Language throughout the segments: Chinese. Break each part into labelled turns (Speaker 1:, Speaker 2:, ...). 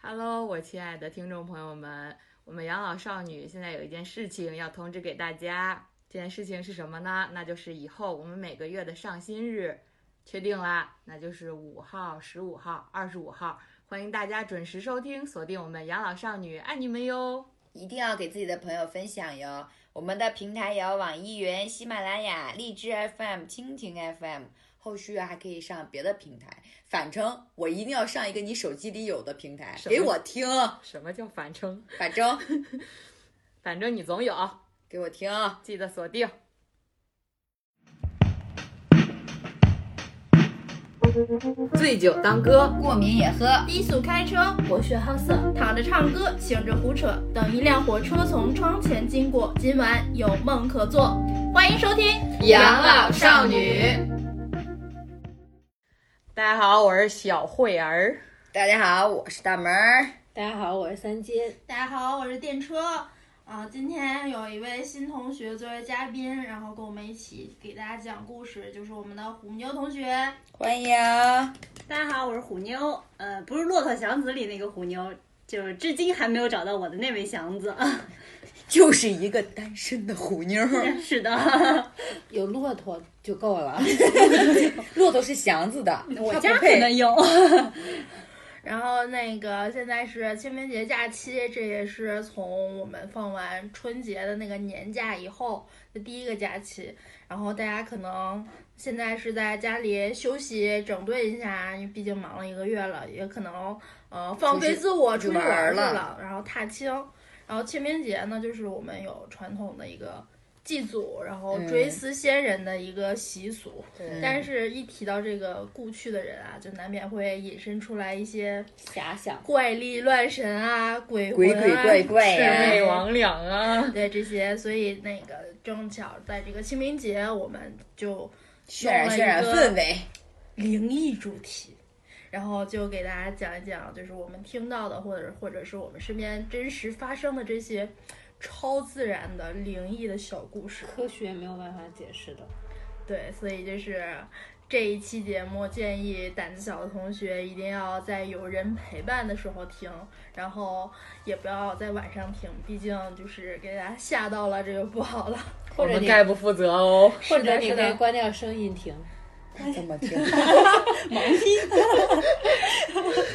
Speaker 1: Hello，我亲爱的听众朋友们，我们养老少女现在有一件事情要通知给大家，这件事情是什么呢？那就是以后我们每个月的上新日确定啦，那就是五号、十五号、二十五号，欢迎大家准时收听，锁定我们养老少女，爱你们哟！
Speaker 2: 一定要给自己的朋友分享哟。我们的平台有网易云、喜马拉雅、荔枝 FM、蜻蜓 FM，后续还可以上别的平台。反正我一定要上一个你手机里有的平台
Speaker 1: 什么
Speaker 2: 给我听，
Speaker 1: 什么叫反正？
Speaker 2: 反正
Speaker 1: 反正你总有，
Speaker 2: 给我听。
Speaker 1: 记得锁定。醉酒当歌，
Speaker 2: 过敏也喝，
Speaker 3: 低速开车，博学好色，躺着唱歌，醒着胡扯。等一辆火车从窗前经过，今晚有梦可做。欢迎收听《》。
Speaker 1: 大家好，我是小慧儿。
Speaker 2: 大家好，我是大门儿。
Speaker 4: 大家好，我是三金。
Speaker 3: 大家好，我是电车。啊，今天有一位新同学作为嘉宾，然后跟我们一起给大家讲故事，就是我们的虎妞同学。
Speaker 2: 欢迎，
Speaker 5: 大家好，我是虎妞，呃，不是《骆驼祥子》里那个虎妞，就是至今还没有找到我的那位祥子。
Speaker 2: 就是一个单身的虎妞儿，
Speaker 5: 是的，
Speaker 4: 有骆驼就够了。
Speaker 2: 骆驼是祥子的，
Speaker 5: 我
Speaker 2: 它不
Speaker 5: 家可
Speaker 2: 配
Speaker 5: 能有。
Speaker 3: 然后那个现在是清明节假期，这也是从我们放完春节的那个年假以后的第一个假期。然后大家可能现在是在家里休息整顿一下，因为毕竟忙了一个月了，也可能呃放飞自我
Speaker 2: 出
Speaker 3: 出
Speaker 2: 去
Speaker 3: 去玩儿去
Speaker 2: 玩儿
Speaker 3: 了，然后踏青。然后清明节呢，就是我们有传统的一个祭祖，然后追
Speaker 2: 嗯
Speaker 3: 思先人的一个习俗。
Speaker 2: 嗯
Speaker 3: 但是，一提到这个故去的人啊，就难免会引申出来一些
Speaker 4: 遐想，
Speaker 3: 怪力乱神啊、鬼
Speaker 2: 鬼
Speaker 3: 魂啊、
Speaker 2: 鬼怪怪
Speaker 3: 魑
Speaker 2: 呀
Speaker 3: 魅
Speaker 1: 魅魍魉哎啊！
Speaker 3: 对这些。所以，那个正巧在这个清明节，我们就
Speaker 2: 渲染渲染氛围，
Speaker 3: 灵异主题，然后就给大家讲一讲，就是我们听到的，或者或者是我们身边真实发生的这些超自然的灵异的小故事。
Speaker 4: 科学没有办法解释的。
Speaker 3: 对，所以就是这一期节目，建议胆子小的同学一定要在有人陪伴的时候听，然后也不要在晚上听，毕竟就是给大家吓到了，这就不好了。
Speaker 1: 我
Speaker 4: 或者
Speaker 1: 们
Speaker 4: 你，
Speaker 1: 概不负责哦。
Speaker 4: 或者你
Speaker 3: 是的
Speaker 4: 可以关掉声音听，
Speaker 2: 这么听，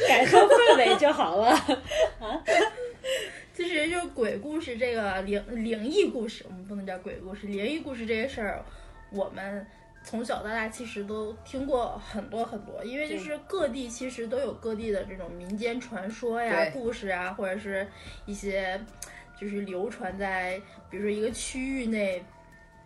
Speaker 4: 感受氛围就好了。
Speaker 3: 其实就是鬼故事这个灵灵异故事，我们不能叫鬼故事，灵异故事这些事儿，我们从小到大其实都听过很多很多，因为就是各地其实都有各地的这种民间传说呀
Speaker 2: 对、
Speaker 3: 故事啊，或者是一些就是流传在比如说一个区域内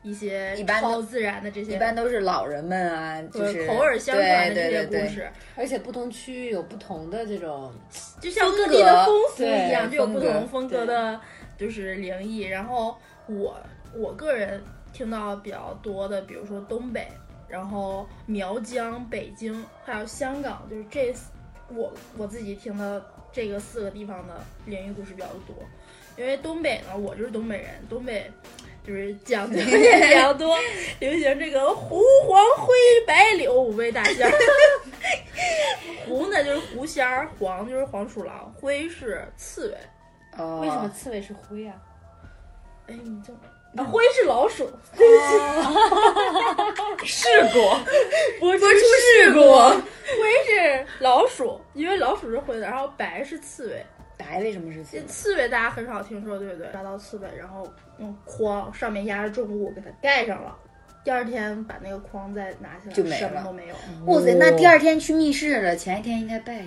Speaker 3: 一些
Speaker 2: 一般都
Speaker 3: 超自然的这些，
Speaker 2: 一般都是老人们啊，就
Speaker 3: 或
Speaker 2: 是
Speaker 3: 者口耳相传的
Speaker 2: 对
Speaker 3: 这
Speaker 2: 对
Speaker 3: 些故
Speaker 2: 对
Speaker 3: 事，
Speaker 4: 而且不同区域有不同的这种，
Speaker 3: 就像各地的风俗一样，就
Speaker 2: 对
Speaker 3: 有不同
Speaker 4: 风
Speaker 3: 风
Speaker 4: 格
Speaker 3: 格的，就是灵异。然后我我个人听到比较多的，比如说东北，然后苗疆、北京，还有香港，就是这四我我自己听的这个四个地方的灵异故事比较多。因为东北呢，我就是东北人，东北就是讲 究比较多，流行这个胡黄灰白柳五味大仙儿。胡呢就是 狐仙儿，黄就是黄鼠狼，灰是刺猬。
Speaker 2: 哦，
Speaker 4: 为什么刺猬是灰啊？
Speaker 3: 哎，你这啊，灰是老鼠，
Speaker 1: 试过，
Speaker 3: 播出
Speaker 2: 出事故？
Speaker 3: 灰是老鼠，因为老鼠是灰的，然后白是刺猬。
Speaker 2: 白为什么是刺
Speaker 3: 这
Speaker 2: 猬？
Speaker 3: 刺猬大家很少听说，对不对？抓到刺猬，然后用筐上面压着重物给它盖上了，第二天把那个筐再拿下来，
Speaker 2: 就没了
Speaker 3: 什么都没有。
Speaker 2: 哇塞，那第二天去密室了，前一天应该拜有。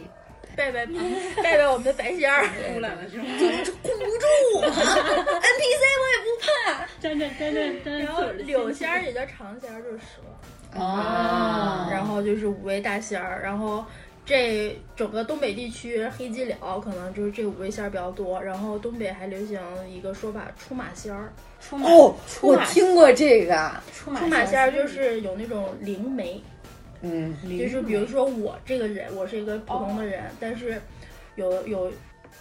Speaker 3: 拜拜 拜拜我们的白仙 儿。
Speaker 5: 出来了是吗？
Speaker 3: 然后柳仙儿也叫长仙儿，就是蛇。
Speaker 2: 啊
Speaker 3: 然后就是五味大仙儿，然后这整个东北地区黑吉辽可能就是这个五味仙儿比较多，然后东北还流行一个说法出马仙儿，
Speaker 4: 出马
Speaker 2: 哦，
Speaker 4: 出
Speaker 2: 我
Speaker 4: 马
Speaker 2: 听过这个，
Speaker 4: 出马
Speaker 3: 出马仙儿就是有那种灵媒，
Speaker 2: 嗯，
Speaker 3: 就是比如说我这个人，我是一个普通的人，
Speaker 2: 哦
Speaker 3: 但是有有。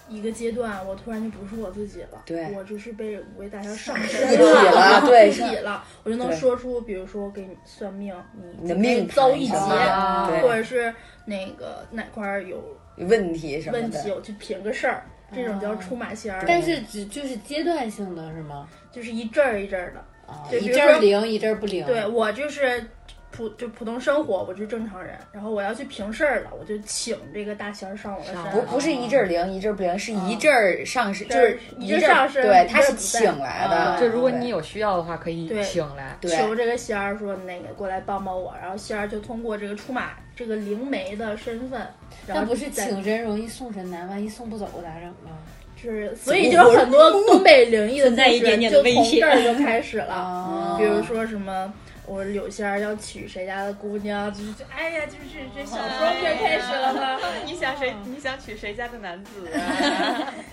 Speaker 3: 一个阶段，我突然就不是我自己了，
Speaker 2: 对
Speaker 3: 我就是被五味大仙儿上身
Speaker 2: 一体了对
Speaker 3: 一体了，我就能
Speaker 2: 对
Speaker 3: 说出，比如说我给你算命，
Speaker 2: 你的
Speaker 3: 今天
Speaker 2: 命
Speaker 3: 遭一劫，
Speaker 2: 盘什么的
Speaker 4: 啊
Speaker 3: 或
Speaker 2: 对，
Speaker 3: 者是那个哪块儿有
Speaker 2: 问题什么
Speaker 3: 问题，
Speaker 2: 的。
Speaker 3: 我去评个事儿，这种叫出马仙儿，
Speaker 4: 但是只就是阶段性的是吗？
Speaker 3: 就是一阵儿一阵儿的。
Speaker 4: 啊，
Speaker 3: 对
Speaker 4: 一
Speaker 3: 比如
Speaker 4: 阵儿
Speaker 3: 说
Speaker 4: 灵，一阵儿不灵。
Speaker 3: 对我就是普就普通生活，我就是正常人，然后我要去评事儿了，我就请这个大仙儿上我的
Speaker 1: 上
Speaker 3: 山。
Speaker 2: 不不是一阵儿灵一阵儿不灵，是一阵儿上身，就
Speaker 3: 对
Speaker 2: 是
Speaker 3: 一
Speaker 2: 阵
Speaker 3: 阵上
Speaker 2: 儿
Speaker 3: 身
Speaker 2: 对，
Speaker 3: 一
Speaker 2: 他
Speaker 3: 阵儿
Speaker 2: 是
Speaker 3: 不在
Speaker 2: 请来的。
Speaker 4: 啊
Speaker 1: 就如果你有需要的话，可以
Speaker 3: 对
Speaker 1: 请来。
Speaker 2: 对
Speaker 3: 求这个仙儿说那个过来帮帮我，然后仙儿就通过这个出马这个灵媒的身份，然
Speaker 4: 那
Speaker 3: 后
Speaker 4: 不是
Speaker 3: 再
Speaker 4: 请神容易送神难，万一送不走咋整啊？
Speaker 3: 就是，所以就很多东北灵异的
Speaker 5: 存在一
Speaker 3: 故事
Speaker 5: 点点的
Speaker 3: 就
Speaker 5: 危
Speaker 3: 从
Speaker 5: 险
Speaker 3: 这儿就开始了。
Speaker 4: 啊
Speaker 3: 比如说什么，我柳仙儿要娶谁家的姑娘，就是就哎呀，就是这小说片开始了吗？
Speaker 1: 你想谁？你想娶谁家的男子、啊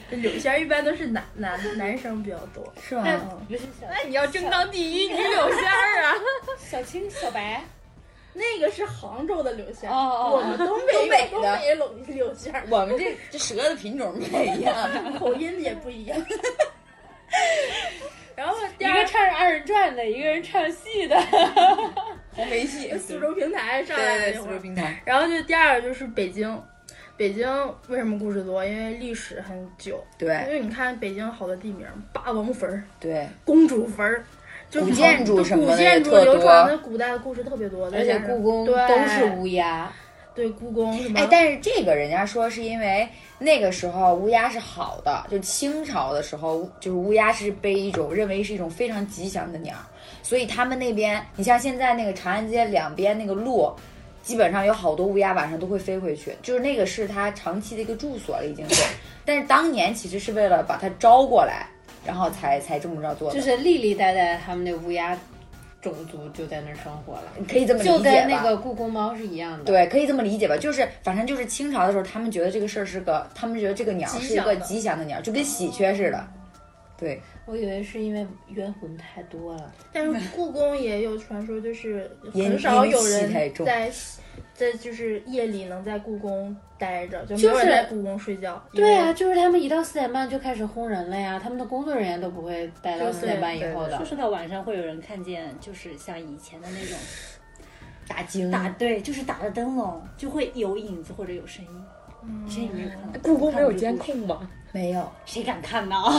Speaker 3: 这柳仙儿一般都是男男男生比较多，
Speaker 2: 是吗？
Speaker 3: 嗯，
Speaker 4: 不是小
Speaker 1: 那你要 争当第一女柳仙儿啊！
Speaker 4: 小青、小白，
Speaker 3: 那个是杭州的柳仙儿，
Speaker 4: 哦
Speaker 3: 我们东北
Speaker 2: 东北的
Speaker 3: 有东北柳柳仙儿，
Speaker 2: 我们这这蛇的品种不一样。
Speaker 3: 口音也不一样。 然后
Speaker 4: 一
Speaker 3: 第二
Speaker 4: 个唱二人转的，一个人唱戏的。
Speaker 2: 红梅 戏，
Speaker 3: 苏州平台上
Speaker 2: 对
Speaker 3: 来
Speaker 2: 对
Speaker 3: 的
Speaker 2: 对，
Speaker 3: 那
Speaker 2: 苏
Speaker 3: 会儿
Speaker 2: 州平台，
Speaker 3: 然后就第二个就是北京，北京为什么故事多？因为历史很久，因
Speaker 2: 对
Speaker 3: 为你看北京好多地名，八王坟儿、
Speaker 2: 对，
Speaker 3: 公主坟儿，就是
Speaker 2: 古建筑
Speaker 3: 好
Speaker 2: 什么的
Speaker 3: 古建筑
Speaker 2: 也特多
Speaker 3: 流传的古代的故事特别多，
Speaker 4: 而且
Speaker 3: 再加上
Speaker 4: 故宫
Speaker 3: 对
Speaker 4: 都是乌鸦，
Speaker 3: 对故宫什么，
Speaker 2: 哎，但是这个人家说是因为那个时候乌鸦是好的，就清朝的时候，就是乌鸦是被一种认为是一种非常吉祥的鸟儿，所以他们那边，你像现在那个长安街两边那个路。基本上有好多乌鸦晚上都会飞回去，就是那个是它长期的一个住所了，已经是。但是当年其实是为了把它招过来，然后才才这么着做的，
Speaker 4: 就是历历代代他们那乌鸦种族就在那儿生活了，
Speaker 2: 你可以这么理解
Speaker 4: 就
Speaker 2: 吧。
Speaker 4: 跟那个故宫猫是一样的。
Speaker 2: 对，可以这么理解吧，就是反正就是清朝的时候，他们觉得这个事儿是个，他们觉得这个鸟
Speaker 3: 吉
Speaker 2: 是一
Speaker 3: 祥
Speaker 2: 个
Speaker 3: 的
Speaker 2: 吉祥的鸟，就跟喜鹊似的。对，
Speaker 4: 我以为是因为冤魂太多了，
Speaker 3: 但是故宫也有传 说，就是
Speaker 2: 阴
Speaker 3: 很少有
Speaker 2: 阴气太
Speaker 3: 人
Speaker 2: 重
Speaker 3: 在在就是夜里能在故宫待着，就没
Speaker 4: 就
Speaker 3: 有人
Speaker 4: 是
Speaker 3: 在故宫睡觉。
Speaker 4: 对啊，，就是他们一到四点半就开始轰人了呀，他们的工作人员都不会待到四点半以后的
Speaker 5: 就。是到晚上会有人看见，就是像以前的那种
Speaker 2: 大惊
Speaker 5: 打对，就是打的灯笼，就会有影子或者有声音。之前你没有看到，
Speaker 1: 故宫没有
Speaker 5: 看过这个故事
Speaker 1: 监，控吧？
Speaker 2: 没有，
Speaker 5: 谁敢看呢？ 啊？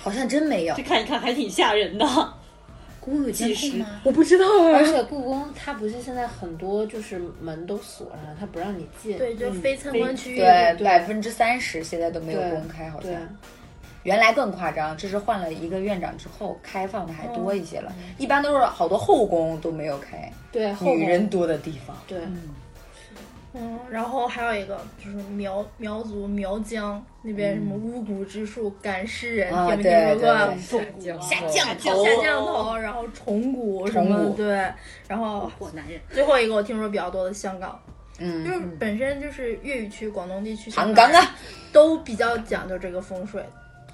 Speaker 2: 好像真没有
Speaker 5: 这。看一看还挺吓人的。
Speaker 2: 古有监控吗？
Speaker 1: 我不知道啊
Speaker 4: 而。且故宫它不是现在很多就是门都锁上了，它不让你进。
Speaker 3: 对，就非参观区域
Speaker 2: 嗯对，
Speaker 4: 对
Speaker 2: 百分之三十现在都没有
Speaker 4: 对
Speaker 2: 公开，好像
Speaker 4: 对，
Speaker 2: 原来更夸张，这是换了一个院长之后开放的还多一些了。一般都是好多后宫都没有开，
Speaker 4: 对，后
Speaker 2: 女
Speaker 4: 宫
Speaker 2: 人多的地方。
Speaker 4: 对，
Speaker 3: 嗯，然后还有一个就是苗苗族苗疆那边什么巫蛊之术赶尸人，
Speaker 2: 啊
Speaker 3: 听没听说过？
Speaker 2: 对
Speaker 5: 下
Speaker 2: 降头
Speaker 3: 下降头，然后虫蛊什
Speaker 2: 虫
Speaker 3: 么
Speaker 2: 蛊
Speaker 3: 对，然后
Speaker 5: 火男人，
Speaker 3: 最后一个我听说比较多的香港，就
Speaker 2: 嗯，
Speaker 3: 是本身就是粤语区、广东地区、
Speaker 2: 唐
Speaker 3: 香
Speaker 2: 刚
Speaker 3: 港
Speaker 2: 啊，
Speaker 3: 都比较讲究这个风水，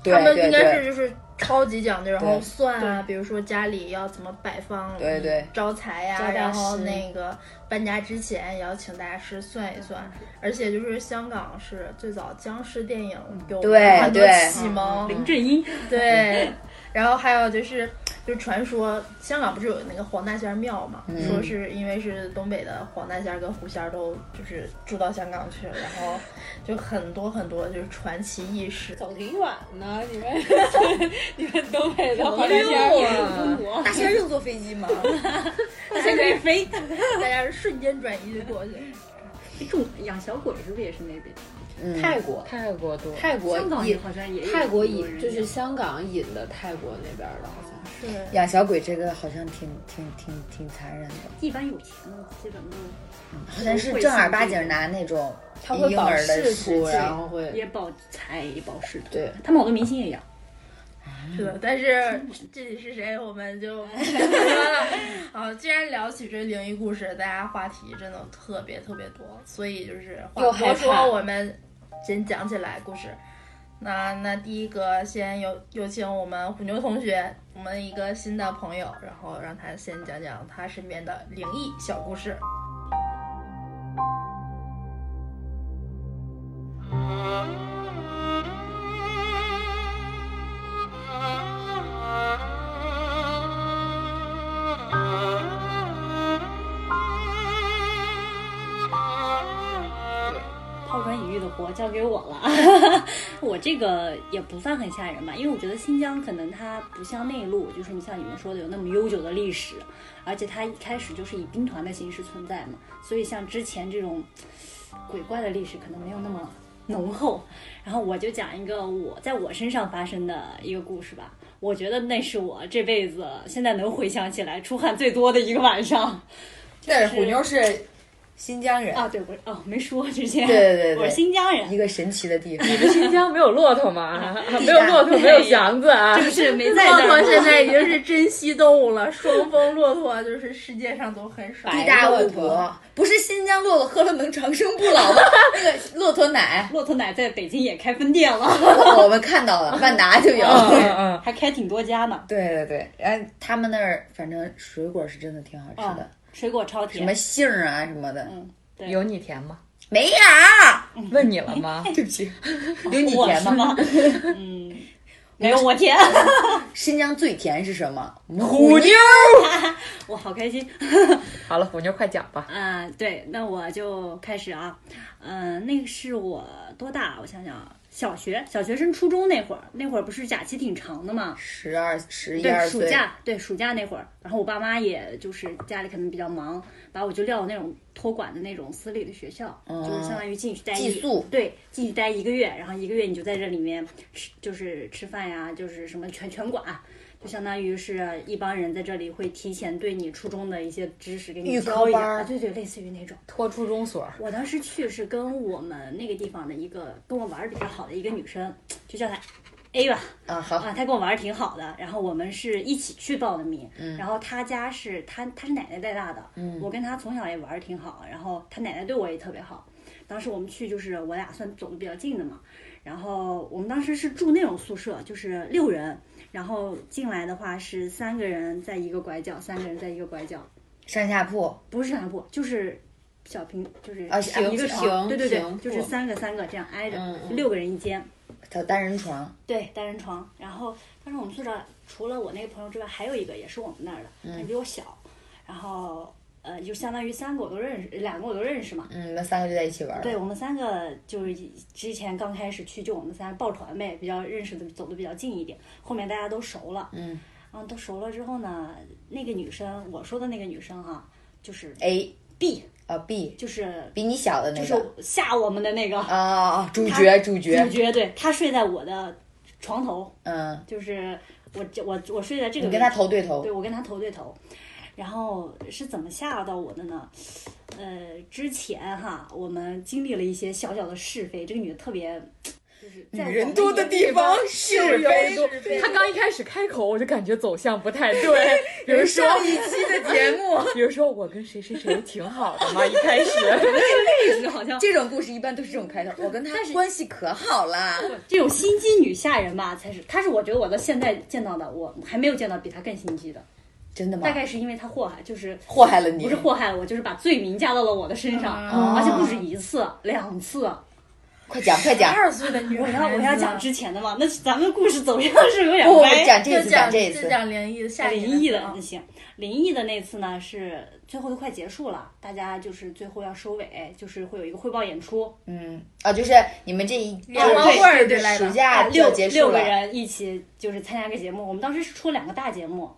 Speaker 2: 对
Speaker 3: 他们
Speaker 2: 对
Speaker 3: 应该
Speaker 2: 对
Speaker 3: 是就是超级讲究，然后
Speaker 2: 对
Speaker 3: 算啊，比如说家里要怎么摆放，
Speaker 2: 对对，
Speaker 3: 招财呀、
Speaker 4: 招大
Speaker 3: 然后
Speaker 4: 师
Speaker 3: 那个搬家之前也要请大师算一算，而且就是香港是最早僵尸电影有
Speaker 2: 对
Speaker 3: 很多
Speaker 2: 对
Speaker 3: 启蒙，
Speaker 5: 林正英，
Speaker 3: 对，然后还有就是，就是传说香港不是有那个黄大仙儿庙嘛？
Speaker 2: 嗯
Speaker 3: 说是因为是东北的黄大仙儿跟狐仙儿都就是住到香港去了，然后就很多很多就是传奇轶事。
Speaker 4: 走挺远呢，你们你们东北的黄大仙儿，
Speaker 1: 啊！
Speaker 2: 大仙用坐飞机吗？
Speaker 5: 他现在飞，
Speaker 3: 大家是瞬间转移就过去了。
Speaker 5: 哎这种养小鬼是不是也是那边？
Speaker 2: 嗯
Speaker 4: 泰国
Speaker 1: 泰国多，
Speaker 4: 泰国
Speaker 5: 香港也
Speaker 4: 引
Speaker 5: 好像也有
Speaker 4: 泰国
Speaker 5: 很多
Speaker 4: 引
Speaker 5: 人
Speaker 4: 就是香港引的泰国那边儿的，好像是。
Speaker 3: 对，
Speaker 2: 养小鬼这个好像挺挺挺挺残忍的，
Speaker 5: 一般有钱的基本都
Speaker 2: 好像是正儿八经拿那种
Speaker 4: 他会
Speaker 2: 婴
Speaker 4: 保
Speaker 2: 儿的
Speaker 4: 释
Speaker 2: 尸
Speaker 4: 出，
Speaker 2: 体
Speaker 4: 然后会
Speaker 5: 也保财也保势的。
Speaker 4: 对，
Speaker 5: 他们好多明星也养，
Speaker 3: 是的， 但是具体是谁，我们就不说了。好，既然聊起这灵异故事，大家话题真的特别特别多，所以就是话
Speaker 4: 又
Speaker 3: 不多
Speaker 4: 害怕
Speaker 3: 说，我们先讲起来故事。那那第一个先有有请我们虎牛同学，我们一个新的朋友，然后让他先讲讲他身边的灵异小故事。
Speaker 5: 抛砖引玉的活交给我了。 我这个也不算很吓人吧，因为我觉得新疆可能它不像内陆，就是你像你们说的有那么悠久的历史，而且它一开始就是以兵团的形式存在嘛，所以像之前这种鬼怪的历史可能没有那么浓厚。然后我就讲一个我在我身上发生的一个故事吧，我觉得那是我这辈子现在能回想起来出汗最多的一个晚上。
Speaker 2: 但是虎妞是新疆人，
Speaker 5: 啊，对，我哦没说之前，
Speaker 2: 对对对
Speaker 5: 我是
Speaker 2: 对，
Speaker 5: 新疆人，
Speaker 2: 一个神奇的地方。
Speaker 1: 新疆没有骆驼 吗？没
Speaker 2: 有
Speaker 1: 有
Speaker 2: 骆
Speaker 1: 骆
Speaker 2: 驼
Speaker 1: 驼，
Speaker 2: 没
Speaker 1: 没
Speaker 2: 有
Speaker 1: 有祥子 啊。
Speaker 5: 是没在
Speaker 6: 骆
Speaker 5: 那
Speaker 6: 驼
Speaker 5: 儿
Speaker 6: 现在已经是珍稀动物了，双峰骆驼就是世界上都很少。
Speaker 2: 地大物博，不是新疆骆驼喝了能长生不老吗？那个骆驼奶，
Speaker 5: 骆驼奶在北京也开分店了，
Speaker 2: 我们看到了，万达就有。
Speaker 5: 哦
Speaker 1: 嗯嗯，
Speaker 5: 还开挺多家呢。
Speaker 2: 对对对，哎，他们那儿反正水果是真的挺好吃的，
Speaker 5: 水果超
Speaker 2: 什么
Speaker 5: 哦甜，
Speaker 2: 杏儿啊什么的，
Speaker 5: 嗯，对
Speaker 1: 有你甜吗？
Speaker 2: 没有。
Speaker 1: 问你了 吗？
Speaker 2: 对不起，有你甜
Speaker 5: 我是
Speaker 2: 吗？
Speaker 5: 吗？嗯，没有我甜，
Speaker 2: 新疆最甜是什么？虎妞。
Speaker 5: 我好开心。
Speaker 1: 好了，虎妞快讲吧。
Speaker 5: 啊、对，那我就开始啊，嗯、那个是我多大？我想想啊，小学小学升初中那会儿，那会儿不是假期挺长的嘛，
Speaker 2: 十二、十一
Speaker 5: 对，
Speaker 2: 二
Speaker 5: 暑
Speaker 2: 岁，
Speaker 5: 假，对暑假那会儿，然后我爸妈也就是家里可能比较忙，把我就撂到那种托管的那种私立的学校，就是相当于进去待
Speaker 2: 哦寄
Speaker 5: 一
Speaker 2: 宿
Speaker 5: 对，进去待一个月，然后一个月你就在这里面吃，就是吃饭呀，就是什么全全管。就相当于是一帮人在这里会提前对你初中的一些知识给
Speaker 2: 预
Speaker 5: 你
Speaker 2: 科
Speaker 5: 教一下，
Speaker 2: 班儿
Speaker 5: 啊对对，类似于那种。
Speaker 1: 托初中所，
Speaker 5: 我当时去是跟我们那个地方的一个跟我玩的比较好的一个女生，就叫她 A 吧，
Speaker 2: 啊，好，
Speaker 5: 啊，她跟我玩的挺好的，然后我们是一起去报的名，然后她家是她她是奶奶带大的，
Speaker 2: 嗯
Speaker 5: 我跟她从小也玩的挺好，然后她奶奶对我也特别好，当时我们去就是我俩算走的比较近的嘛，然后我们当时是住那种宿舍，就是六人，然后进来的话是三个人在一个拐角，三个人在一个拐角，
Speaker 2: 上下铺，
Speaker 5: 不是上下铺，就是小平，就是
Speaker 2: 啊
Speaker 5: 一个
Speaker 2: 平
Speaker 5: 床，对对对
Speaker 4: 平，
Speaker 5: 就是
Speaker 4: 铺
Speaker 5: 三个三个这样挨着，
Speaker 4: 嗯嗯
Speaker 5: 六个人一间，
Speaker 2: 小单人床，
Speaker 5: 对，单人床。然后当时我们宿舍除了我那个朋友之外，还有一个也是我们那儿的，
Speaker 2: 嗯
Speaker 5: 他比我小，然后呃，就相当于三个我都认识，两个我都认识嘛。
Speaker 2: 嗯，那三个就在一起玩儿。
Speaker 5: 对我们三个就是以之前刚开始去，就我们三个抱团呗，比较认识的，走的比较近一点。后面大家都熟了，
Speaker 2: 嗯，
Speaker 5: 然后都熟了之后呢，那个女生，我说的那个女生哈、就是
Speaker 2: ，A
Speaker 5: B，
Speaker 2: 啊 B，
Speaker 5: 就是
Speaker 2: 比你小的那
Speaker 5: 就
Speaker 2: 个，
Speaker 5: 是吓我们的那个
Speaker 2: 啊啊，主
Speaker 5: 他
Speaker 2: 角主角
Speaker 5: 主，角，对他睡在我的床头，
Speaker 2: 嗯，
Speaker 5: 就是我这我我睡在这个
Speaker 2: 你
Speaker 5: 位置，
Speaker 2: 跟他头对头
Speaker 5: 对，我跟他头对头。然后是怎么吓到我的呢？呃，之前哈，我们经历了一些小小的是非，这个女的特别，就是
Speaker 2: 女
Speaker 5: 在我
Speaker 2: 人
Speaker 5: 们
Speaker 2: 多
Speaker 5: 眼
Speaker 2: 的
Speaker 5: 里
Speaker 2: 地方是非多。
Speaker 1: 他刚一开始开口，我就感觉走向不太对。 比如说，
Speaker 2: 上一期的节目，
Speaker 1: 比如说我跟谁谁谁挺好的嘛，一开始。
Speaker 5: 就是好像
Speaker 2: 这种故事一般都是这种开头。我跟他关系可好啦，
Speaker 5: 这种心机女吓人吧，才是她是我觉得我到现在见到的，我还没有见到比她更心机的。
Speaker 2: 真的吗
Speaker 5: 大？概是因为她祸害，就是
Speaker 2: 祸害了你
Speaker 5: 不是祸害了我，就是把罪名加到了我的身上，
Speaker 6: 啊
Speaker 5: 而且不止一次，两次。
Speaker 2: 哦快讲快讲，
Speaker 6: 二岁的女
Speaker 5: 我
Speaker 6: 孩子，
Speaker 5: 要我要讲之前的嘛，那咱们故事走向是有点
Speaker 2: 不，我
Speaker 5: 歪。
Speaker 2: 哦讲这
Speaker 6: 就
Speaker 2: 次
Speaker 6: 讲
Speaker 2: 这一
Speaker 6: 就
Speaker 2: 次，
Speaker 6: 讲灵异的，吓人的
Speaker 5: 灵异的
Speaker 2: 嗯
Speaker 6: 啊
Speaker 5: 那行，灵异的那次呢是最后都快结束了，大家就是最后要收尾，就是会有一个汇报演出，
Speaker 2: 嗯，啊，就是你们这一
Speaker 6: 联
Speaker 5: 欢
Speaker 2: 就是
Speaker 6: 会儿
Speaker 2: 对
Speaker 6: 之类的
Speaker 2: 暑假就
Speaker 5: 啊六
Speaker 2: 结
Speaker 5: 六
Speaker 2: 束
Speaker 5: 个
Speaker 2: 了，
Speaker 5: 人一起就是参加一个节目。我们当时是出两个大节目，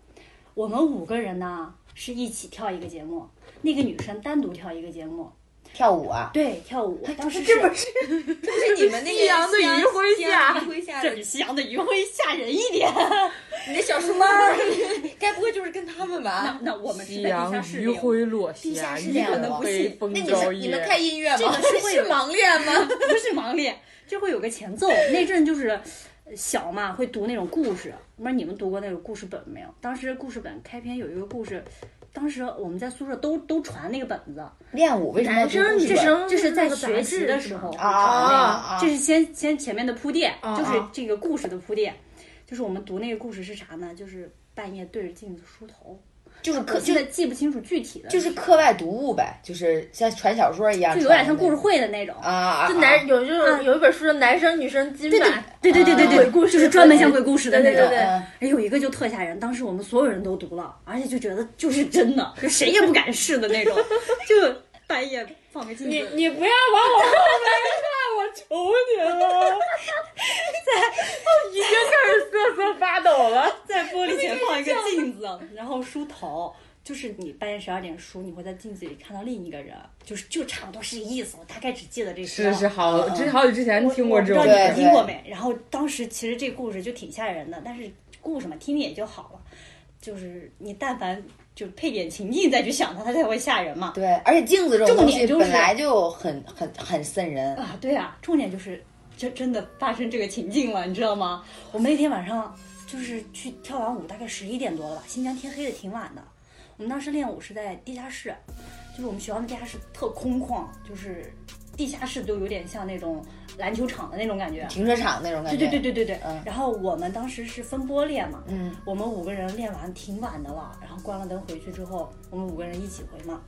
Speaker 5: 我们五个人呢是一起跳一个节目，那个女生单独跳一个节目，
Speaker 2: 跳舞啊，
Speaker 5: 对，跳舞。当时
Speaker 2: 这不
Speaker 5: 是
Speaker 2: 是你们那
Speaker 1: 夕阳的余晖下，
Speaker 5: 这比夕阳的余晖吓人一点。
Speaker 2: 你那小书包儿，该不会就是跟他们吧？
Speaker 5: 那我们是
Speaker 1: 夕
Speaker 5: 在地下
Speaker 1: 阳
Speaker 5: 室
Speaker 1: 余
Speaker 5: 里。
Speaker 1: 晖落
Speaker 2: 地下
Speaker 1: 下，
Speaker 2: 室
Speaker 1: 一
Speaker 2: 恋
Speaker 1: 枕
Speaker 2: 了
Speaker 1: 微风
Speaker 2: 那你
Speaker 1: 摇
Speaker 2: 是你们看
Speaker 1: 曳。
Speaker 2: 音乐吗？
Speaker 5: 这个是会
Speaker 2: 是盲恋吗？
Speaker 5: 不是盲练，就会有个前奏。那阵就是小嘛，会读那种故事。我不知道你们读过那种故事本没有？当时故事本开篇有一个故事，当时我们在宿舍都都传那个本子，
Speaker 2: 练舞为什么要
Speaker 6: 男
Speaker 2: 读
Speaker 6: 生
Speaker 2: 故事
Speaker 6: 女
Speaker 2: 本
Speaker 6: 生
Speaker 5: 这哎是在
Speaker 6: 那个杂
Speaker 5: 学习
Speaker 6: 志
Speaker 5: 的
Speaker 6: 是
Speaker 5: 时
Speaker 6: 吗
Speaker 5: 候
Speaker 2: 啊啊啊！
Speaker 5: 这是先先前面的铺垫，
Speaker 6: 啊
Speaker 5: 就是
Speaker 6: 啊
Speaker 5: 这个故事的铺垫。就是我们读那个故事是啥呢？就是半夜对着镜子梳头。
Speaker 2: 就是课
Speaker 5: 我
Speaker 2: 就
Speaker 5: 现
Speaker 2: 是
Speaker 5: 在记不清楚具体的，
Speaker 2: 就是课外读物呗，就是像传小说一样
Speaker 5: 就
Speaker 2: 传的那
Speaker 5: 有
Speaker 2: 种，
Speaker 5: 点像故事会的那种。
Speaker 2: 啊啊！
Speaker 6: 就
Speaker 2: 啊
Speaker 6: 男有就是有一本书叫《男生女生金版》，
Speaker 5: 对对对对对，
Speaker 6: 鬼故事
Speaker 5: 就是专门像鬼故事的那种。
Speaker 6: 对对对
Speaker 2: 嗯
Speaker 5: 哎，有一个就特吓人，当时我们所有人都读了，而且就觉得就是真的，就谁也不敢试的那种，就半夜放个镜
Speaker 4: 你
Speaker 5: 子。
Speaker 4: 你不要往我后面
Speaker 1: 我求你了，在已经开始瑟瑟发抖了。
Speaker 5: 在玻璃前放一 个镜子，然后梳头。就是你半夜十二点梳，你会在镜子里看到另一个人，就是就差不多是意思。我大概只记得这些。
Speaker 1: 是是好，
Speaker 5: 嗯
Speaker 1: 之好久之前听过这
Speaker 5: 我
Speaker 1: 种
Speaker 5: 不知，道你
Speaker 2: 对
Speaker 5: 听过没？然后当时其实这故事就挺吓人的，但是故事嘛，听听也就好了。就是你但凡就配点情境再去想它，它才会吓人嘛。
Speaker 2: 对，而且镜子这种东西
Speaker 5: 重点就
Speaker 2: 本
Speaker 5: 是
Speaker 2: 来就很很很瘆人，
Speaker 5: 啊，对啊，重点就是真真的发生这个情境了，你知道吗？我们那天晚上就是去跳完舞，大概十一点多了吧，新疆天黑的挺晚的。我们当时练舞是在地下室，就是我们学校的地下室特空旷，就是地下室都有点像那种篮球场的那种感觉。
Speaker 2: 停车场那种感
Speaker 5: 对
Speaker 2: 觉。
Speaker 5: 对对对对对。
Speaker 2: 嗯
Speaker 5: 然后我们当时是分波练嘛，
Speaker 2: 嗯，
Speaker 5: 我们五个人练完挺晚的了，然后关了灯回去之后，我们五个人一起回嘛。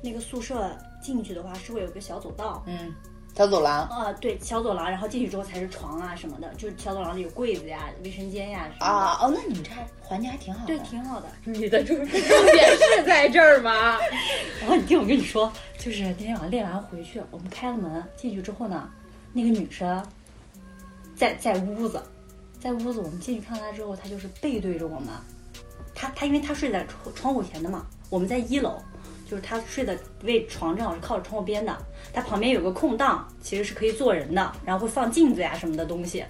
Speaker 5: 那个宿舍进去的话是会有一个小走道，
Speaker 2: 嗯，小走廊
Speaker 5: 啊，对，小走廊，然后进去之后才是床啊什么的，就是小走廊里有柜子呀、卫生间呀什么的。
Speaker 2: 啊，哦，那你们这还环境还挺好的。
Speaker 5: 对，挺好的。
Speaker 1: 你的重重点是在这儿吗？
Speaker 5: 然后你 听我跟你说，就是那天晚上练完回去，我们开了门进去之后呢，那个女生在在屋子，在屋子我们进去看她之后，她就是背对着我们，她她因为她睡在窗窗户前的嘛，我们在一楼，就是她睡的位床正好是靠着窗户边的，她旁边有个空档，其实是可以坐人的，然后会放镜子呀什么的东西。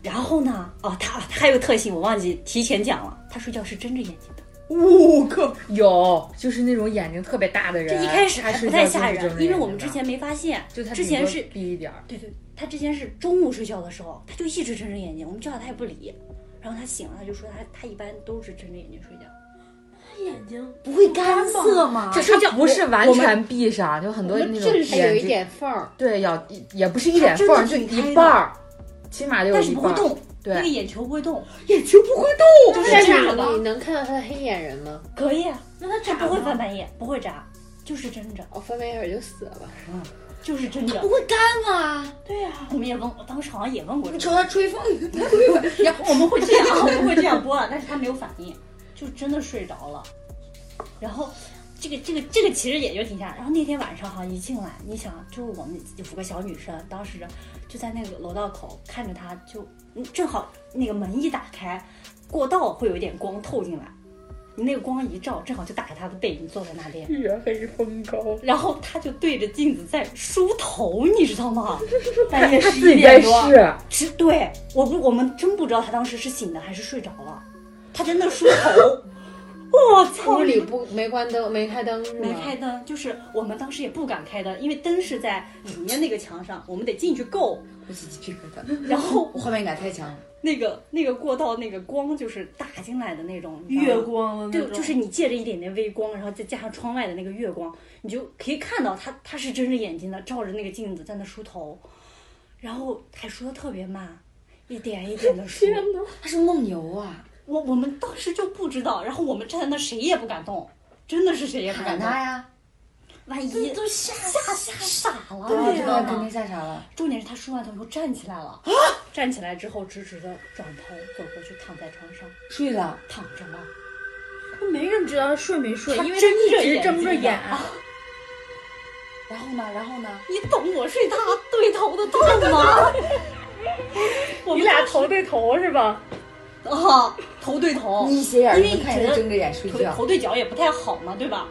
Speaker 5: 然后呢，哦，她她还有个特性，我忘记提前讲了，她睡觉是睁着眼睛的。
Speaker 1: 我靠，有，就是那种眼睛特别大的人，
Speaker 5: 这一开始
Speaker 1: 啊他
Speaker 5: 还
Speaker 1: 睡
Speaker 5: 不
Speaker 1: 觉
Speaker 5: 太
Speaker 1: 就是睁
Speaker 5: 吓
Speaker 1: 着
Speaker 5: 人，因为
Speaker 1: 眼
Speaker 5: 我们
Speaker 1: 睛
Speaker 5: 之
Speaker 1: 的
Speaker 5: 前没发现，
Speaker 1: 就他
Speaker 5: 之
Speaker 1: 顶
Speaker 5: 前
Speaker 1: 多
Speaker 5: 是
Speaker 1: 闭一点儿，
Speaker 5: 对对，他之前是中午睡觉的时候，他就一直睁着眼睛，我们叫他他也不理，然后他醒了他就说他他一般都是睁着眼睛睡觉，
Speaker 6: 眼睛
Speaker 5: 不会干涩吗？
Speaker 1: 就他不是完全闭上，就很多
Speaker 4: 我
Speaker 1: 那
Speaker 4: 们
Speaker 1: 种
Speaker 4: 这里还有
Speaker 1: 眼
Speaker 4: 一
Speaker 1: 睛，
Speaker 4: 点缝儿，
Speaker 1: 对，要也不是一点
Speaker 5: 它真
Speaker 1: 缝
Speaker 5: 的
Speaker 1: 儿，就
Speaker 5: 挺开
Speaker 1: 一
Speaker 5: 的
Speaker 1: 半儿，起码得有
Speaker 5: 但是
Speaker 1: 一
Speaker 5: 不会
Speaker 1: 半儿。
Speaker 5: 动，
Speaker 1: 对
Speaker 5: 那个眼球不会动，
Speaker 2: 眼睛不会动。
Speaker 5: 就是
Speaker 4: 但
Speaker 5: 眨
Speaker 4: 是
Speaker 5: 的，
Speaker 4: 你能看到他的黑眼仁吗？
Speaker 5: 可以啊，
Speaker 6: 那它
Speaker 5: 他
Speaker 6: 长
Speaker 5: 不会翻
Speaker 6: 吗？
Speaker 5: 白眼，不会眨，就是睁着，
Speaker 4: 我翻白眼儿就死了。
Speaker 5: 就是睁着
Speaker 2: 不。会干吗？
Speaker 5: 对呀、我们也问，我当时好像也问过这
Speaker 2: 你
Speaker 5: 个
Speaker 2: 瞅他吹 风，
Speaker 5: 问题，呀我们会这样，我们会这样播，啊但是他没有反应，就真的睡着了，然后。这个这个这个其实也就挺吓人。然后那天晚上哈一进来，你想就是我们有个小女生，当时就在那个楼道口看着她就，嗯正好那个门一打开，过道会有一点光透进来，你那个光一照，正好就打开她的背影，坐在那边，
Speaker 1: 月黑风高，
Speaker 5: 然后她就对着镜子在梳头，你知道 吗？半夜
Speaker 1: 他
Speaker 5: 十
Speaker 1: 自
Speaker 5: 一
Speaker 1: 己在
Speaker 5: 点多，
Speaker 1: 试，
Speaker 5: 是对，我不，我们真不知道他当时是醒的还是睡着了，他真的梳 头。我操！
Speaker 4: 屋里不没关灯，没开灯是吗？
Speaker 5: 没
Speaker 6: 啊
Speaker 5: 开灯，就是我们当时也不敢开灯，因为灯是在里面那个墙上，我们得进去 够。
Speaker 2: 我起鸡皮疙瘩，
Speaker 5: 然后
Speaker 2: 我画面感太强了。
Speaker 5: 那个那个过道那个光就是打进来的那种你知道
Speaker 6: 月
Speaker 5: 吗
Speaker 6: 光的那
Speaker 5: 对，
Speaker 6: 种，
Speaker 5: 就是你借着一点点微光，然后再加上窗外的那个月光，你就可以看到他他是睁着眼睛的，照着那个镜子在那梳头，然后还梳的特别慢，一点一点的梳。
Speaker 2: 他是梦游啊，
Speaker 5: 我我们当时就不知道，然后我们站在那谁也不敢动，真的是谁也不
Speaker 2: 喊
Speaker 5: 敢动。
Speaker 2: 他呀，
Speaker 5: 万一
Speaker 6: 都吓
Speaker 5: 吓吓傻了，啊
Speaker 2: 我
Speaker 5: 你
Speaker 2: 哦知
Speaker 5: 知
Speaker 2: 道
Speaker 5: 道
Speaker 2: 肯定
Speaker 5: 吗？
Speaker 2: 吓傻了。
Speaker 5: 重点是他梳完头以后站起来了，站起来之后直直的转头走过去，躺在床上
Speaker 2: 睡了，
Speaker 5: 躺着了。
Speaker 6: 没人知道他睡没睡，
Speaker 5: 他
Speaker 6: 因为
Speaker 5: 睁
Speaker 6: 他一
Speaker 5: 着
Speaker 6: 直
Speaker 5: 眼
Speaker 6: 睁着
Speaker 5: 睛
Speaker 6: 眼，啊
Speaker 2: 然后呢？然后呢？
Speaker 5: 你懂我睡他对头的痛吗？ 我们俩
Speaker 6: 头对头是吧？
Speaker 5: 啊，头对头，
Speaker 2: 你一斜眼就
Speaker 5: 因为
Speaker 2: 能看见
Speaker 5: 觉
Speaker 2: 他
Speaker 5: 得
Speaker 2: 睁着眼睡
Speaker 5: 头
Speaker 2: 觉。
Speaker 5: 头对脚也不太好嘛，对吧？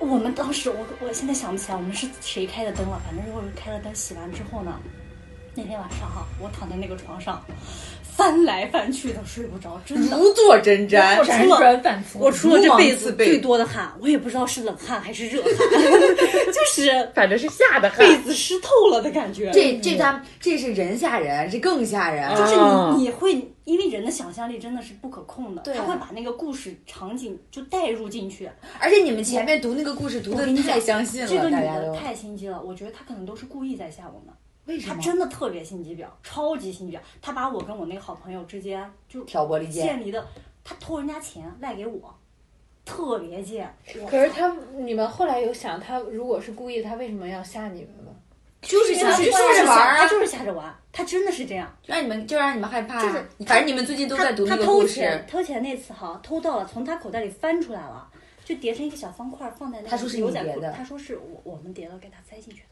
Speaker 5: 我们当时，我我现在想不起来我们是谁开的灯了，反正我是开了灯，洗完之后呢，那天晚上哈、我躺在那个床上，翻来翻去的睡不着，真的。
Speaker 2: 如坐针毡
Speaker 5: 我，除了
Speaker 6: 反复
Speaker 5: 我除了这辈
Speaker 2: 如芒
Speaker 5: 子
Speaker 2: 刺背
Speaker 5: 最多的汗，我也不知道是冷汗 还是热汗，就是
Speaker 1: 反正是吓得很。
Speaker 5: 被子湿透了的感觉。
Speaker 2: 这这他这是人吓人，这更吓人。
Speaker 5: 就是
Speaker 1: 啊
Speaker 5: 你你会因为人的想象力真的是不可控的，
Speaker 2: 对啊
Speaker 5: 他会把那个故事场景就带入进去。
Speaker 2: 而且你们前面读那个故事读的
Speaker 5: 我跟你讲
Speaker 2: 太相信了，
Speaker 5: 这个女
Speaker 2: 大家
Speaker 5: 的
Speaker 2: 都
Speaker 5: 太心机了，我觉得她可能都是故意在吓我们。
Speaker 2: 为
Speaker 5: 她真的特别心机婊，超级心机婊。她把我跟我那个好朋友之间就
Speaker 2: 挑拨离间？
Speaker 5: 建立的，她偷人家钱赖给我，特别贱。我
Speaker 4: 可是他，你们后来有想他如果是故意，他为什么要吓你们吗？
Speaker 2: 就是
Speaker 5: 就
Speaker 2: 想
Speaker 5: 是
Speaker 2: 去
Speaker 5: 就是
Speaker 2: 吓着
Speaker 5: 想
Speaker 2: 玩儿
Speaker 5: 她
Speaker 2: 啊，
Speaker 5: 就是吓着玩儿，她真的是这样。
Speaker 2: 让你们就让你们害怕啊。
Speaker 5: 就是
Speaker 2: 反正你们最近都在读
Speaker 5: 他
Speaker 2: 那个
Speaker 5: 他偷
Speaker 2: 故事
Speaker 5: 钱，偷钱那次哈，偷到了，从他口袋里翻出来了，就叠成一个小方块，放在那
Speaker 2: 他
Speaker 5: 个
Speaker 2: 说是你
Speaker 5: 牛仔
Speaker 2: 叠
Speaker 5: 裤。
Speaker 2: 的
Speaker 5: 他说是我我们叠的，给他塞进去的。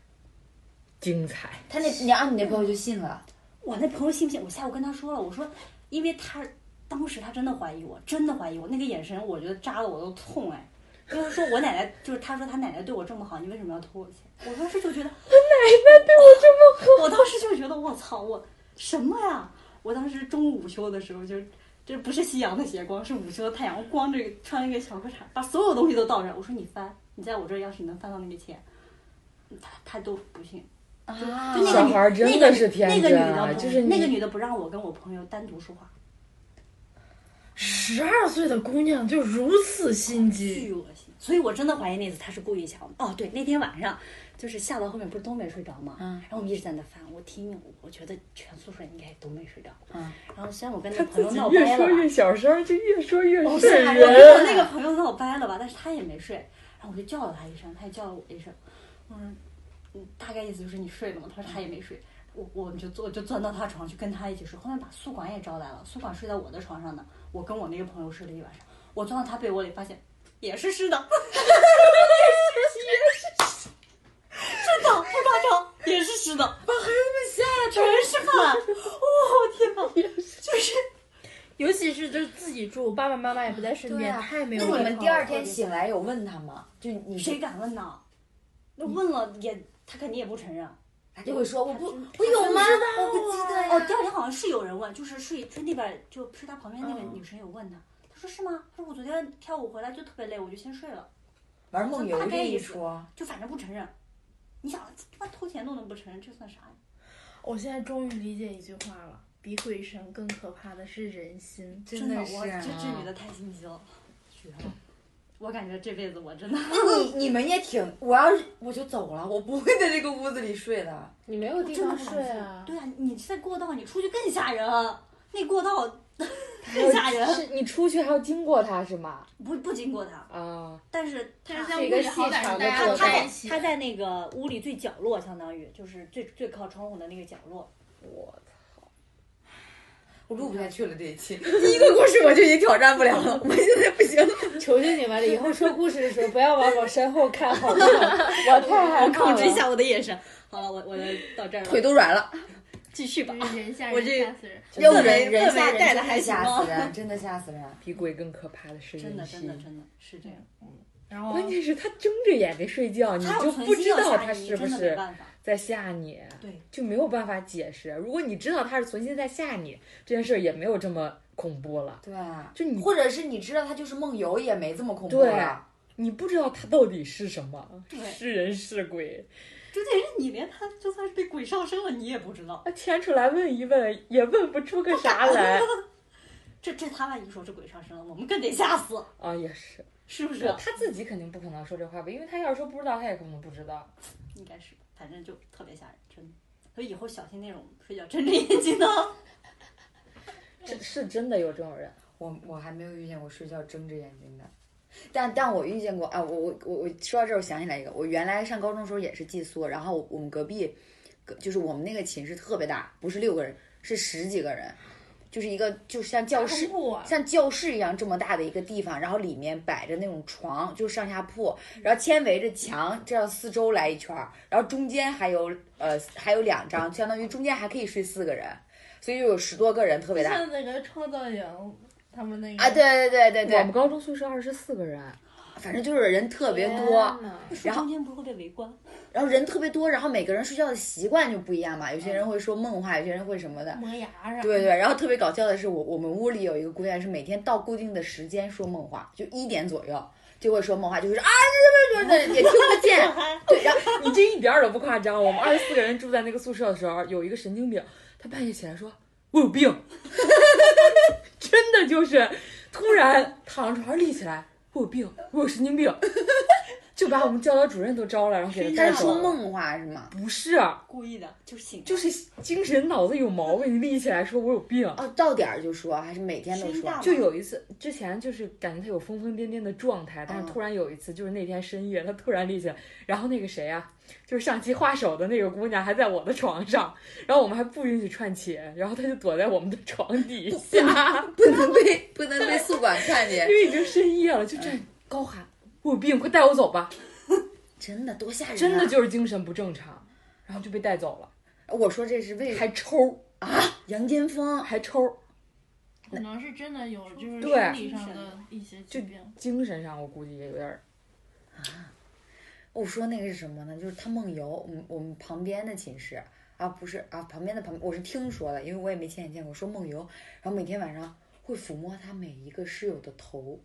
Speaker 1: 精彩。
Speaker 2: 他那你按你那朋友就信了，
Speaker 5: 我那朋友信不信？我下午跟他说了，我说，因为他当时他真的怀疑我，真的怀疑我，那个眼神我觉得扎的我都痛哎。因为说我奶奶就是他说他奶奶对我这么好，你为什么要偷我钱？我当时就觉得他奶奶对我这么好，我当时就觉得我操我什么呀？我当时中午午休的时候就是。这不是夕阳的斜光，是午休的太阳。我光着穿一个小裤衩，把所有东西都倒着。我说你翻，你在我这儿要是能翻到那个钱，嗯他他都不信。就那个
Speaker 1: 小
Speaker 5: 女
Speaker 1: 孩儿真的是天
Speaker 5: 那个
Speaker 1: 真
Speaker 5: 女
Speaker 1: 啊
Speaker 5: 的不
Speaker 1: 就是
Speaker 5: 那个
Speaker 1: 你
Speaker 5: 女的不让我跟我朋友单独说话，
Speaker 6: 十二岁的姑娘就如此心机，
Speaker 5: 巨
Speaker 1: 嗯
Speaker 5: 恶心。所以我真的怀疑那次她是故意想我。哦，对，那天晚上就是下到后面不是都没睡着吗？
Speaker 4: 嗯
Speaker 5: 然后我们一直在那翻，我听，我觉得全宿舍应该都没睡着。
Speaker 4: 嗯。
Speaker 5: 然后虽然我跟那
Speaker 1: 他
Speaker 5: 个朋
Speaker 1: 自己
Speaker 5: 友闹
Speaker 1: 越
Speaker 5: 掰了
Speaker 1: 说
Speaker 5: 吧，
Speaker 1: 越小声儿，就越说越
Speaker 5: 我
Speaker 1: 瘆
Speaker 5: 跟
Speaker 1: 人。
Speaker 5: 我那个朋友闹掰了吧，但是他也没睡，然后我就叫了他一声，他也叫了我一声，我说，嗯，大概意思就是你睡了吗？他说他也没睡，我我们就坐就钻到他床去跟他一起睡，后面把宿管也招来了，宿管睡在我的床上呢，我跟我那个朋友睡了一晚上，我钻到他被窝里发现也是湿的， 真的不夸张，也是湿的，把孩子们吓全是汗，我、天哪，就是。
Speaker 6: 尤其是就是自己住，爸爸妈妈也不在身边，太没有
Speaker 2: 啊
Speaker 6: 依靠
Speaker 2: 那你
Speaker 6: 了。
Speaker 2: 们第二天醒来有问他吗？就你
Speaker 5: 谁敢问呐？那问了也，他肯定也不承认。
Speaker 2: 他就会说我不
Speaker 5: 他
Speaker 2: 我有吗？
Speaker 6: 道
Speaker 2: 我不记得
Speaker 5: 哦，
Speaker 2: 呀。
Speaker 5: 第二天好像是有人问，就是是就那边就是他旁边那个女生有问他，他说是吗？他说我昨天跳舞回来就特别累，我就先睡了，
Speaker 2: 玩梦游这一说，
Speaker 5: 就反正不承认。你想，他妈偷钱都能不承认，这算啥呀？
Speaker 6: 我现在终于理解一句话了：比鬼神更可怕的是人心。
Speaker 5: 真
Speaker 2: 的
Speaker 5: 我这
Speaker 2: 是。啊
Speaker 5: 这女的太心机了，绝了！我感觉这辈子我真的
Speaker 2: 那你你们也挺，我要是我就走了，我不会在这个屋子里睡的。
Speaker 4: 你没有地
Speaker 5: 真的
Speaker 4: 方
Speaker 5: 不敢
Speaker 4: 睡
Speaker 5: 信
Speaker 4: 啊？
Speaker 5: 对啊，你在过道，你出去更吓人，那过道 更吓人。
Speaker 1: 是你出去还要经过他是吗？
Speaker 5: 不不经过他，
Speaker 1: 啊，
Speaker 5: 但是但是在
Speaker 6: 是
Speaker 5: 屋
Speaker 6: 一个
Speaker 5: 里好
Speaker 6: 细
Speaker 5: 歹
Speaker 6: 长的
Speaker 5: 是大家
Speaker 6: 坐
Speaker 5: 他
Speaker 6: 在
Speaker 5: 在
Speaker 6: 一起
Speaker 5: 他在那个屋里最角落，相当于就是最最靠窗户的那个角落。
Speaker 1: 我
Speaker 2: 我录不下去了这一期，第一个故事我就已经挑战不了了，我现在不行了。
Speaker 4: 求求你们了，以后说故事的时候不要往我身后看，好 不好？我太害怕了。
Speaker 5: 控制一哦下我的眼神。好了，我我就到这儿
Speaker 2: 腿
Speaker 5: 了，
Speaker 2: 都软了，
Speaker 5: 继续吧。
Speaker 6: 人吓
Speaker 5: 我这
Speaker 6: 人，吓死人。
Speaker 2: 要不
Speaker 5: 氛围
Speaker 2: 人人
Speaker 5: 氛
Speaker 2: 吓
Speaker 5: 围
Speaker 2: 人
Speaker 5: 带得
Speaker 2: 真
Speaker 5: 还
Speaker 2: 的
Speaker 5: 行
Speaker 2: 吓
Speaker 5: 吗
Speaker 2: 死人，真的吓死人。
Speaker 1: 比鬼更可怕的是
Speaker 5: 真的
Speaker 1: 人
Speaker 5: 真的
Speaker 1: 心。
Speaker 5: 真的是这样，
Speaker 6: 然后
Speaker 1: 关键是他睁着眼没睡觉，你
Speaker 5: 哦他
Speaker 1: 就
Speaker 5: 要存
Speaker 1: 不
Speaker 5: 心
Speaker 1: 知
Speaker 5: 要
Speaker 1: 道
Speaker 5: 吓
Speaker 1: 他
Speaker 5: 你
Speaker 1: 是不
Speaker 5: 真的没
Speaker 1: 是
Speaker 5: 办法。
Speaker 1: 在吓你，
Speaker 5: 对，
Speaker 1: 就没有办法解释。如果你知道他是存心在吓你，这件事儿也没有这么恐怖了。
Speaker 2: 对啊，
Speaker 1: 就你
Speaker 2: 或者是你知道他就是梦游，也没这么恐怖
Speaker 1: 对
Speaker 2: 了。
Speaker 1: 你不知道他到底是什么，
Speaker 5: 对
Speaker 1: 是人是鬼，
Speaker 5: 重点是你连他就算是被鬼上身了，你也不知道。
Speaker 1: 他啊牵出来问一问，也问不出个啥 来。
Speaker 5: 这这他万一说是鬼上身了，我们更得吓死，
Speaker 1: 啊，也是，
Speaker 5: 是不是？
Speaker 1: 他自己肯定不可能说这话吧，因为他要是说不知道，他也可能不知道。
Speaker 5: 应该是吧，反正就特别吓人，真的。所以以后小心那种睡觉睁着眼睛的。
Speaker 1: 这是真的有这种人，
Speaker 2: 我我还没有遇见过睡觉睁着眼睛的，但但我遇见过啊，我我我我说到这儿，我想起来一个，我原来上高中的时候也是寄宿，然后我们隔壁，隔就是我们那个寝室特别大，不是六个人，是十几个人，就是一个就像教室
Speaker 6: 恐怖啊！
Speaker 2: 像教室一样这么大的一个地方，然后里面摆着那种床，就是上下铺，
Speaker 1: 嗯
Speaker 2: 然后先围着墙，这样四周来一圈儿，然后中间还有呃还有两张，相当于中间还可以睡四个人，所以就有十多个人，特别大
Speaker 6: 像那个创造营，他们那个
Speaker 2: 啊！对对对对
Speaker 1: 我
Speaker 2: 对
Speaker 1: 们，高中宿舍二十四个人，
Speaker 2: 反正就是人特别多，
Speaker 4: 天哪
Speaker 5: 说中间不会被围观，
Speaker 2: 然后人特别多，然后每个人睡觉的习惯就不一样嘛，有些人会说梦话，有些人会什么
Speaker 3: 嗯
Speaker 2: 的。
Speaker 6: 磨牙啥的。
Speaker 2: 对对，然后特别搞笑的是，我我们屋里有一个姑娘是每天到固定的时间说梦话，就一点左右就会说梦话，就是啊，这这这这也听不见。对，然后
Speaker 1: 你这一点儿都不夸张。我们二十四个人住在那个宿舍的时候，有一个神经病，他半夜起来说：“我有病。” 真的就是突然躺床上立起来，我有病，我有神经病，就把我们教导主任都招来，然后给他
Speaker 2: 他
Speaker 1: 带
Speaker 2: 是
Speaker 1: 走
Speaker 2: 说
Speaker 1: 了。
Speaker 2: 梦话是吗？
Speaker 1: 不是，
Speaker 5: 故意的，就是醒着。
Speaker 1: 就是精神脑子有毛病，立起来说我有病。
Speaker 2: 哦，到点儿就说，还是每天都
Speaker 5: 声音
Speaker 2: 说
Speaker 5: 大？吗
Speaker 1: 就有一次，之前就是感觉他有疯疯癫癫的状态，但
Speaker 2: 嗯
Speaker 1: 是突然有一次，就是那天深夜，他突然立起来，然后那个谁啊，就是上期画手的那个姑娘还在我的床上，然后我们还不允许串起，然后他就躲在我们的床底下，
Speaker 2: 不能被 不能被宿管看见
Speaker 1: 因，为已经深夜了，就这样高喊：“我有病，快带我走吧
Speaker 2: 真的多吓人、啊！！”
Speaker 1: 真的就是精神不正常。然后就被带走了，
Speaker 2: 我说这是为
Speaker 1: 还抽
Speaker 2: 杨坚峰，
Speaker 1: 还抽，
Speaker 3: 可能是真的有就是
Speaker 1: 对
Speaker 3: 生理上的一些疾病。
Speaker 1: 精神上我估计也有点儿
Speaker 2: 我说那个是什么呢？就是他梦游，我们我们旁边的寝室啊，不是啊，旁边的旁，我是听说的，因为我也没亲眼见过，说梦游，然后每天晚上会抚摸他每一个室友的头，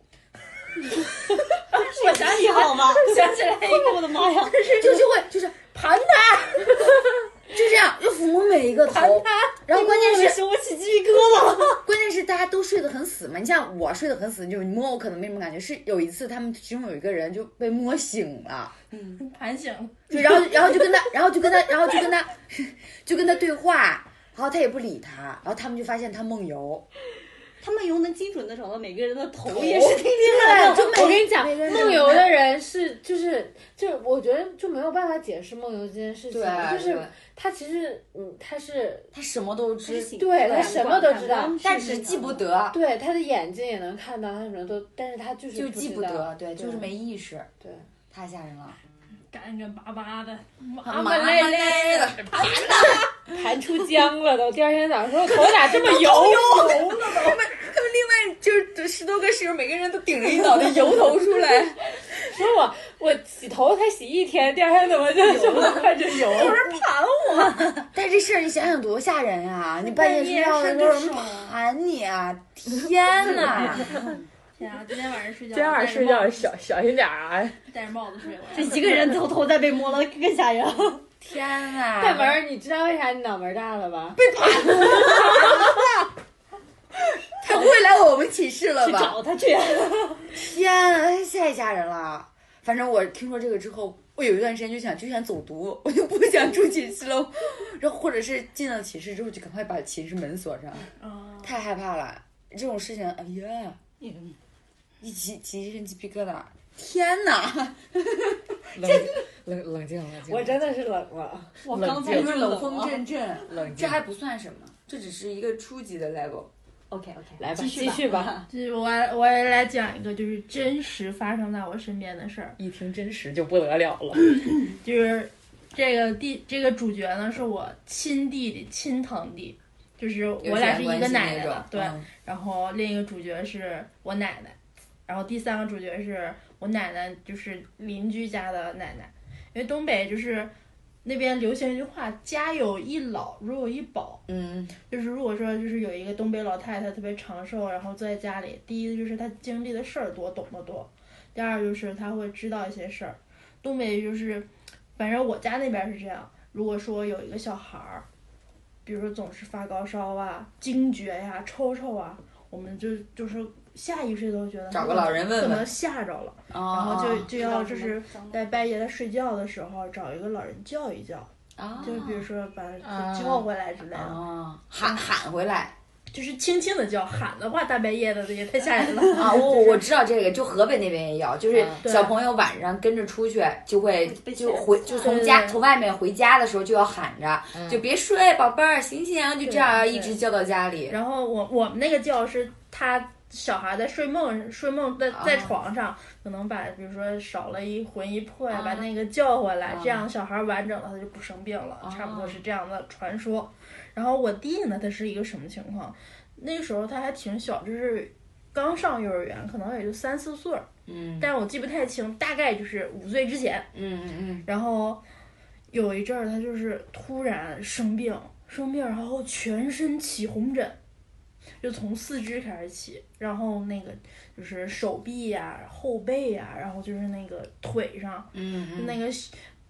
Speaker 5: 我想起好吗？想起来一个，我的妈 呀！
Speaker 2: 就就会就是盘他，就这样就抚摸每一个头，然后关键是
Speaker 5: 是我起鸡皮疙瘩了。
Speaker 2: 关键是大家都睡得很死嘛，你像我睡得很死，就是你摸我可能没什么感觉，是有一次他们其中有一个人就被摸醒了，
Speaker 3: 盘醒，
Speaker 2: 就然后然后就跟他，然后就跟他，然后就跟他， 就跟他对话，然后他也不理他，然后他们就发现他梦游，
Speaker 5: 他们又能精准的找到每个人的头，
Speaker 2: 头
Speaker 5: 也是挺厉害
Speaker 2: 对，
Speaker 5: 的。
Speaker 2: 就每
Speaker 4: 我跟你讲
Speaker 2: 每个，人
Speaker 4: 梦游的人是就是就是，我觉得就没有办法解释梦游这件事情，
Speaker 2: 对
Speaker 4: 就是
Speaker 2: 对
Speaker 4: 他其实嗯，他是
Speaker 2: 他什么都
Speaker 5: 他是
Speaker 2: 知，
Speaker 5: 醒
Speaker 4: 对
Speaker 5: 的
Speaker 4: 他什么都知道，
Speaker 2: 但只记不，得，
Speaker 4: 对他的眼睛也能看到，他什么都，但是他就是
Speaker 2: 就
Speaker 4: 不
Speaker 2: 记
Speaker 4: 知
Speaker 2: 不得
Speaker 4: 道，
Speaker 2: 对，就是没意识，
Speaker 4: 对。
Speaker 2: 太吓人了，
Speaker 3: 干干巴巴的，麻
Speaker 2: 麻
Speaker 3: 麻
Speaker 2: 累
Speaker 3: 累累的，
Speaker 2: 的，
Speaker 4: 弹出浆了都， 第二天早上说我 头咋这么油？
Speaker 2: 他们另外就是十多个室友，每个人都顶着一脑袋油头出 来。
Speaker 4: 说我我洗头才洗一天，第二天怎么就这么快就 油？
Speaker 2: 啊但这事儿你想想多吓人啊！你半夜睡觉的时候有人盘你啊！天 哪！
Speaker 3: 天啊！今天晚上睡觉，
Speaker 1: 今天晚上睡觉小小心点儿啊！
Speaker 3: 戴着帽子睡，
Speaker 5: 这一个人偷偷在被摸了，更吓 人。
Speaker 2: 天哪！
Speaker 4: 大门儿，你知道为啥你脑门儿大了吧？
Speaker 2: 他不会来我们寝室了
Speaker 5: 去
Speaker 2: 吧？
Speaker 5: 找他去。啊
Speaker 2: 天啊，太吓人了！反正我听说这个之后，我有一段时间就想就想走读， 我就不想住寝室了，然后或者是进了寝室之后就赶快把寝室门锁上，
Speaker 3: 嗯，
Speaker 2: 太害怕了。这种事情，哎呀，
Speaker 5: 嗯
Speaker 2: 一起起一身鸡皮疙瘩。天哪！
Speaker 1: 冷冷冷静冷静，
Speaker 4: 我真的是冷了。
Speaker 5: 我
Speaker 1: 冷
Speaker 5: 刚才
Speaker 1: 静
Speaker 5: 就
Speaker 2: 冷
Speaker 5: 了
Speaker 2: 风阵阵，
Speaker 1: 冷
Speaker 2: 这
Speaker 1: 静。
Speaker 2: 还不算什么，这只是一个初级的 level。
Speaker 5: OK OK，
Speaker 4: 来吧
Speaker 5: 继续
Speaker 4: 继续吧。
Speaker 3: 就是我来我也来讲一个就是真实发生在我身边的事儿，
Speaker 1: 一听真实就不得了了，
Speaker 3: 就是这个弟这个主角呢是我亲弟弟亲堂弟，就是我俩是一个奶奶的，对，
Speaker 2: 嗯
Speaker 3: 然后另一个主角是我奶奶，然后第三个主角是我奶奶，就是邻居家的奶奶。因为东北就是那边流行一句话：“家有一老，如有一宝。”
Speaker 2: 嗯，
Speaker 3: 就是如果说就是有一个东北老太太特别长寿，然后坐在家里，第一就是她经历的事儿多，懂得多；第二就是她会知道一些事儿。东北就是，反正我家那边是这样。如果说有一个小孩儿，比如说总是发高烧啊、惊厥呀、抽抽啊，我们就就是下意识都觉得
Speaker 2: 找个老人问
Speaker 3: 可
Speaker 2: 问哦
Speaker 3: 能，吓着了，
Speaker 2: 然
Speaker 3: 然后就就
Speaker 5: 知
Speaker 3: 要
Speaker 5: 道
Speaker 3: 就
Speaker 5: 什
Speaker 3: 是
Speaker 5: 么脏
Speaker 3: 在半夜他睡觉的时候找一个老人叫一叫，
Speaker 2: 啊
Speaker 3: 就是
Speaker 5: 哦
Speaker 3: 比如说嗯把
Speaker 1: 啊
Speaker 3: 他叫回来之类的。
Speaker 2: 啊喊喊回来
Speaker 3: 就是轻轻的叫，喊
Speaker 2: 嗯
Speaker 3: 的话大半夜的也太吓人了。
Speaker 2: 啊！我我知道这个，就河北那边也有，就是
Speaker 1: 嗯
Speaker 3: 对
Speaker 2: 小朋友晚上跟着出去就会
Speaker 5: 被
Speaker 2: 就
Speaker 5: 吓
Speaker 2: 回就从
Speaker 3: 啊对
Speaker 2: 家
Speaker 3: 对嗯
Speaker 2: 从外面回家的时候就要喊着，就别睡，宝贝儿醒醒，就这样
Speaker 3: 对
Speaker 2: 一直叫到家里。
Speaker 3: 然后我我们那个觉是他小孩在睡梦睡梦在在
Speaker 2: 啊
Speaker 3: 床上，可能把比如说少了一魂一魄呀，
Speaker 2: 啊
Speaker 3: 把那个叫回来，
Speaker 2: 啊
Speaker 3: 这样小孩完整了他就不生病了，
Speaker 2: 啊
Speaker 3: 差不多是这样的传说。然后我弟呢，他是一个什么情况？那个时候他还挺小，就是刚上幼儿园，可能也就三四岁儿，
Speaker 2: 嗯
Speaker 3: 但我记不太清，大概就是五岁之前。
Speaker 2: 嗯嗯
Speaker 3: 然后有一阵儿他就是突然生病，生病然后全身起红疹，就从四肢开始起，然后那个就是手臂呀、后背呀、然后就是那个腿上、
Speaker 2: 嗯嗯，
Speaker 3: 那个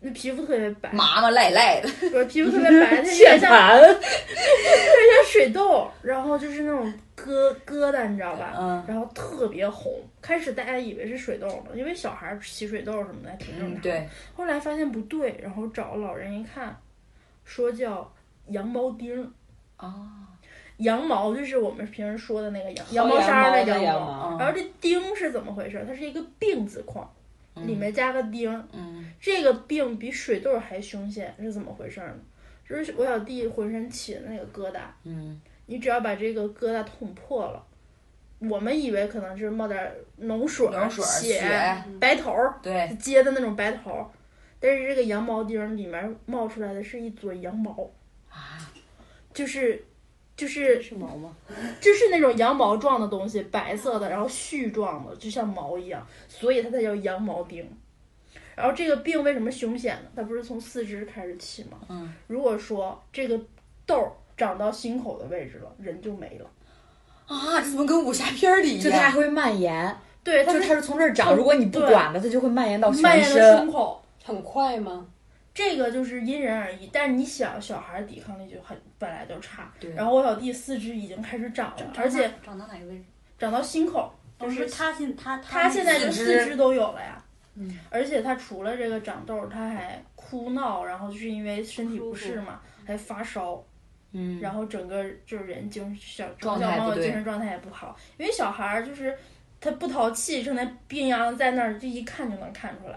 Speaker 3: 那皮肤特别白，
Speaker 2: 麻麻赖赖的，
Speaker 3: 不是皮肤特 别白，它有
Speaker 4: 嗯
Speaker 1: 键
Speaker 3: 点像
Speaker 1: 盘
Speaker 3: 有点像水痘，然后就是那种疙疙瘩，你知道吧？
Speaker 2: 嗯
Speaker 3: 然后特别红，开始大家以为是水痘呢，因为小孩儿起水痘什么的还挺正
Speaker 2: 嗯
Speaker 3: 常的。
Speaker 2: 对，
Speaker 3: 后来发现不对，然后找老人一看，说叫羊毛钉儿。
Speaker 2: 啊
Speaker 3: 羊毛就是我们平时说的那个哦羊
Speaker 4: 薅
Speaker 3: 毛衫儿
Speaker 4: 的
Speaker 3: 羊
Speaker 4: 羊
Speaker 3: 毛。嗯
Speaker 2: 毛嗯
Speaker 3: 然后这钉是怎么回事？它是一个病字框，里面加个钉儿。
Speaker 2: 嗯
Speaker 3: 这个病比水痘儿还凶险，是怎么回事呢？就是我小弟浑身起的那个疙瘩，
Speaker 2: 嗯
Speaker 3: 你只要把这个疙瘩捅破了，我们以为可能是冒点儿脓水儿、
Speaker 2: 脓水儿
Speaker 3: 血
Speaker 2: 血
Speaker 3: 白头儿
Speaker 2: 对
Speaker 3: 接的那种白头儿，但是这个羊毛钉里面冒出来的是一撮羊毛啊，就是就是
Speaker 5: 是毛吗？
Speaker 3: 就是那种羊毛状的东西，白色的，然后絮状的，就像毛一样，所以它才叫羊毛病。然后这个病为什么凶险呢？它不是从四肢开始起吗？
Speaker 5: 嗯，
Speaker 3: 如果说这个痘儿长到心口的位置了，人就没了。
Speaker 2: 啊，这怎么跟武侠片儿里一
Speaker 1: 就它还
Speaker 2: 样？
Speaker 1: 会蔓延，
Speaker 3: 对，它
Speaker 1: 就是是它是从这儿长，如果你不
Speaker 3: 对
Speaker 1: 管它，它就会蔓延到
Speaker 3: 蔓
Speaker 1: 全
Speaker 3: 延到
Speaker 1: 身。
Speaker 3: 胸口。
Speaker 4: 很快吗？
Speaker 3: 这个就是因人而异，但是你想，小孩儿抵抗力就很本来就差
Speaker 1: 对，
Speaker 3: 然后我小弟四肢已经开始长了，而且
Speaker 5: 长到哪个位置？
Speaker 3: 长到心口，
Speaker 5: 就
Speaker 3: 就是
Speaker 5: 是他现他
Speaker 3: 他现在就
Speaker 5: 就
Speaker 3: 四肢都有了呀。而且他除了这个长痘儿，他还哭闹，然后就是因为身体不适嘛，还发烧，
Speaker 1: 嗯，
Speaker 3: 然后整个就是人精小
Speaker 2: 状
Speaker 3: 小
Speaker 2: 态
Speaker 3: 朋
Speaker 2: 不
Speaker 3: 友
Speaker 2: 对
Speaker 3: 精神状态也不好，因为小孩儿就是他不淘气，整天病秧在那儿，就一看就能看出来。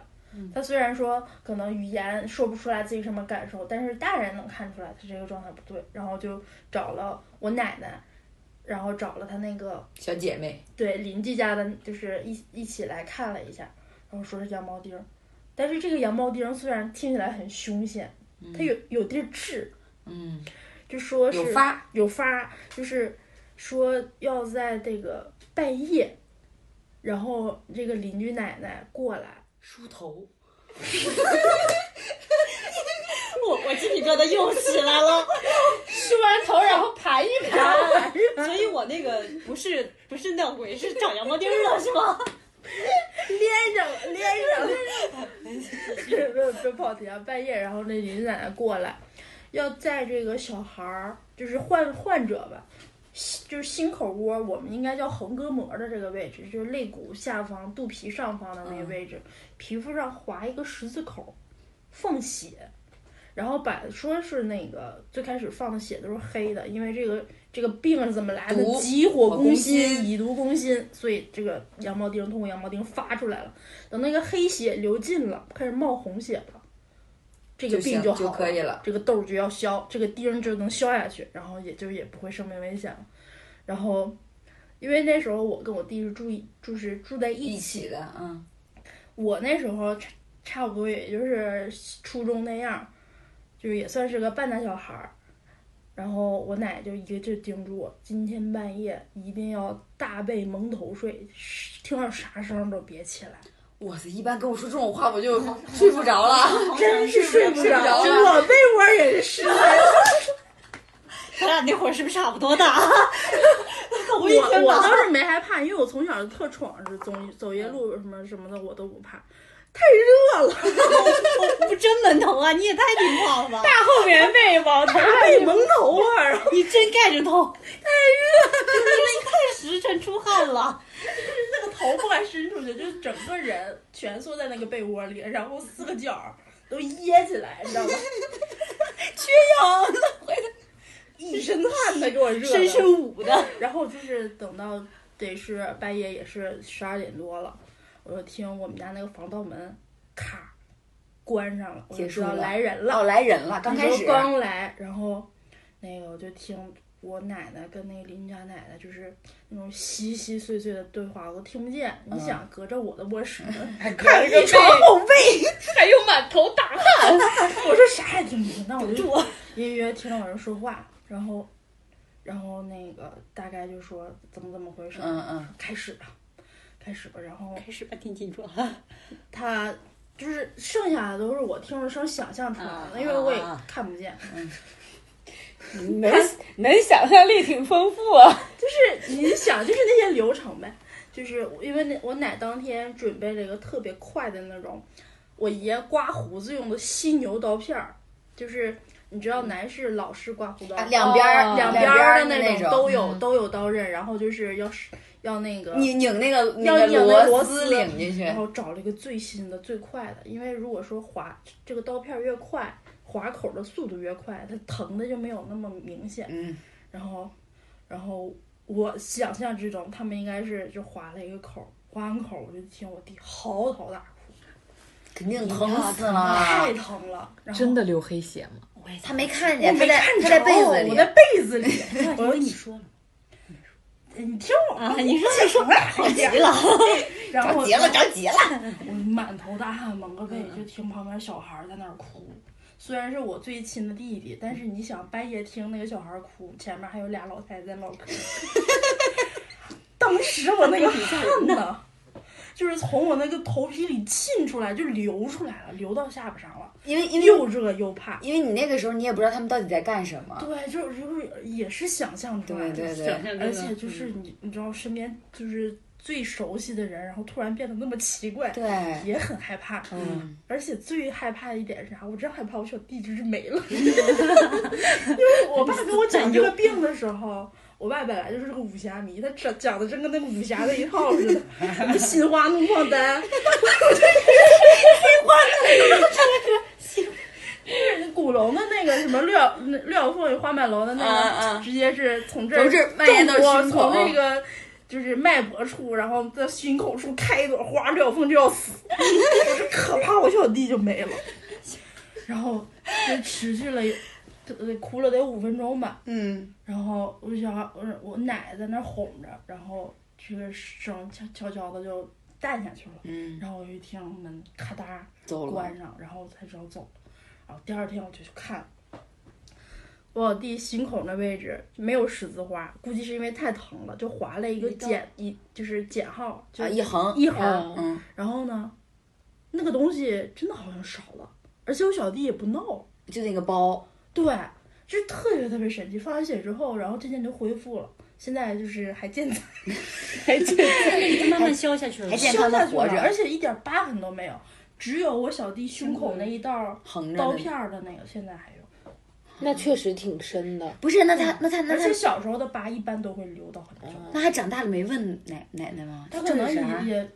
Speaker 3: 他虽然说可能语言说不出来自己什么感受，但是大人能看出来他这个状态不对，然后就找了我奶奶，然后找了他那个
Speaker 2: 小姐妹，
Speaker 3: 对邻居家的，就是一一起来看了一下，然后说是羊毛钉儿，但是这个羊毛钉儿虽然听起来很凶险，它有有地儿治，
Speaker 2: 嗯，
Speaker 3: 就说是
Speaker 2: 有发，
Speaker 3: 有发，就是说要在这个半夜，然后这个邻居奶奶过来，
Speaker 5: 梳头。我我鸡皮疙瘩又起来了，
Speaker 3: 梳完头然后爬一爬，
Speaker 5: 所以我那个不是不是闹鬼，是长羊毛钉儿了是吗？
Speaker 3: 连上连上，别别跑题啊！半夜，然后那邻居奶奶过来，要在这个小孩儿，就是患患者吧，心就是心口窝，我们应该叫横膈膜的这个位置，就是肋骨下方、肚皮上方的那个位置，皮肤上划一个十字口，放血。然后把说是那个最开始放的血都是黑的，因为这个这个病是怎么来的？
Speaker 2: 毒
Speaker 3: 急火
Speaker 2: 火
Speaker 3: 攻
Speaker 2: 攻
Speaker 3: 心，
Speaker 2: 心
Speaker 3: 以毒攻心，所以这个羊毛钉通过羊毛钉发出来了。等那个黑血流尽了，开始冒红血了，这个
Speaker 2: 就
Speaker 3: 病
Speaker 2: 行
Speaker 3: 好
Speaker 2: 就
Speaker 3: 了，
Speaker 2: 可以了
Speaker 3: 这个痘儿就要消，这个钉儿就能消下去，然后也就也不会生命危险了。然后，因为那时候我跟我弟是住一就是住在一
Speaker 2: 一
Speaker 3: 起，
Speaker 2: 起的，嗯，
Speaker 3: 我那时候差差不多也就是初中那样儿，就是也算是个半大小孩儿。然后我奶就一个劲儿叮嘱我，今天半夜一定要大被蒙头睡，听到啥声儿都别起来。
Speaker 2: 哇塞，一般跟我说这种话我就
Speaker 3: 嗯
Speaker 2: 睡不着 了，
Speaker 3: 真是睡不着
Speaker 2: 着了
Speaker 3: 我被窝也是湿的。
Speaker 5: 咱俩那会儿是不是差不多大？ 我一
Speaker 3: 我
Speaker 5: 天
Speaker 3: 我
Speaker 5: 到
Speaker 3: 倒是没害怕，因为我从小就特闯，是走走夜路什么什么的我都不怕。
Speaker 5: 我不真门头啊！你也太挺狂了吧！
Speaker 4: 后棉被往头
Speaker 3: 大被蒙头啊，然后
Speaker 5: 你真盖着头， 太热了，太实诚出汗 了。
Speaker 3: 那个头不敢伸出去，就是整个人蜷缩在那个被窝里，然后四个角儿都掖起来，你知道吗？缺氧了，一身汗的给我热
Speaker 5: 身
Speaker 3: 的。
Speaker 5: 身舞的，
Speaker 3: 然后就是等到得是半夜也是十二点多了，我就听我们家那个防盗门咔关上了，我就
Speaker 2: 结束
Speaker 3: 知道
Speaker 2: 了
Speaker 3: 来人
Speaker 2: 老
Speaker 3: 了。
Speaker 2: 来人了，刚
Speaker 3: 那
Speaker 2: 开
Speaker 3: 时
Speaker 2: 始
Speaker 3: 候刚来，然后那个我就听我奶奶跟那个邻居家奶奶就是那种稀稀碎碎的对话，我都听不见。你想隔着我的 卧室，
Speaker 2: 嗯还
Speaker 3: 看
Speaker 2: 看
Speaker 3: 了个
Speaker 2: 个
Speaker 3: 床
Speaker 2: 床
Speaker 3: 后背，
Speaker 1: 还有满头大汗，
Speaker 3: 我说啥也听不见，那我就
Speaker 5: 住我
Speaker 3: 隐约听到有人说话，然后。然后那个大概就说怎么怎么回事，
Speaker 2: 嗯嗯，
Speaker 3: 开始吧，开始吧。然后
Speaker 5: 开始吧，挺清楚。啊
Speaker 3: 他就是剩下的都是我听着声想象出来
Speaker 2: 啊
Speaker 3: 的，因为我也看不见。
Speaker 4: 能能想象力挺丰富啊。
Speaker 3: 就是你想，就是那些流程呗，就是因为那我奶当天准备了一个特别快的那种，我爷刮胡子用的犀牛刀片儿，就是你知道男士老式刮胡刀
Speaker 2: 啊，。两边儿、
Speaker 3: 哦两
Speaker 2: 边
Speaker 3: 边儿
Speaker 2: 儿
Speaker 3: 的
Speaker 2: 那
Speaker 3: 种嗯都有都有刀刃，然后就是要是要那个
Speaker 2: 拧拧那个
Speaker 3: 要
Speaker 2: 那
Speaker 3: 拧
Speaker 2: 个
Speaker 3: 那螺
Speaker 2: 丝
Speaker 3: 丝
Speaker 2: 拧进去
Speaker 3: 然，后找了一个最新的、最快的，因为如果说划这个刀片儿越快，划口的速度越快，它疼的就没有那么明显。
Speaker 2: 嗯，
Speaker 3: 然后，然后我想象之中，他们应该是就划了一个口，划完口我就听我弟嚎啕大哭，
Speaker 2: 肯定疼死
Speaker 3: 太
Speaker 2: 了。
Speaker 3: 疼了，然后
Speaker 1: 真的流黑血吗？
Speaker 5: 我也
Speaker 2: 他没看哦
Speaker 3: 我
Speaker 2: 见，他
Speaker 3: 没
Speaker 2: 在
Speaker 3: 看
Speaker 2: 他在
Speaker 3: 着哦
Speaker 2: 被子
Speaker 3: 我
Speaker 2: 里，
Speaker 3: 在被子里，
Speaker 5: 看，我跟你说了，
Speaker 3: 你听我哎
Speaker 5: 啊， 你 说你说，好极了，
Speaker 3: 然后
Speaker 2: 着
Speaker 3: 我
Speaker 2: 急了，着急了。
Speaker 3: 我满头大汗，蒙个被，
Speaker 2: 嗯
Speaker 3: 就听旁边小孩儿在那儿哭。虽然是我最亲的弟弟，但是你想半夜听那个小孩儿哭，前面还有俩老太太在唠嗑， 当时我那个
Speaker 2: 嗯
Speaker 3: 汗呐，就是从我那个头皮里沁出来，就流出来了，流到下巴上了，
Speaker 2: 因为因为
Speaker 3: 又热又怕。
Speaker 2: 因为你那个时候你也不知道他们到底在干什么。
Speaker 3: 对，就是就是也是想象出来
Speaker 2: 嗯对对
Speaker 3: 的，
Speaker 2: 对嗯
Speaker 5: 想，象
Speaker 3: 而
Speaker 5: 这
Speaker 3: 且
Speaker 5: 个
Speaker 3: 就是你你知道身边就是最熟悉的人，然后突然变得那么奇怪，
Speaker 2: 对，
Speaker 3: 也很害怕。
Speaker 2: 哎嗯，
Speaker 3: 而且最害怕的一点是啥？我真害怕我小弟就是 没了，因为我爸跟我讲这个病的时候，我爸本来就是个武侠迷，他讲讲的真跟那个武侠那一套 似的，什么心花怒放丹， 心花怒放丹，就是古龙的那个什么六小那六小凤与花满楼的那个，
Speaker 2: 嗯嗯
Speaker 3: 直接是从这儿
Speaker 2: 从这儿蔓延到
Speaker 3: 正波
Speaker 2: 胸口
Speaker 3: 从那个。就是脉搏处，然后在心口处开一朵花，六小凤就要死。 我说可怕，我小弟就没了。然后就持续了有，呃哭了得有五分钟吧。
Speaker 2: 嗯，
Speaker 3: 然后我小孩，我我奶在那儿哄着，然后这个声悄悄悄的就淡下去了。
Speaker 2: 嗯，
Speaker 3: 然后我一听门咔嗒
Speaker 2: 走了
Speaker 3: 关，上，然后我才知道走了。然后第二天我就去看，我弟心口那位置没有十字花，估计是因为太疼了，就划了一个
Speaker 5: 一道
Speaker 3: 减一，就是减号，就
Speaker 2: 啊，一横，
Speaker 3: 一横。
Speaker 4: 嗯
Speaker 2: 嗯，
Speaker 3: 然后呢，那个东西真的好像少了，而且我小弟也不闹，
Speaker 2: 就那个包，
Speaker 3: 对，就是特别特别神奇。放完血之后，然后渐渐就恢复了，现在就是还健在，
Speaker 2: 还
Speaker 5: 已经慢慢消下去了
Speaker 2: 还。健
Speaker 3: 消
Speaker 2: 康
Speaker 3: 下
Speaker 2: 的
Speaker 3: 去
Speaker 2: 活
Speaker 3: 了，而
Speaker 2: 着，
Speaker 3: 且一点疤痕都没有，只有我小弟胸口那一道儿
Speaker 2: 横着
Speaker 3: 刀
Speaker 2: 呢。
Speaker 3: 片儿的那个现在还有。
Speaker 4: 那确实挺深的。
Speaker 2: 不是，那他那他那
Speaker 3: 而
Speaker 2: 他
Speaker 3: 且小时候的疤一般都会留到很久，
Speaker 2: 那他长大了没问奶奶奶吗？
Speaker 3: 他
Speaker 2: 他
Speaker 3: 可
Speaker 2: 正
Speaker 3: 能
Speaker 2: 是啥
Speaker 3: 也？也不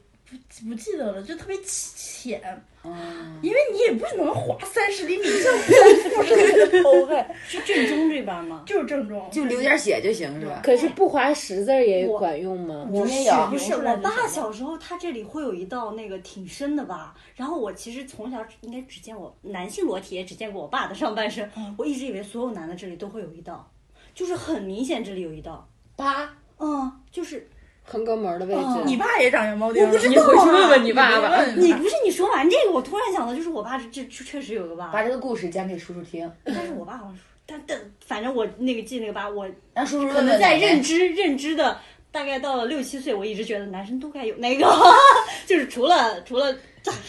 Speaker 3: 不记得了，就特别浅，
Speaker 2: 啊，
Speaker 3: 因为你也不能划三十厘米像孕妇似的那个头发，
Speaker 5: 是正宗这边吗？
Speaker 3: 就是正宗，
Speaker 2: 就留点血就行是吧？
Speaker 4: 可是不划十字儿也管用吗？
Speaker 2: 我也
Speaker 3: 有
Speaker 5: 不是，
Speaker 3: 流出来
Speaker 5: 我
Speaker 3: 的
Speaker 5: 爸
Speaker 3: 是
Speaker 5: 小时候他这里会有一道那个挺深的疤，然后我其实从小应该只见我男性裸体，也只见过我爸的上半身。我一直以为所有男的这里都会有一道，就是很明显这里有一道，
Speaker 4: 八
Speaker 5: 嗯，就是
Speaker 4: 横膈膜的位
Speaker 5: 哦
Speaker 3: 你
Speaker 4: 置，
Speaker 3: 爸也长羊毛钉儿了，
Speaker 1: 你回去问问你爸爸。
Speaker 5: 你不是你说完这个，我突然想到，就是我爸这这确实有个疤
Speaker 2: 把，这个故事讲给叔叔听，
Speaker 5: 但是我爸好像说，但但反正我那个记那个疤，我
Speaker 2: 让叔叔
Speaker 5: 可
Speaker 2: 问
Speaker 5: 能
Speaker 2: 问
Speaker 5: 在
Speaker 2: 奶
Speaker 5: 认
Speaker 2: 奶。
Speaker 5: 知认知的大概到了六七岁，我一直觉得男生都该有那个， 就是除了除了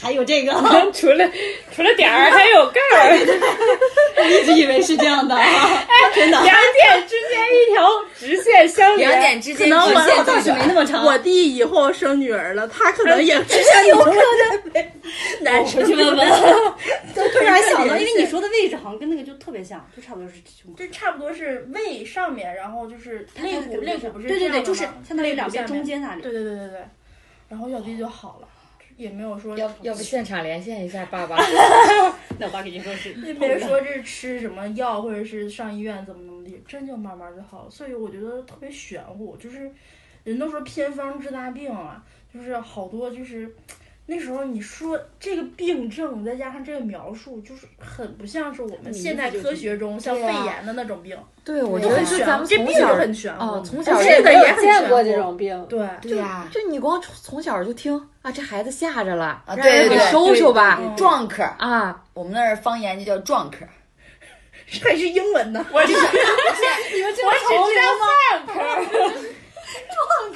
Speaker 5: 还有这个，
Speaker 4: 除了除了点儿还有盖儿，
Speaker 5: 一直以为是这样的，真的。
Speaker 4: 两点之间一条直线相
Speaker 2: 两点之间
Speaker 3: 可能
Speaker 2: 直
Speaker 3: 我
Speaker 2: 线
Speaker 5: 倒
Speaker 2: 最
Speaker 5: 是没
Speaker 2: 短，
Speaker 5: 那 么长，
Speaker 3: 我弟以后生女儿了，他可能也之前有可能没男生
Speaker 5: 回去问问。 突然想到，
Speaker 3: 联
Speaker 5: 因
Speaker 3: 系
Speaker 5: 为你说的位置好像跟那个就特别像，就差不多是胸部。
Speaker 3: 这差不多是胃上面，然后就是肋
Speaker 5: 它
Speaker 3: 骨，肋骨不是
Speaker 5: 对对
Speaker 3: 这样
Speaker 5: 对，
Speaker 3: 的
Speaker 5: 就是
Speaker 3: 吗
Speaker 5: 相当于两边中。间
Speaker 3: 肋
Speaker 5: 那里
Speaker 3: 骨下面。对对对对对，然后小弟就好了，也没有说
Speaker 1: 要要不现场连线一下爸爸？
Speaker 5: 那我爸肯定说是，
Speaker 3: 也没人说这是吃什么药或者是上医院怎么怎么地，真就慢慢就好了。所以我觉得特别玄乎，就是人都说偏方治大病啊，就是好多就是那时候你说这个病症再加上这个描述，就是很不像是我们现代科学中像肺炎的那种病，
Speaker 1: 对，我
Speaker 2: 觉
Speaker 1: 觉得
Speaker 2: 得
Speaker 3: 很
Speaker 1: 就
Speaker 3: 玄
Speaker 1: 咱
Speaker 3: 乎，
Speaker 1: 们
Speaker 3: 这
Speaker 1: 从
Speaker 3: 病
Speaker 1: 小
Speaker 3: 就很玄
Speaker 1: 哦，
Speaker 3: 乎。
Speaker 1: 从小
Speaker 4: 而
Speaker 1: 就
Speaker 4: 且没
Speaker 3: 这个也
Speaker 4: 有
Speaker 3: 很
Speaker 4: 见过
Speaker 3: 玄
Speaker 4: 这
Speaker 3: 乎
Speaker 4: 种病。
Speaker 3: 对，
Speaker 2: 对呀，
Speaker 1: 就你光从从小就听啊，这孩子吓着了，
Speaker 2: 啊
Speaker 1: 让
Speaker 2: 对
Speaker 1: 人给
Speaker 2: 对对
Speaker 1: 收收吧
Speaker 5: 对对
Speaker 2: 壮客，
Speaker 1: 啊！
Speaker 2: 我们那儿方言就叫壮客。
Speaker 3: 还是英文呢。我
Speaker 4: 你们这我只知道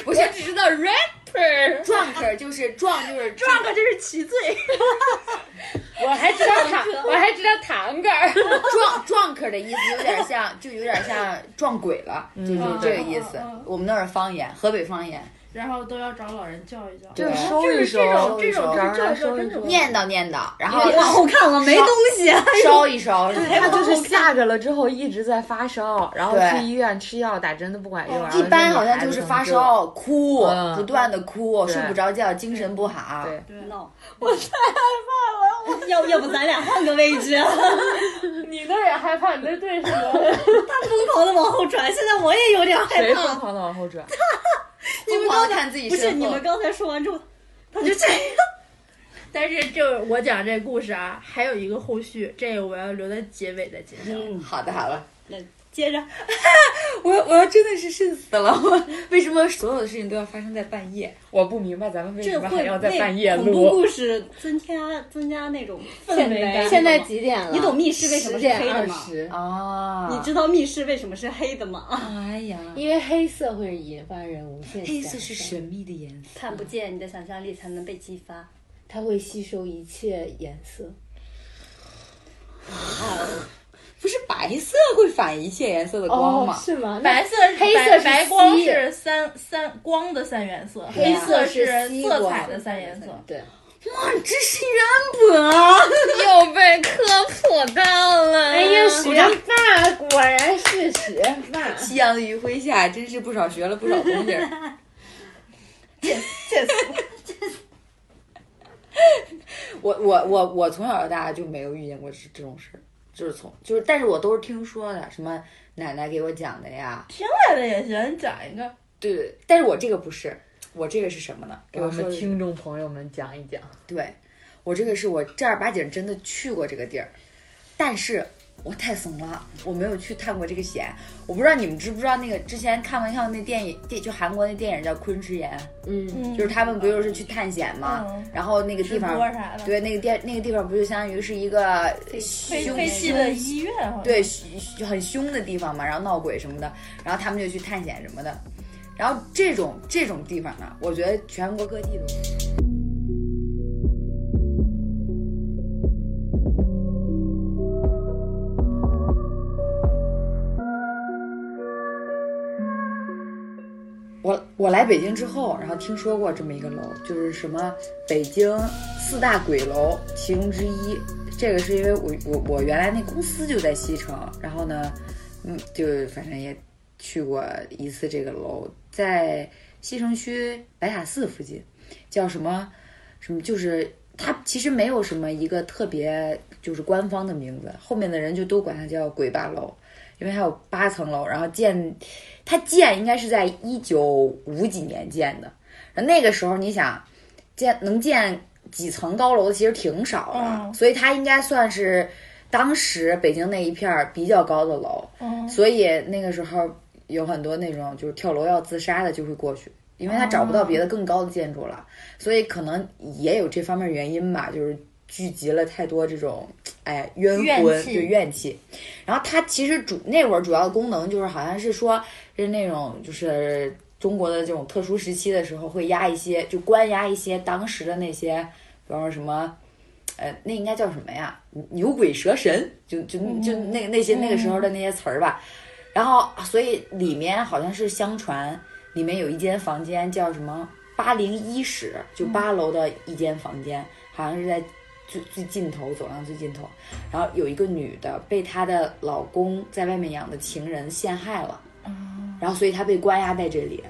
Speaker 2: 我就只知道 rapper，壮客就是壮就是
Speaker 3: 撞个这是其罪，
Speaker 4: 我还知道坦，我还知道坦克儿。
Speaker 2: 壮壮客的意思有点像，就有点像撞鬼了，就是这个意思
Speaker 3: 嗯嗯嗯。
Speaker 2: 我们那儿方言，河北方言，
Speaker 3: 然后都要找老人教一教。
Speaker 1: 就
Speaker 2: 对
Speaker 1: 是收一收，
Speaker 3: 这种
Speaker 1: 找人
Speaker 3: 这
Speaker 1: 来
Speaker 3: 种
Speaker 1: 收一
Speaker 3: 这
Speaker 1: 收
Speaker 3: 种。
Speaker 2: 念叨念叨，然后
Speaker 5: 哇，哦我看我没东 西，
Speaker 2: 烧一烧，是吧
Speaker 1: 他哎就是吓着了之后一直在发烧，然后
Speaker 2: 对
Speaker 1: 去医院吃药打针都不管用。然后
Speaker 2: 一般
Speaker 1: 说
Speaker 2: 好
Speaker 1: 你
Speaker 2: 像
Speaker 1: 孩
Speaker 2: 就
Speaker 1: 子
Speaker 2: 是
Speaker 1: 怎么
Speaker 2: 发
Speaker 1: 治了
Speaker 2: 烧、哦哭，
Speaker 1: 嗯
Speaker 2: 不断的哭，
Speaker 1: 对
Speaker 2: 睡不着觉，精神不好。
Speaker 1: 对
Speaker 5: 闹，我太害怕了。要要不咱俩换个位置？
Speaker 4: 你那也害怕，你那对什么？
Speaker 5: 疯狂的往后转，现在我也有点害
Speaker 1: 谁疯
Speaker 5: 怕。
Speaker 1: 狂的往后转？
Speaker 2: 疯狂地看自己
Speaker 5: 不是
Speaker 2: 身
Speaker 5: 你
Speaker 2: 后
Speaker 5: 们，刚才说完之后，他就这样。
Speaker 3: 但是就是我讲这故事啊，还有一个后续，这个我要留在结尾再讲。
Speaker 5: 嗯，
Speaker 2: 好的好了，
Speaker 5: 那接着，
Speaker 2: 我我要真的是瘆死了！我为什么所有的事情都要发生在半夜？
Speaker 1: 我不明白咱 们为
Speaker 5: 这
Speaker 1: 什么还
Speaker 5: 会
Speaker 1: 要在
Speaker 5: 为
Speaker 1: 半夜
Speaker 5: 恐怖
Speaker 1: 录。
Speaker 5: 故事增加增加那种氛
Speaker 4: 现
Speaker 5: 围
Speaker 4: 在
Speaker 5: 感。
Speaker 4: 现在
Speaker 5: 懂吗
Speaker 4: 几点了？
Speaker 5: 你懂密室为什么
Speaker 4: 10
Speaker 5: 是
Speaker 4: 点
Speaker 5: 黑的吗
Speaker 4: 20
Speaker 2: 啊
Speaker 5: 你知道密室为什么是黑的吗？
Speaker 2: 哎呀，
Speaker 4: 因为黑色会引发人无限
Speaker 2: 黑色
Speaker 4: 遐
Speaker 2: 是
Speaker 4: 想
Speaker 2: 神秘的颜色。
Speaker 5: 看不见，你的想象力才能被激发。
Speaker 4: 它会吸收一切颜色。
Speaker 2: 不是白色会反一切颜色的光吗？
Speaker 4: 哦是吗？
Speaker 3: 白色、
Speaker 4: 黑色
Speaker 3: 白
Speaker 4: 是
Speaker 3: 白光
Speaker 4: 吸
Speaker 3: 是三三光的三原色，
Speaker 4: 对
Speaker 3: 黑
Speaker 4: 啊
Speaker 3: 色
Speaker 4: 是吸
Speaker 3: 色
Speaker 4: 光
Speaker 3: 彩的三原色。
Speaker 4: 对，
Speaker 2: 哇，你真是渊博！
Speaker 1: 又被科普到了。
Speaker 4: 哎呀，学霸果然是学霸。
Speaker 2: 夕阳的余晖下，真是不少学了不少东西。
Speaker 3: 这
Speaker 2: 我我我我从小到大就没有遇见过这这种事儿，就是从就是，但是我都是听说的，什么奶奶给我讲的呀，
Speaker 3: 听来的也行，你讲一个。
Speaker 2: 对，但是我这个不是，我这个是什么呢？给
Speaker 1: 给我
Speaker 2: 说
Speaker 1: 们
Speaker 2: 的是
Speaker 1: 听众朋友们讲一讲，
Speaker 2: 对，我这个是我正儿八经真的去过这个地儿，但是我太怂了，我没有去探过这个险。我不知道你们知不知道那个之前看没看过那电影，电就韩国那电影叫《昆池岩》，
Speaker 4: 嗯，
Speaker 3: 嗯
Speaker 2: 就是他们不就是去探险吗？
Speaker 3: 嗯
Speaker 2: 然后那个地
Speaker 3: 直播
Speaker 2: 方，
Speaker 3: 啥的，
Speaker 2: 对，那个地那个地方不就相当于是一个
Speaker 3: 废
Speaker 2: 凶
Speaker 3: 废弃的医院好像。
Speaker 2: 对，凶很凶的地方嘛，然后闹鬼什么的，然后他们就去探险什么的。然后这种这种地方呢，我觉得全国各地都有。我我来北京之后，然后听说过这么一个楼，就是什么北京四大鬼楼其中之一。这个是因为我我我原来那公司就在西城，然后呢，嗯，就反正也去过一次这个楼，在西城区白塔寺附近，叫什么什么，就是它其实没有什么一个特别就是官方的名字，后面的人就都管它叫鬼八楼，因为它有八层楼，然后建它建应该是在一九五几年建的，然后那个时候你想建能建几层高楼其实挺少的，
Speaker 3: 嗯
Speaker 2: 所以它应该算是当时北京那一片儿比较高的楼，
Speaker 3: 嗯，
Speaker 2: 所以那个时候有很多那种就是跳楼要自杀的就会过去，因为他找不到别的更高的建筑了，所以可能也有这方面原因吧，就是聚集了太多这种哎冤
Speaker 3: 怨
Speaker 2: 魂
Speaker 3: 气
Speaker 2: 对怨气。然后它其实主那会儿主要的功能就是好像是说是那种就是中国的这种特殊时期的时候会压一些就关押一些当时的那些，比方说什么。呃，那应该叫什么呀？牛鬼蛇神，就就就
Speaker 3: 嗯
Speaker 2: 那那些那个时候的那些词儿吧。然后所以里面好像是相传里面有一间房间叫什么八零一室，就
Speaker 3: 嗯
Speaker 2: 八楼的一间房间，好像是在最最尽头走廊最尽头。然后有一个女的被她的老公在外面养的情人陷害了，
Speaker 3: 哦
Speaker 2: 然后所以她被关押在这里，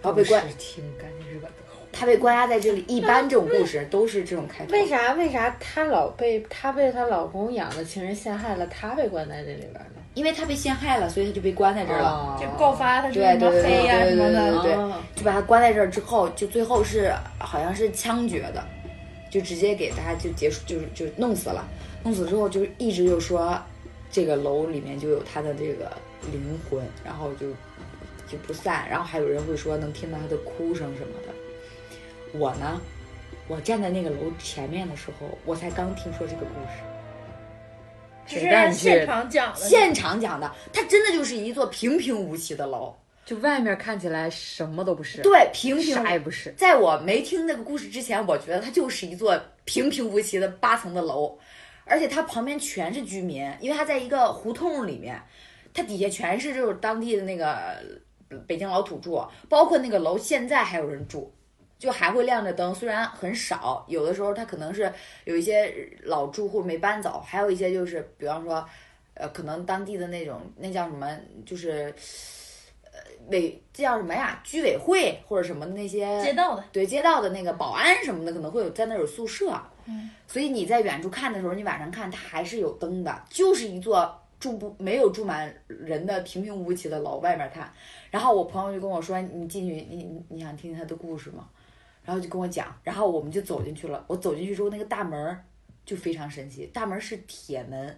Speaker 2: 然后被关
Speaker 1: 不是听，赶紧是吧？
Speaker 2: 她被关押在这里。一般这种故事都是这种开头。
Speaker 4: 为啥为啥她老被她被她老公养的情人陷害了，她被关在这里边儿呢？
Speaker 2: 因为她被陷害了，所以她就被关在这儿了。
Speaker 3: 就告发他是
Speaker 2: 对
Speaker 3: 什么
Speaker 2: 对对
Speaker 3: 黑呀啊
Speaker 2: 对
Speaker 3: 什么
Speaker 2: 对
Speaker 3: 哦的。
Speaker 2: 对
Speaker 4: 哦
Speaker 2: 就把他关在这儿之后，就最后是好像是枪决的，就直接给他就结束，就是就弄死了。弄死之后，就是一直就说这个楼里面就有他的这个灵魂，然后就就不散。然后还有人会说能听到他的哭声什么的。我呢，我站在那个楼前面的时候，我才刚听说这个故事。
Speaker 3: 这
Speaker 1: 谁带
Speaker 3: 是
Speaker 1: 你去
Speaker 3: 现场讲的。
Speaker 2: 现场讲的，它真的就是一座平平无奇的楼，
Speaker 1: 就外面看起来什么都不是，
Speaker 2: 对，平平无
Speaker 1: 啥也不是。
Speaker 2: 在我没听那个故事之前，我觉得它就是一座平平无奇的八层的楼，而且它旁边全是居民，因为它在一个胡同里面，它底下全是就是当地的那个呃北京老土著，包括那个楼现在还有人住。就还会亮着灯，虽然很少，有的时候它可能是有一些老住户没搬走，还有一些就是，比方说，呃，可能当地的那种那叫什么，就是，呃，委这叫什么呀？居委会或者什么那些
Speaker 3: 街道的，
Speaker 2: 对街道的那个保安什么的，可能会有在那儿有宿舍，
Speaker 3: 嗯，
Speaker 2: 所以你在远处看的时候，你晚上看它还是有灯的，就是一座住不没有住满人的平平无奇的楼，外面看。然后我朋友就跟我说：“你进去，你你你想听听他的故事吗？”然后就跟我讲，然后我们就走进去了。我走进去之后，那个大门儿就非常神奇，大门是铁门，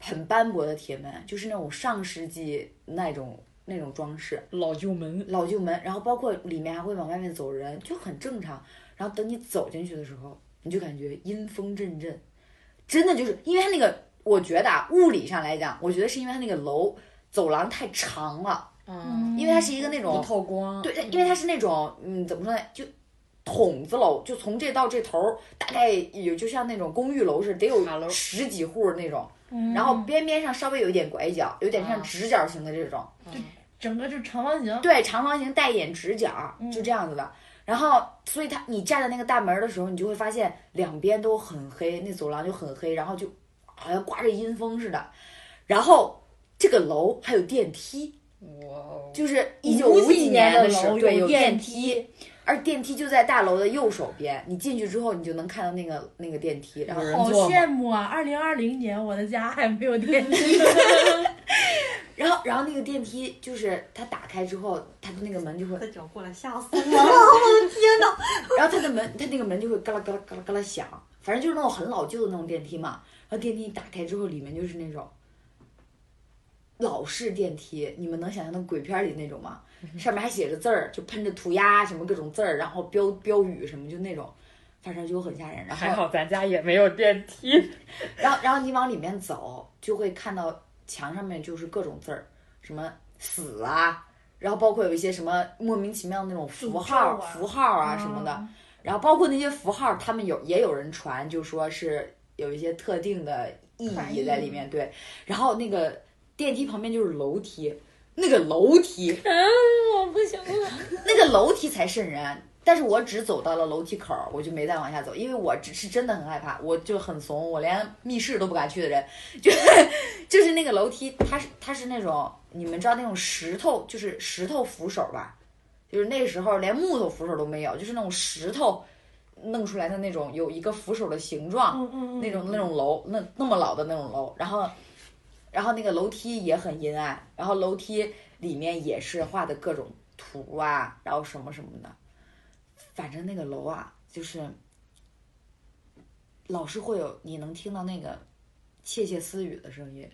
Speaker 2: 很斑驳的铁门，就是那种上世纪那种那种装饰，
Speaker 1: 老旧门，
Speaker 2: 老旧门，然后包括里面还会往外面走人，就很正常。然后等你走进去的时候，你就感觉阴风阵阵，真的就是因为它那个，我觉得啊，物理上来讲，我觉得是因为它那个楼走廊太长了，
Speaker 1: 嗯，
Speaker 2: 因为它是一个那
Speaker 1: 不
Speaker 2: 种
Speaker 1: 透光，
Speaker 2: 对，它因为它是那种嗯，怎么说呢，就。筒子楼就从这到这头儿，大概有就像那种公寓楼似的，得
Speaker 1: 塔楼
Speaker 2: 有十几户那种。
Speaker 3: 嗯
Speaker 1: 嗯
Speaker 2: 然后边边上稍微有一点拐角，有点
Speaker 1: 啊
Speaker 2: 像直角形的这种，
Speaker 3: 整个就是长方形，
Speaker 2: 对，长方形带一点直角，就这样子的。然后，所以它你站在那个大门的时候，你就会发现两边都很黑，那走廊就很黑，然后就好像刮着阴风似的。然后这个楼还有电梯，
Speaker 1: 哇哦，
Speaker 2: 就是一九五几年
Speaker 5: 的
Speaker 2: 时
Speaker 5: 楼
Speaker 2: 候，对，
Speaker 5: 有
Speaker 2: 有
Speaker 5: 电
Speaker 2: 电梯，而电梯就在大楼的右手边。你进去之后，你就能看到那个那个电梯，然后
Speaker 1: 有人
Speaker 3: 好
Speaker 1: 坐吗
Speaker 3: 羡慕啊！二零二零年我的家还没有电梯，
Speaker 2: 然后然后那个电梯就是它打开之后，它的那个门就会哦
Speaker 7: 再转过来，吓死 我！
Speaker 2: 然后它的门，它那个门就会嘎啦嘎啦嘎啦嘎啦响，反正就是那种很老旧的那种电梯嘛。然后电梯打开之后，里面就是那种老式电梯，你们能想象的鬼片里那种吗？上面还写着字儿，就喷着涂鸦什么各种字儿，然后标标语什么，就那种，反正就很吓人。然
Speaker 1: 还
Speaker 2: 后，
Speaker 1: 好咱家也没有电梯，
Speaker 2: 然后，然后你往里面走，就会看到墙上面就是各种字儿，什么死啊，然后包括有一些什么莫名其妙的那种符号、
Speaker 3: 诅咒啊嗯
Speaker 2: 符号啊什么的。然后包括那些符号，他们有也有人传，就说是有一些特定的意
Speaker 3: 含
Speaker 2: 义
Speaker 3: 义
Speaker 2: 在里面。对，然后那个电梯旁边就是楼梯，那个楼梯，
Speaker 5: 我不行了。
Speaker 2: 那个楼梯才瘆人。但是我只走到了楼梯口，我就没再往下走，因为我只是真的很害怕，我就很怂，我连密室都不敢去的人，就 就是那个楼梯，它是它是那种你们知道那种石头，就是石头扶手吧，就是那时候连木头扶手都没有，就是那种石头弄出来的那种有一个扶手的形状，
Speaker 3: 嗯嗯
Speaker 2: 那种那种楼，那那么老的那种楼，然后，然后那个楼梯也很阴暗，然后楼梯里面也是画的各种图啊，然后什么什么的，反正那个楼啊，就是老是会有你能听到那个窃窃私语的声音，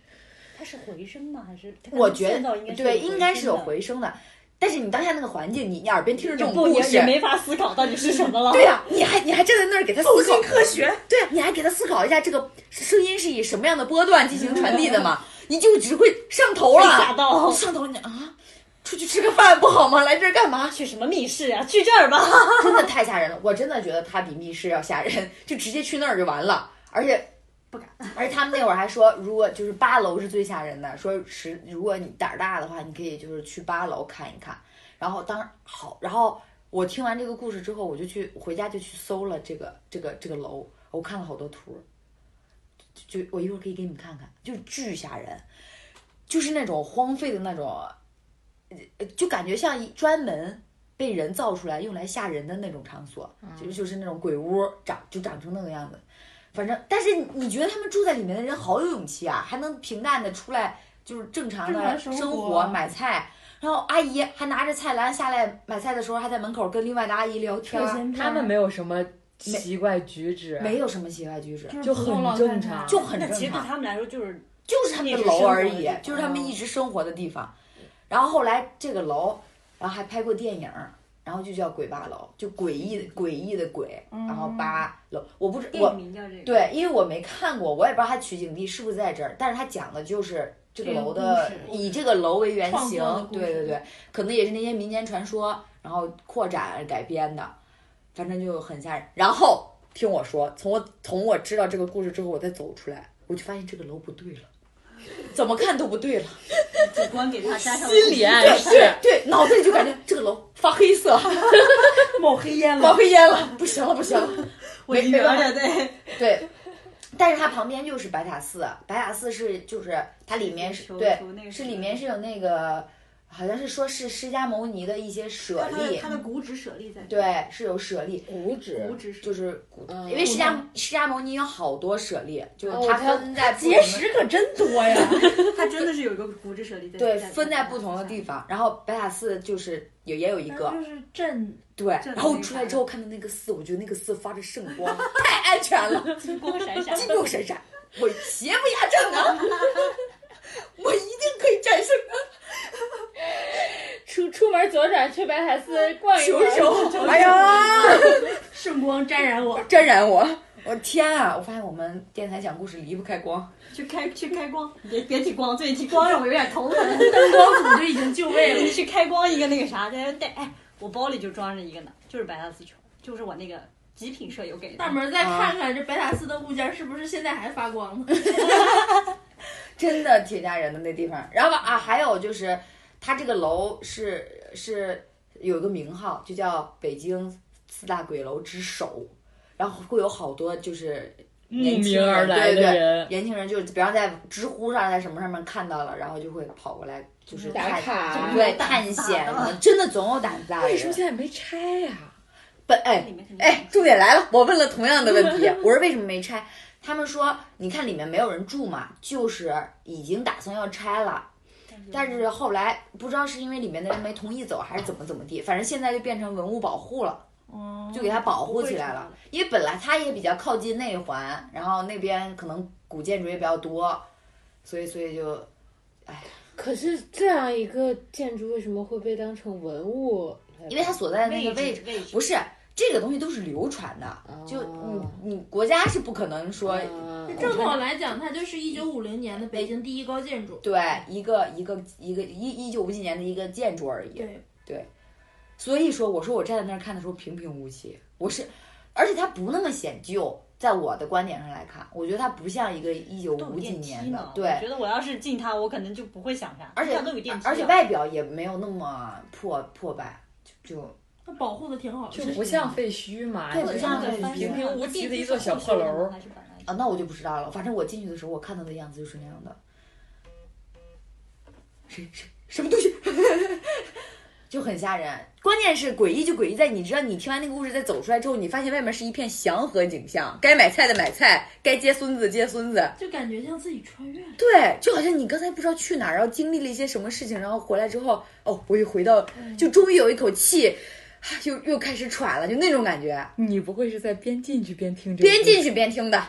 Speaker 5: 它是回声吗？还是它可能
Speaker 2: 我觉
Speaker 5: 现在应
Speaker 2: 得
Speaker 5: 该
Speaker 2: 对，应该是有
Speaker 5: 回
Speaker 2: 回声的，但是你当下那个环境，你你耳边听着这
Speaker 5: 声
Speaker 2: 种
Speaker 5: 的，不
Speaker 2: 故
Speaker 5: 也
Speaker 2: 事
Speaker 5: 也，没法思考到底是什么了。
Speaker 2: 对呀、啊你还你还站在那儿给他思考
Speaker 3: 科学，
Speaker 2: 对，你还给他思考一下这个声音是以什么样的波段进行传递的嘛？你就只会上头
Speaker 5: 被
Speaker 2: 了，
Speaker 5: 吓到，
Speaker 2: 上头你啊，出去吃个饭不好吗？来这儿干嘛？
Speaker 5: 去什么密室啊？去这儿吧。
Speaker 2: 真的太吓人了，我真的觉得它比密室要吓人，就直接去那儿就完了，而且。不敢，而且他们那会儿还说，如果就是八楼是最吓人的，说十，如果你胆儿大的话，你可以就是去八楼看一看。然后当好，然后我听完这个故事之后，我就去回家就去搜了这个这个这个楼，我看了好多图，就就我一会儿可以给你们看看，就是巨吓人，就是那种荒废的那种，呃就感觉像一专门被人造出来用来吓人的那种场所，
Speaker 1: 嗯
Speaker 2: 就是就是那种鬼屋长就长成那个样子。反正，但是你觉得他们住在里面的人好有勇气啊，还能平淡的出来，就是正常
Speaker 3: 正常
Speaker 2: 的
Speaker 3: 生
Speaker 2: 生
Speaker 3: 活
Speaker 2: 活、买菜。然后阿姨还拿着菜篮下来买菜的时候，还在门口跟另外的阿姨聊天
Speaker 3: 特
Speaker 2: 儿，
Speaker 3: 先
Speaker 1: 他们没有什么奇怪举止，
Speaker 2: 没有什么奇怪举止，
Speaker 1: 就很正常
Speaker 2: 就 很
Speaker 5: 那
Speaker 2: 正
Speaker 5: 其实对
Speaker 2: 常。
Speaker 5: 他们来说就是
Speaker 2: 就是他们的楼而已，就是他
Speaker 7: 嗯
Speaker 2: 们一直生活的地方。然后后来这个楼，然后还拍过电影儿，然后就叫鬼八楼，就诡异的诡异的鬼，然后八楼。我不知
Speaker 7: 嗯电影
Speaker 2: 我
Speaker 7: 名叫这个，
Speaker 2: 对，因为我没看过，我也不知道它取景地是不是在这儿，但是它讲的就是这个楼的
Speaker 3: 这个，故事
Speaker 2: 以这个楼为原
Speaker 3: 创
Speaker 2: 型
Speaker 3: 作的，故事
Speaker 2: 对对对，可能也是那些民间传说，然后扩展改编的，反正就很吓人。然后听我说，从我从我知道这个故事之后，我再走出来，我就发现这个楼不对了。怎么看都不对了，
Speaker 7: 主观给他加上
Speaker 1: 心理暗示，
Speaker 2: 对 对，脑子里就感觉这个楼发黑色，
Speaker 7: 冒黑烟
Speaker 2: 冒
Speaker 7: 了，
Speaker 2: 黑烟了，不行了不行了，
Speaker 7: 我一
Speaker 2: 没办
Speaker 7: 圆
Speaker 2: 法
Speaker 7: 的对，
Speaker 2: 对，但是它旁边就是白塔寺，白塔寺是就是它里面是
Speaker 7: 求
Speaker 2: 对
Speaker 7: 求那个
Speaker 2: 是
Speaker 7: 什么
Speaker 2: 里面是有那个，好像是说是释迦牟尼的一些舍
Speaker 7: 他的
Speaker 2: 利
Speaker 7: 他，的骨质舍利在这
Speaker 2: 对，是有舍利，
Speaker 1: 五指
Speaker 7: 骨质舍
Speaker 2: 就
Speaker 7: 利
Speaker 2: 是古，
Speaker 1: 嗯
Speaker 2: 因为释迦释迦牟尼有好多舍利，就是
Speaker 4: 哦
Speaker 2: 它
Speaker 4: 它
Speaker 2: 分在不
Speaker 3: 结
Speaker 2: 同的
Speaker 3: 石可真多呀！
Speaker 7: 他真的是有一个骨质舍利在
Speaker 2: 对分在不同的地，方，然后白塔寺就是也也有一个，
Speaker 3: 就是 震，
Speaker 2: 对，
Speaker 7: 这
Speaker 2: 然后
Speaker 7: 没
Speaker 2: 出
Speaker 7: 法
Speaker 2: 来之 后看到那个寺，我觉得那个寺发着圣光，太安全了，
Speaker 5: 金光闪闪
Speaker 2: 金光闪闪，我邪不压正啊， 我一定可以战胜
Speaker 4: 出出门左转去白塔寺逛一
Speaker 2: 球
Speaker 4: 会儿，
Speaker 2: 手。哎 呀，
Speaker 8: 圣光沾染我，
Speaker 2: 沾染我！我天啊！我发现我们电台讲故事离不开光，
Speaker 5: 去开去开光，别别提光，最提光让我有点头疼。
Speaker 8: 光组就已经就位了。
Speaker 5: 你去开光一个那个啥，带带哎，我包里就装着一个呢，就是白塔丝球，就是我那个极品舍友给的。
Speaker 3: 大门儿再看看这白塔寺的物件是不是现在还发光呢？
Speaker 2: 真的铁家人的那地方。然后啊，还有就是它这个楼是是有一个名号，就叫北京四大鬼楼之首，然后会有好多就是
Speaker 1: 慕
Speaker 2: 年轻
Speaker 1: 名而
Speaker 2: 人
Speaker 1: 来
Speaker 2: 对对
Speaker 1: 的
Speaker 2: 对
Speaker 1: 人，
Speaker 2: 年轻人就是，比方在知乎上，在什么上面看到了，然后就会跑过来，就是
Speaker 4: 打
Speaker 2: 探
Speaker 4: 卡
Speaker 2: 对，探险什么，真的总有胆子大的
Speaker 1: 为什么
Speaker 2: 人。
Speaker 1: 现在没拆呀、
Speaker 2: 本哎
Speaker 5: 里面肯定
Speaker 2: 哎，重点来了，我问了同样的问题，我说为什么没拆？他们说，你看里面没有人住嘛，就是已经打算要拆了，但是后来不知道是因为里面的人没同意走，还是怎么怎么地，反正现在就变成文物保护了。
Speaker 3: 哦
Speaker 2: 就给它保护起来了，因为本来它也比较靠近内环，然后那边可能古建筑也比较多，所以所以就
Speaker 4: 可是这样一个建筑为什么会被当成文物？
Speaker 2: 因为它所在的那个位置，
Speaker 5: 位置
Speaker 2: 不是这个东西都是流传的，就你
Speaker 4: 哦
Speaker 2: 你国家是不可能说、
Speaker 5: 嗯
Speaker 4: 啊
Speaker 3: 正统来讲，它就是一九五零年的北京第一高建筑。
Speaker 2: 对一个一个一个一一九五几年的一个建筑而已。
Speaker 3: 对，
Speaker 2: 所以说，我说我站在那儿看的时候平平无奇，我是，而且它不那么显旧，在我的观点上来看，我觉得它不像一个一九
Speaker 5: 都有
Speaker 2: 五几
Speaker 5: 电梯
Speaker 2: 年
Speaker 5: 呢
Speaker 2: 的，，
Speaker 5: 我觉
Speaker 2: 对。
Speaker 5: 得我要是进它，我可能就不会想啥，
Speaker 2: 而且
Speaker 5: 它都有电梯了，啊
Speaker 2: 而且外表也没有那么破破败，就就
Speaker 3: 它保护的挺好的。
Speaker 1: 就不像废墟嘛，
Speaker 2: 对
Speaker 1: 就
Speaker 2: 不
Speaker 1: 是
Speaker 2: 像
Speaker 1: 那
Speaker 2: 废
Speaker 1: 个
Speaker 2: 墟
Speaker 1: 平平无奇的一座小破楼。
Speaker 5: 还是本来
Speaker 2: 啊，那我就不知道了。反正我进去的时候，我看到的样子就是那样的。谁谁什么东西， 就很吓人。关键是诡异就诡异在你知道，你听完那个故事再走出来之后，你发现外面是一片祥和景象，该买菜的买菜，该接孙子接孙子。
Speaker 3: 就感觉像自己穿越了。
Speaker 2: 对，就好像你刚才不知道去哪儿，然后经历了一些什么事情，然后回来之后，哦，我又回到，
Speaker 1: 嗯
Speaker 2: 就终于有一口气， 啊又又开始喘了，就那种感觉。
Speaker 1: 你不会是在边进去边听这个故
Speaker 2: 边
Speaker 1: 事？
Speaker 2: 进去边听的，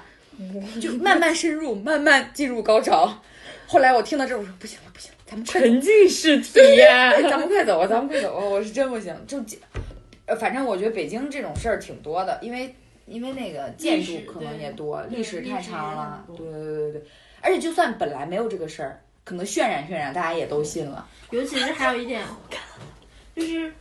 Speaker 2: 就慢慢深入，慢慢进入高潮。后来我听到这儿，我说不行了，不行了，咱们快走，
Speaker 1: 沉浸式体 验。
Speaker 2: 咱们快走啊，咱们快走啊！我是真不行，就这，呃，反正我觉得北京这种事儿挺多的，因为因为那个建筑
Speaker 3: 历史
Speaker 2: 可能
Speaker 3: 对
Speaker 2: 也多，历
Speaker 3: 历
Speaker 2: 史
Speaker 3: 史
Speaker 2: 太长了，
Speaker 3: 也
Speaker 2: 对
Speaker 3: 很
Speaker 2: 对对对对，而且就算本来没有这个事儿，可能渲染渲染，大家也都信了。
Speaker 3: 尤其是还有一点，就是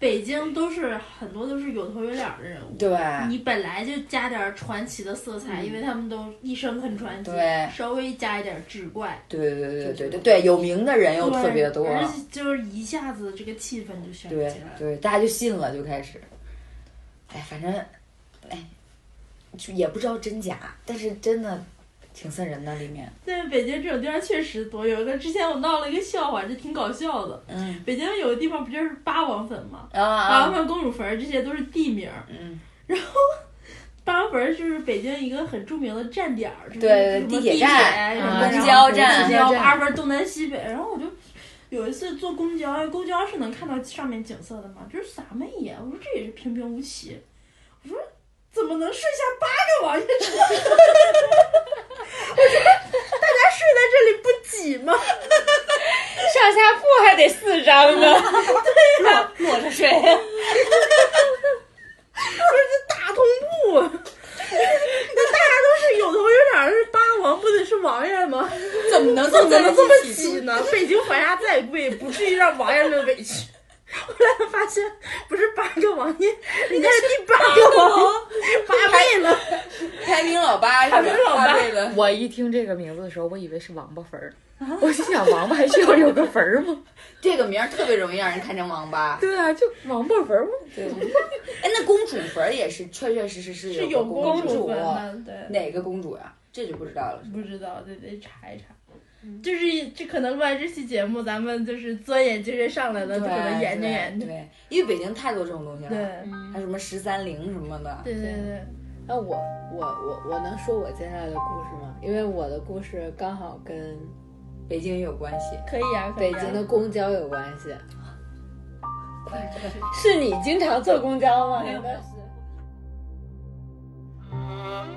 Speaker 3: 北京都是很多都是有头有脸儿的人物。
Speaker 2: 对
Speaker 3: 你本来就加点儿传奇的色彩，因为他们都一生很传奇，
Speaker 2: 嗯对
Speaker 3: 稍微加一点儿志怪，
Speaker 2: 对对对对对对对，有名的人又
Speaker 3: 对
Speaker 2: 特别多，啊
Speaker 3: 而且就是一下子这个气氛就渲染
Speaker 2: 对
Speaker 3: 起来了。
Speaker 2: 对，大家就信了，就开始，哎，反正，哎，就也不知道真假，但是真的挺瘆人的里面。
Speaker 3: 但是北京这种地方确实多，有一个之前我闹了一个笑话，这挺搞笑的。
Speaker 2: 嗯
Speaker 3: 北京有个地方不就是八王坟吗？
Speaker 2: 啊
Speaker 3: 八王
Speaker 2: 啊，
Speaker 3: 坟、公主坟这些都是地名儿。
Speaker 2: 嗯，
Speaker 3: 八王坟就是北京一个很著名的站点儿，就是
Speaker 2: 对
Speaker 3: 什么
Speaker 2: 地
Speaker 3: 地
Speaker 2: 铁站
Speaker 3: 什么
Speaker 1: 啊
Speaker 3: 然后
Speaker 1: 公交
Speaker 2: 站
Speaker 3: 公交
Speaker 1: 公交站
Speaker 3: 八王坟东南西北。然后我就有一次坐公交，哎公交是能看到上面景色的嘛，就是啥们呀？我说这也是平平无奇，我说怎么能睡下八个王爷之后？我说大家睡在这里不挤吗？
Speaker 4: 上下铺还得四张呢。
Speaker 5: 裸着 睡，
Speaker 3: 大通 铺，那大家都是有头有脸儿，是八王不得是王爷吗？
Speaker 2: 怎么能
Speaker 3: 怎
Speaker 2: 这
Speaker 3: 么能这
Speaker 2: 么
Speaker 3: 么挤呢？北京房价再贵，不至于让王爷们委屈。 后来发现不是八个王爷，人家是第八个王爷，八位了。
Speaker 2: 排名老八是吧？
Speaker 3: 排名老八
Speaker 2: 八辈子
Speaker 1: 我一听这个名字的时候，我以为是王八坟儿，我心想王八还需要有个坟儿吗？
Speaker 2: 这个名儿特别容易让人看成王八。
Speaker 1: 对啊，就王八坟儿 吗？
Speaker 2: 哎，那公主坟儿也是，确确实实是
Speaker 3: 是
Speaker 2: 有
Speaker 3: 有
Speaker 2: 个
Speaker 3: 公
Speaker 2: 主啊哦
Speaker 3: 主坟，的，对，
Speaker 2: 哪个公主呀？这就不知道了。
Speaker 3: 不知道得得查一查。就是这可能录完这期节目，咱们就是钻研精神上来
Speaker 2: 对，
Speaker 3: 了，就可能研究研究
Speaker 2: 对。。对，因为北京太多这种东西
Speaker 3: 对
Speaker 2: 了，
Speaker 1: 嗯
Speaker 2: 还有什么十三陵什么的。
Speaker 3: 对对对，
Speaker 4: 那我我我我能说我接下来的故事吗？因为我的故事刚好跟
Speaker 2: 北京也有关系。
Speaker 3: 可以啊，可以
Speaker 4: 北
Speaker 3: 啊
Speaker 4: 京的公交有关系。快快，是你经常坐公交吗？应该是。
Speaker 9: 啊。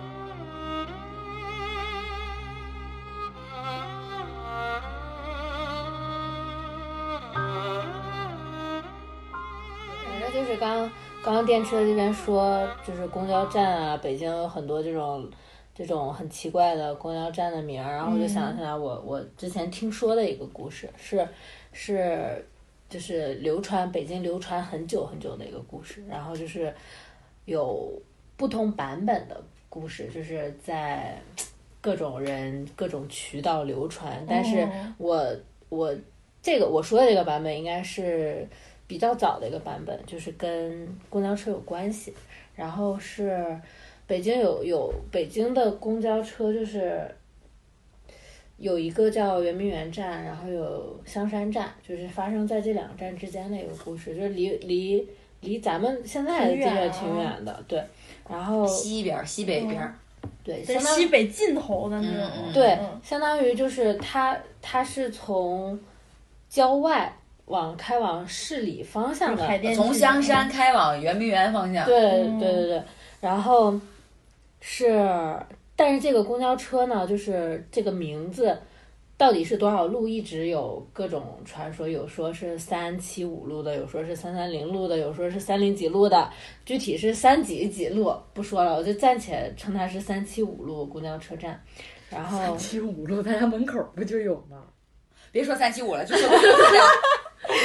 Speaker 4: 就是刚刚刚电车这边说，就是公交站啊，北京有很多这种这种很奇怪的公交站的名儿，然后我就想起来我、我之前听说的一个故事，是是就是流传北京流传很久很久的一个故事，然后就是有不同版本的故事，就是在各种人各种渠道流传，但是。我我这个我说的这个版本应该是比较早的一个版本，就是跟公交车有关系。然后是北京有有北京的公交车，就是有一个叫圆明园站，然后有香山站，就是发生在这两个站之间的一个故事，就是离离离咱们现在的
Speaker 3: 挺
Speaker 4: 地
Speaker 3: 远啊
Speaker 4: 界挺远的，对。然后
Speaker 2: 西边儿、西北边儿，
Speaker 4: 对，
Speaker 3: 在
Speaker 4: 相当于
Speaker 3: 西北尽头的那种。
Speaker 2: 嗯嗯
Speaker 4: 对
Speaker 3: 嗯，
Speaker 4: 相当于就是它，它是从郊外往开往市里方向的，
Speaker 3: 海淀
Speaker 2: 从
Speaker 3: 区
Speaker 2: 香山开往圆明园方向。
Speaker 4: 对
Speaker 3: 嗯
Speaker 4: 对对对，然后是，但是这个公交车呢，就是这个名字到底是多少路，一直有各种传说，有说是三七五路的，有说是三三零路的，有说是三零几路的，具体是三几几路不说了，我就暂且称它是三七五路公交车站。然后
Speaker 1: 七五路咱家门口不就有吗？
Speaker 2: 别说三七五了，就说就说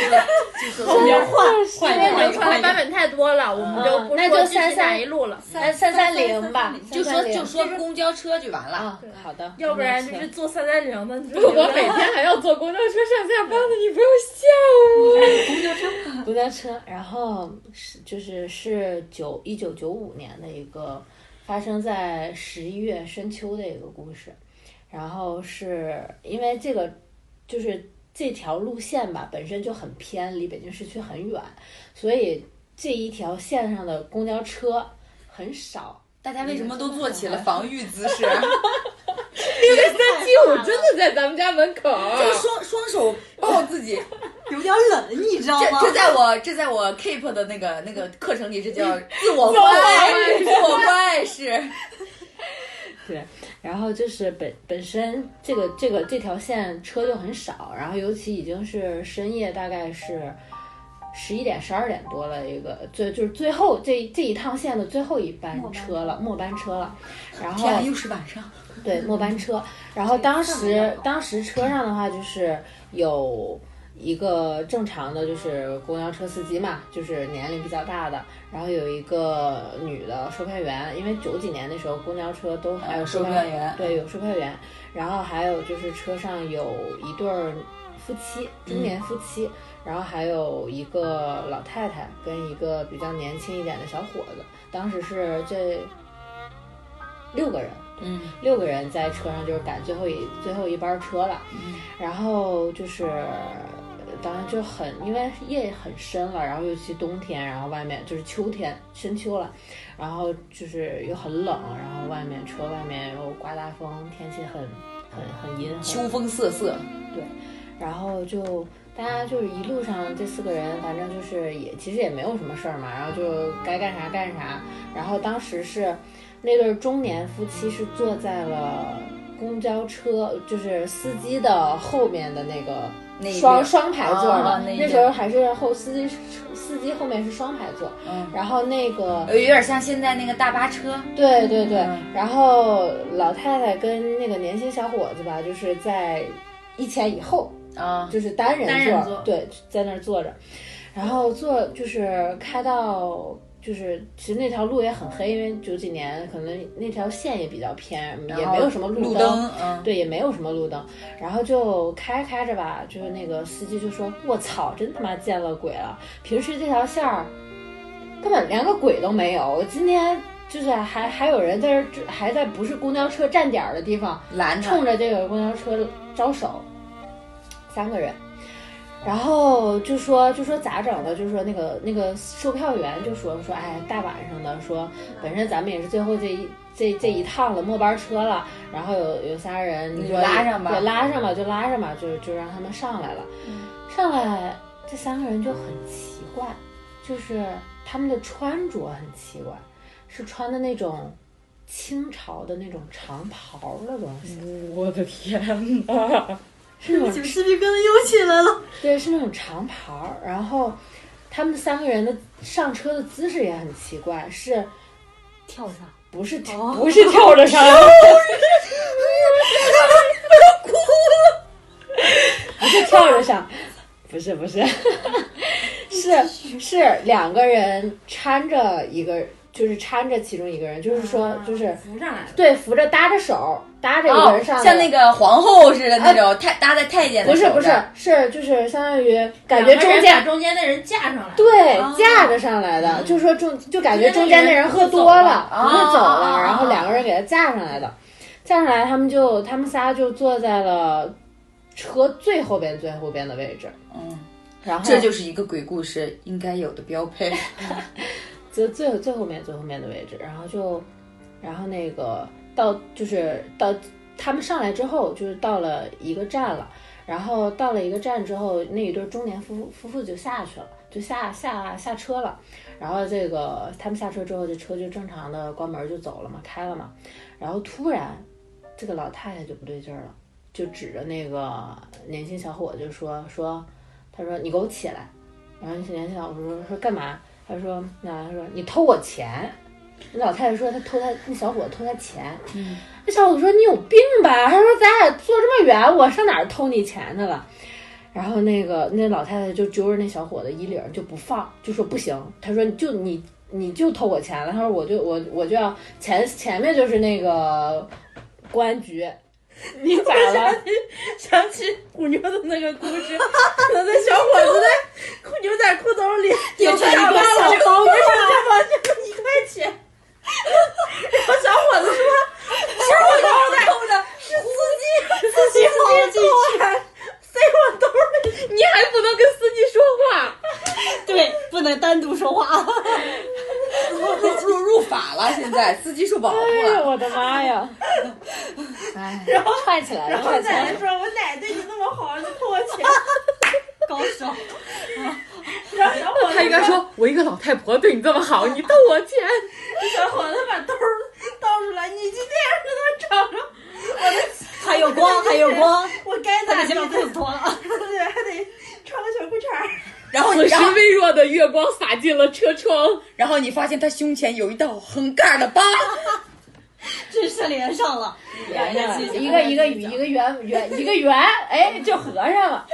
Speaker 2: 就说
Speaker 4: 要
Speaker 2: 换
Speaker 3: 因为
Speaker 2: 一
Speaker 3: 流
Speaker 2: 个
Speaker 3: 传
Speaker 2: 换一
Speaker 3: 的版
Speaker 2: 个，
Speaker 3: 本太多了，我们就不
Speaker 4: 那
Speaker 3: 说
Speaker 4: 就
Speaker 3: 具体哪
Speaker 4: 33
Speaker 3: 一路了，
Speaker 4: 三三三零吧，
Speaker 2: 就说就说
Speaker 3: 就是
Speaker 2: 公交车就完了。
Speaker 4: 啊，好的，
Speaker 3: 要不然就
Speaker 4: 公
Speaker 3: 是
Speaker 4: 交车
Speaker 3: 坐三三零的。你 就
Speaker 1: 我每天还要坐公交车上下班呢，你不用吓我。
Speaker 4: 公交车，然后是就是是九一九九五年的一个发生在十一月深秋的一个故事，然后是因为这个就是这条路线吧本身就很偏，离北京市区很远，所以这一条线上的公交车很少。
Speaker 2: 大家为什么都做起了防御姿势？
Speaker 1: 三七五真的在咱们家门口。
Speaker 2: 就双双手抱自己，
Speaker 7: 有点冷，你知道
Speaker 4: 哦
Speaker 2: 这
Speaker 7: 吗？
Speaker 2: 这在我这在我 keep 的那个那个课程里，这 叫自我关爱，自我关爱是。
Speaker 4: 然后就是本本身这个这个这条线车就很少，然后尤其已经是深夜，大概是十一点十二点多了一个最就是最后这这一趟线的最后一班车了，末班车了，然后
Speaker 2: 天啊，又是晚上，
Speaker 4: 对末班车，然后当时当时车上的话就是有一个正常的就是公交车司机嘛，就是年龄比较大的，然后有一个女的售票员，因为九几年那时候公交车都还有
Speaker 2: 呃售
Speaker 4: 售
Speaker 2: 票
Speaker 4: 票
Speaker 2: 员
Speaker 4: 对，有售票员，然后还有就是车上有一对儿夫妻，中
Speaker 2: 嗯
Speaker 4: 年夫妻，然后还有一个老太太跟一个比较年轻一点的小伙子，当时是这六个人。
Speaker 2: 嗯，
Speaker 4: 六个人在车上，就是赶最后一最后一班车了。然后就是，当然就很，因为夜很深了，然后尤其冬天，然后外面就是秋天深秋了，然后就是又很冷，然后外面车外面又刮大风，天气很很很阴很
Speaker 2: 秋风瑟瑟，
Speaker 4: 然后就大家就是一路上这四个人，反正就是也其实也没有什么事儿嘛，然后就该干啥干啥。然后当时是那对中年夫妻是坐在了公交车，就是司机的后面的那个
Speaker 2: 那一
Speaker 4: 双
Speaker 2: 边
Speaker 4: 双排座的。
Speaker 2: 啊那一
Speaker 4: 那
Speaker 2: 边
Speaker 4: 时候还是后司机司机后面是双排座，
Speaker 2: 嗯
Speaker 4: 然后那个
Speaker 2: 有点像现在那个大巴车，
Speaker 4: 对对对
Speaker 2: 嗯，
Speaker 4: 然后老太太跟那个年轻小伙子吧，就是在一前一后。
Speaker 2: 啊，
Speaker 4: 就是单人座，
Speaker 3: 单人座
Speaker 4: 对，在那儿坐着，然后坐就是开到就是其实那条路也很黑，因为九几年可能那条线也比较偏，也没有什么
Speaker 2: 哦路
Speaker 4: 路
Speaker 2: 灯，嗯，
Speaker 4: 对，也没有什么路灯，然后就开开着吧，就是那个司机就说：“我操，真他妈见了鬼了！平时这条线儿根本连个鬼都没有，我今天就是还还有人在这还在不是公交车站点儿的地方
Speaker 2: 蓝的，
Speaker 4: 冲着这个公交车招手，三个人，然后就说就说咋整的，就说那个那个售票员就说说哎大晚上的说本身咱们也是最后这一这这一趟了末班车了，然后有有仨人
Speaker 2: 你
Speaker 4: 说
Speaker 2: 拉上吧嗯
Speaker 4: 对拉上吧就拉上吧，就就让他们上来了，上来这三个人就很奇怪，就是他们的穿着很奇怪，是穿的那种。清朝的那种长袍的东西，
Speaker 1: 我的天哪！
Speaker 4: 是那种
Speaker 7: 鸡 皮疙瘩又起来了。
Speaker 4: 对，是那种长袍儿，然后他们三个人的上车的姿势也很奇怪，是
Speaker 5: 跳上。
Speaker 4: 不是跳、不是跳着上？不是跳着上，不是不是，是是两个人搀着一个，就是搀着其中一个人，就是说
Speaker 3: 啊
Speaker 4: 就是
Speaker 7: 浮上来了。
Speaker 4: 对扶着搭着手搭着一个
Speaker 2: 哦
Speaker 4: 人上，来，啊
Speaker 2: 像那个皇后似的那种太搭在太监的
Speaker 4: 不是
Speaker 2: 手
Speaker 4: 不是
Speaker 2: 上
Speaker 4: 是就是相当于感觉中间
Speaker 3: 把中间的人架上来，
Speaker 4: 对，架着上来的，就说中就感觉中间那人喝多了，哦
Speaker 2: 那个人喝
Speaker 4: 不是走
Speaker 2: 走了
Speaker 4: 了，
Speaker 2: 啊
Speaker 4: 然后两个人给他架上来的，架上来他们就他们仨就坐在了车最后边最后边的位置，
Speaker 2: 嗯，
Speaker 4: 然后
Speaker 2: 这就是一个鬼故事应该有的标配。
Speaker 4: 就最后最后面最后面的位置，然后就然后那个到就是到他们上来之后，就是到了一个站了，然后到了一个站之后，那一对中年夫妇夫妇就下去了，就下下下车了。然后这个他们下车之后，这车就正常的关门就走了嘛，开了嘛。然后突然，这个老太太就不对劲儿了，就指着那个年轻小伙就说说，他说你给我起来。然后年轻小伙说说干嘛？他说那他说你偷我钱。那老太太说她偷他那小伙偷她钱。
Speaker 2: 嗯，
Speaker 4: 那小伙说你有病吧？他说咱俩坐这么远，我上哪儿偷你钱去了？然后那个那老太太就揪着那小伙的衣领就不放，就说不行。他说就你你就偷我钱了。他说我就我我就要前前面就是那个公安局，你咋了？
Speaker 3: 想起虎妞的那个故事，可能那小伙子在牛仔裤兜里
Speaker 4: 丢下一个小包裹。
Speaker 3: 一块钱，然后小伙子说：“小伙子偷的，是司机，司机司机偷的，塞我兜里，你还不能跟司机说话。
Speaker 7: 对，不能单独说话。
Speaker 2: 入入入法了，现在司机受保护
Speaker 4: 哎呦
Speaker 2: 了。
Speaker 4: 我的妈呀！哎，踹起来” 了，
Speaker 3: 然后
Speaker 4: 踹起来
Speaker 3: 奶
Speaker 4: 了
Speaker 3: 奶。说：“我奶对你那么好，啊你偷我 钱。
Speaker 7: 高手，”
Speaker 3: 然后小伙子
Speaker 1: 他应该说：“我一个老太婆对你这么好，你动我钱。
Speaker 3: 小伙子把兜儿倒出来，你今天让他找着，
Speaker 7: 还有光，还有光，
Speaker 3: 我该
Speaker 7: 他
Speaker 3: 咋
Speaker 7: 得
Speaker 3: 地
Speaker 7: 先把裤子
Speaker 3: 的？
Speaker 7: 脱 了。
Speaker 3: 对，还得穿个小裤衩儿。
Speaker 2: 然”后，
Speaker 1: 此时
Speaker 2: 然后，
Speaker 1: 微弱的月光洒进了车窗，
Speaker 2: 然后你发现他胸前有一道横杠的疤。
Speaker 7: 这是连上了，
Speaker 4: 连上了，
Speaker 7: 继续
Speaker 4: 一个一个与一个圆圆一个圆，哎，就合上了。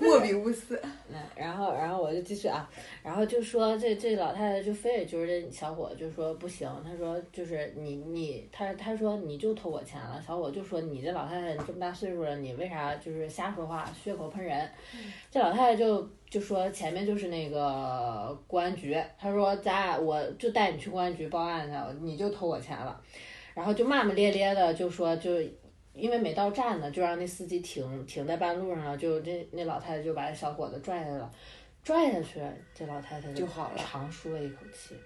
Speaker 2: 莫比乌斯，
Speaker 4: 嗯然后，然后我就继续啊，然后就说这这老太太就非得揪着这小伙，就说不行，她说就是你你，她她说你就偷我钱了，小伙就说你这老太太你这么大岁数了，你为啥就是瞎说话，血口喷人？这老太太就就说前面就是那个公安局，她说咱俩我就带你去公安局报案去，你就偷我钱了，然后就骂骂咧咧的就说就因为没到站呢，就让那司机停停在半路上了，就那那老太太就把小伙子拽下来了，拽下去，这老太太
Speaker 2: 就好了
Speaker 4: 长舒了一口气。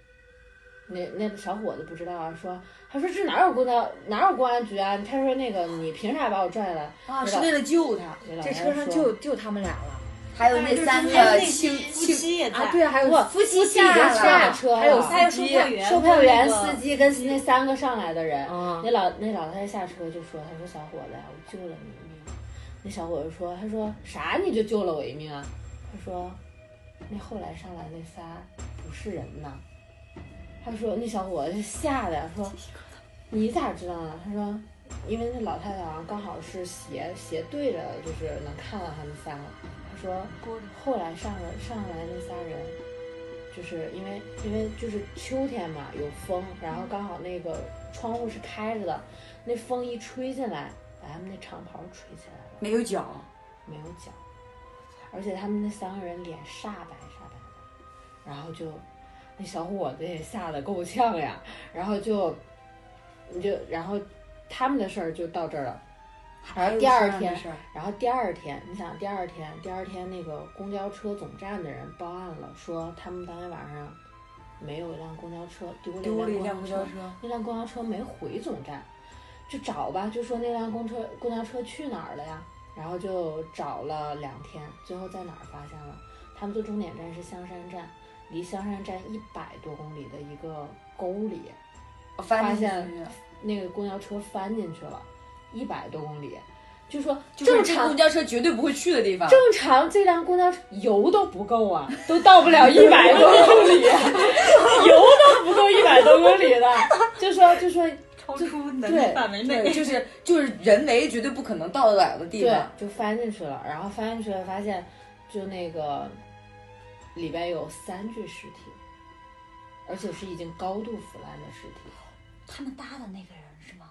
Speaker 4: 那那小伙子不知道啊，说他说这哪有公交哪有公安局啊？他说那个你凭啥把我拽来？
Speaker 2: 啊
Speaker 4: 是
Speaker 2: 为了救他，
Speaker 4: 这老
Speaker 1: 这
Speaker 4: 太
Speaker 1: 车
Speaker 4: 太
Speaker 1: 上
Speaker 4: 说
Speaker 1: 就就他们俩了。
Speaker 2: 还有那三个清清
Speaker 7: 也
Speaker 1: 啊，对啊，还有
Speaker 4: 不
Speaker 1: 夫妻
Speaker 4: 司机已经下车了，
Speaker 1: 还有
Speaker 7: 还有售
Speaker 2: 司机
Speaker 7: 票员，
Speaker 4: 售票员、司
Speaker 7: 机，
Speaker 4: 机跟那三个上来的
Speaker 2: 嗯
Speaker 4: 人。
Speaker 1: 啊，
Speaker 4: 那老那老太太下车就说：“她说小伙子呀，我救了你一命。”那小伙子说：“他说啥你就救了我一命啊？”他说：“那后来上来那仨不是人呐。”他说：“那小伙子吓得呀说，你咋知道呢？”他说：“因为那老太太好像刚好是斜斜对着，就是能看到他们仨。”他说：“后来上了上来那仨人，就是因为因为就是秋天嘛，有风，然后刚好那个窗户是开着的，那风一吹进来，把他们那长袍吹起来了，
Speaker 2: 没有脚，
Speaker 4: 没有脚，而且他们那三个人脸煞白煞白的，然后就那小伙子也吓得够呛呀，然后就你就然后他们的事儿就到这儿了，然后第二天
Speaker 2: 是
Speaker 4: 然后第二天，你想第二天，第二天那个公交车总站的人报案了，说他们当天晚上没有一辆公交车，丢了
Speaker 2: 丢了一
Speaker 4: 辆
Speaker 2: 辆
Speaker 4: 公
Speaker 2: 公
Speaker 4: 交
Speaker 2: 交
Speaker 4: 车，
Speaker 2: 车，
Speaker 4: 那辆公交车没回总站，就找吧，就说那辆公车公交车去哪儿了呀？然后就找了两天，最后在哪儿发现了？他们最终点站是香山站，离香山站一百多公里的一个沟里，
Speaker 2: 翻
Speaker 4: 发
Speaker 2: 进
Speaker 4: 现
Speaker 2: 去
Speaker 4: 那个公交车翻进去了，一百多公里。就说
Speaker 2: 就是
Speaker 4: 正
Speaker 2: 这
Speaker 4: 常
Speaker 2: 公交车绝对不会去的地方。
Speaker 4: 正常这辆公交车油都不够啊，都到不 了一百多公里，啊油都不够一百多公里的，就说就说
Speaker 5: 超出能
Speaker 4: 对
Speaker 5: 力范围
Speaker 2: 对，
Speaker 5: 内。
Speaker 2: 就是 就是人为绝对不可能到得了的地
Speaker 4: 对
Speaker 2: 方。，
Speaker 4: 就翻进去了，然后翻进去了，发现就那个里边有三具尸体，而且是已经高度腐烂的尸体，
Speaker 10: 他们搭的那个人是吗？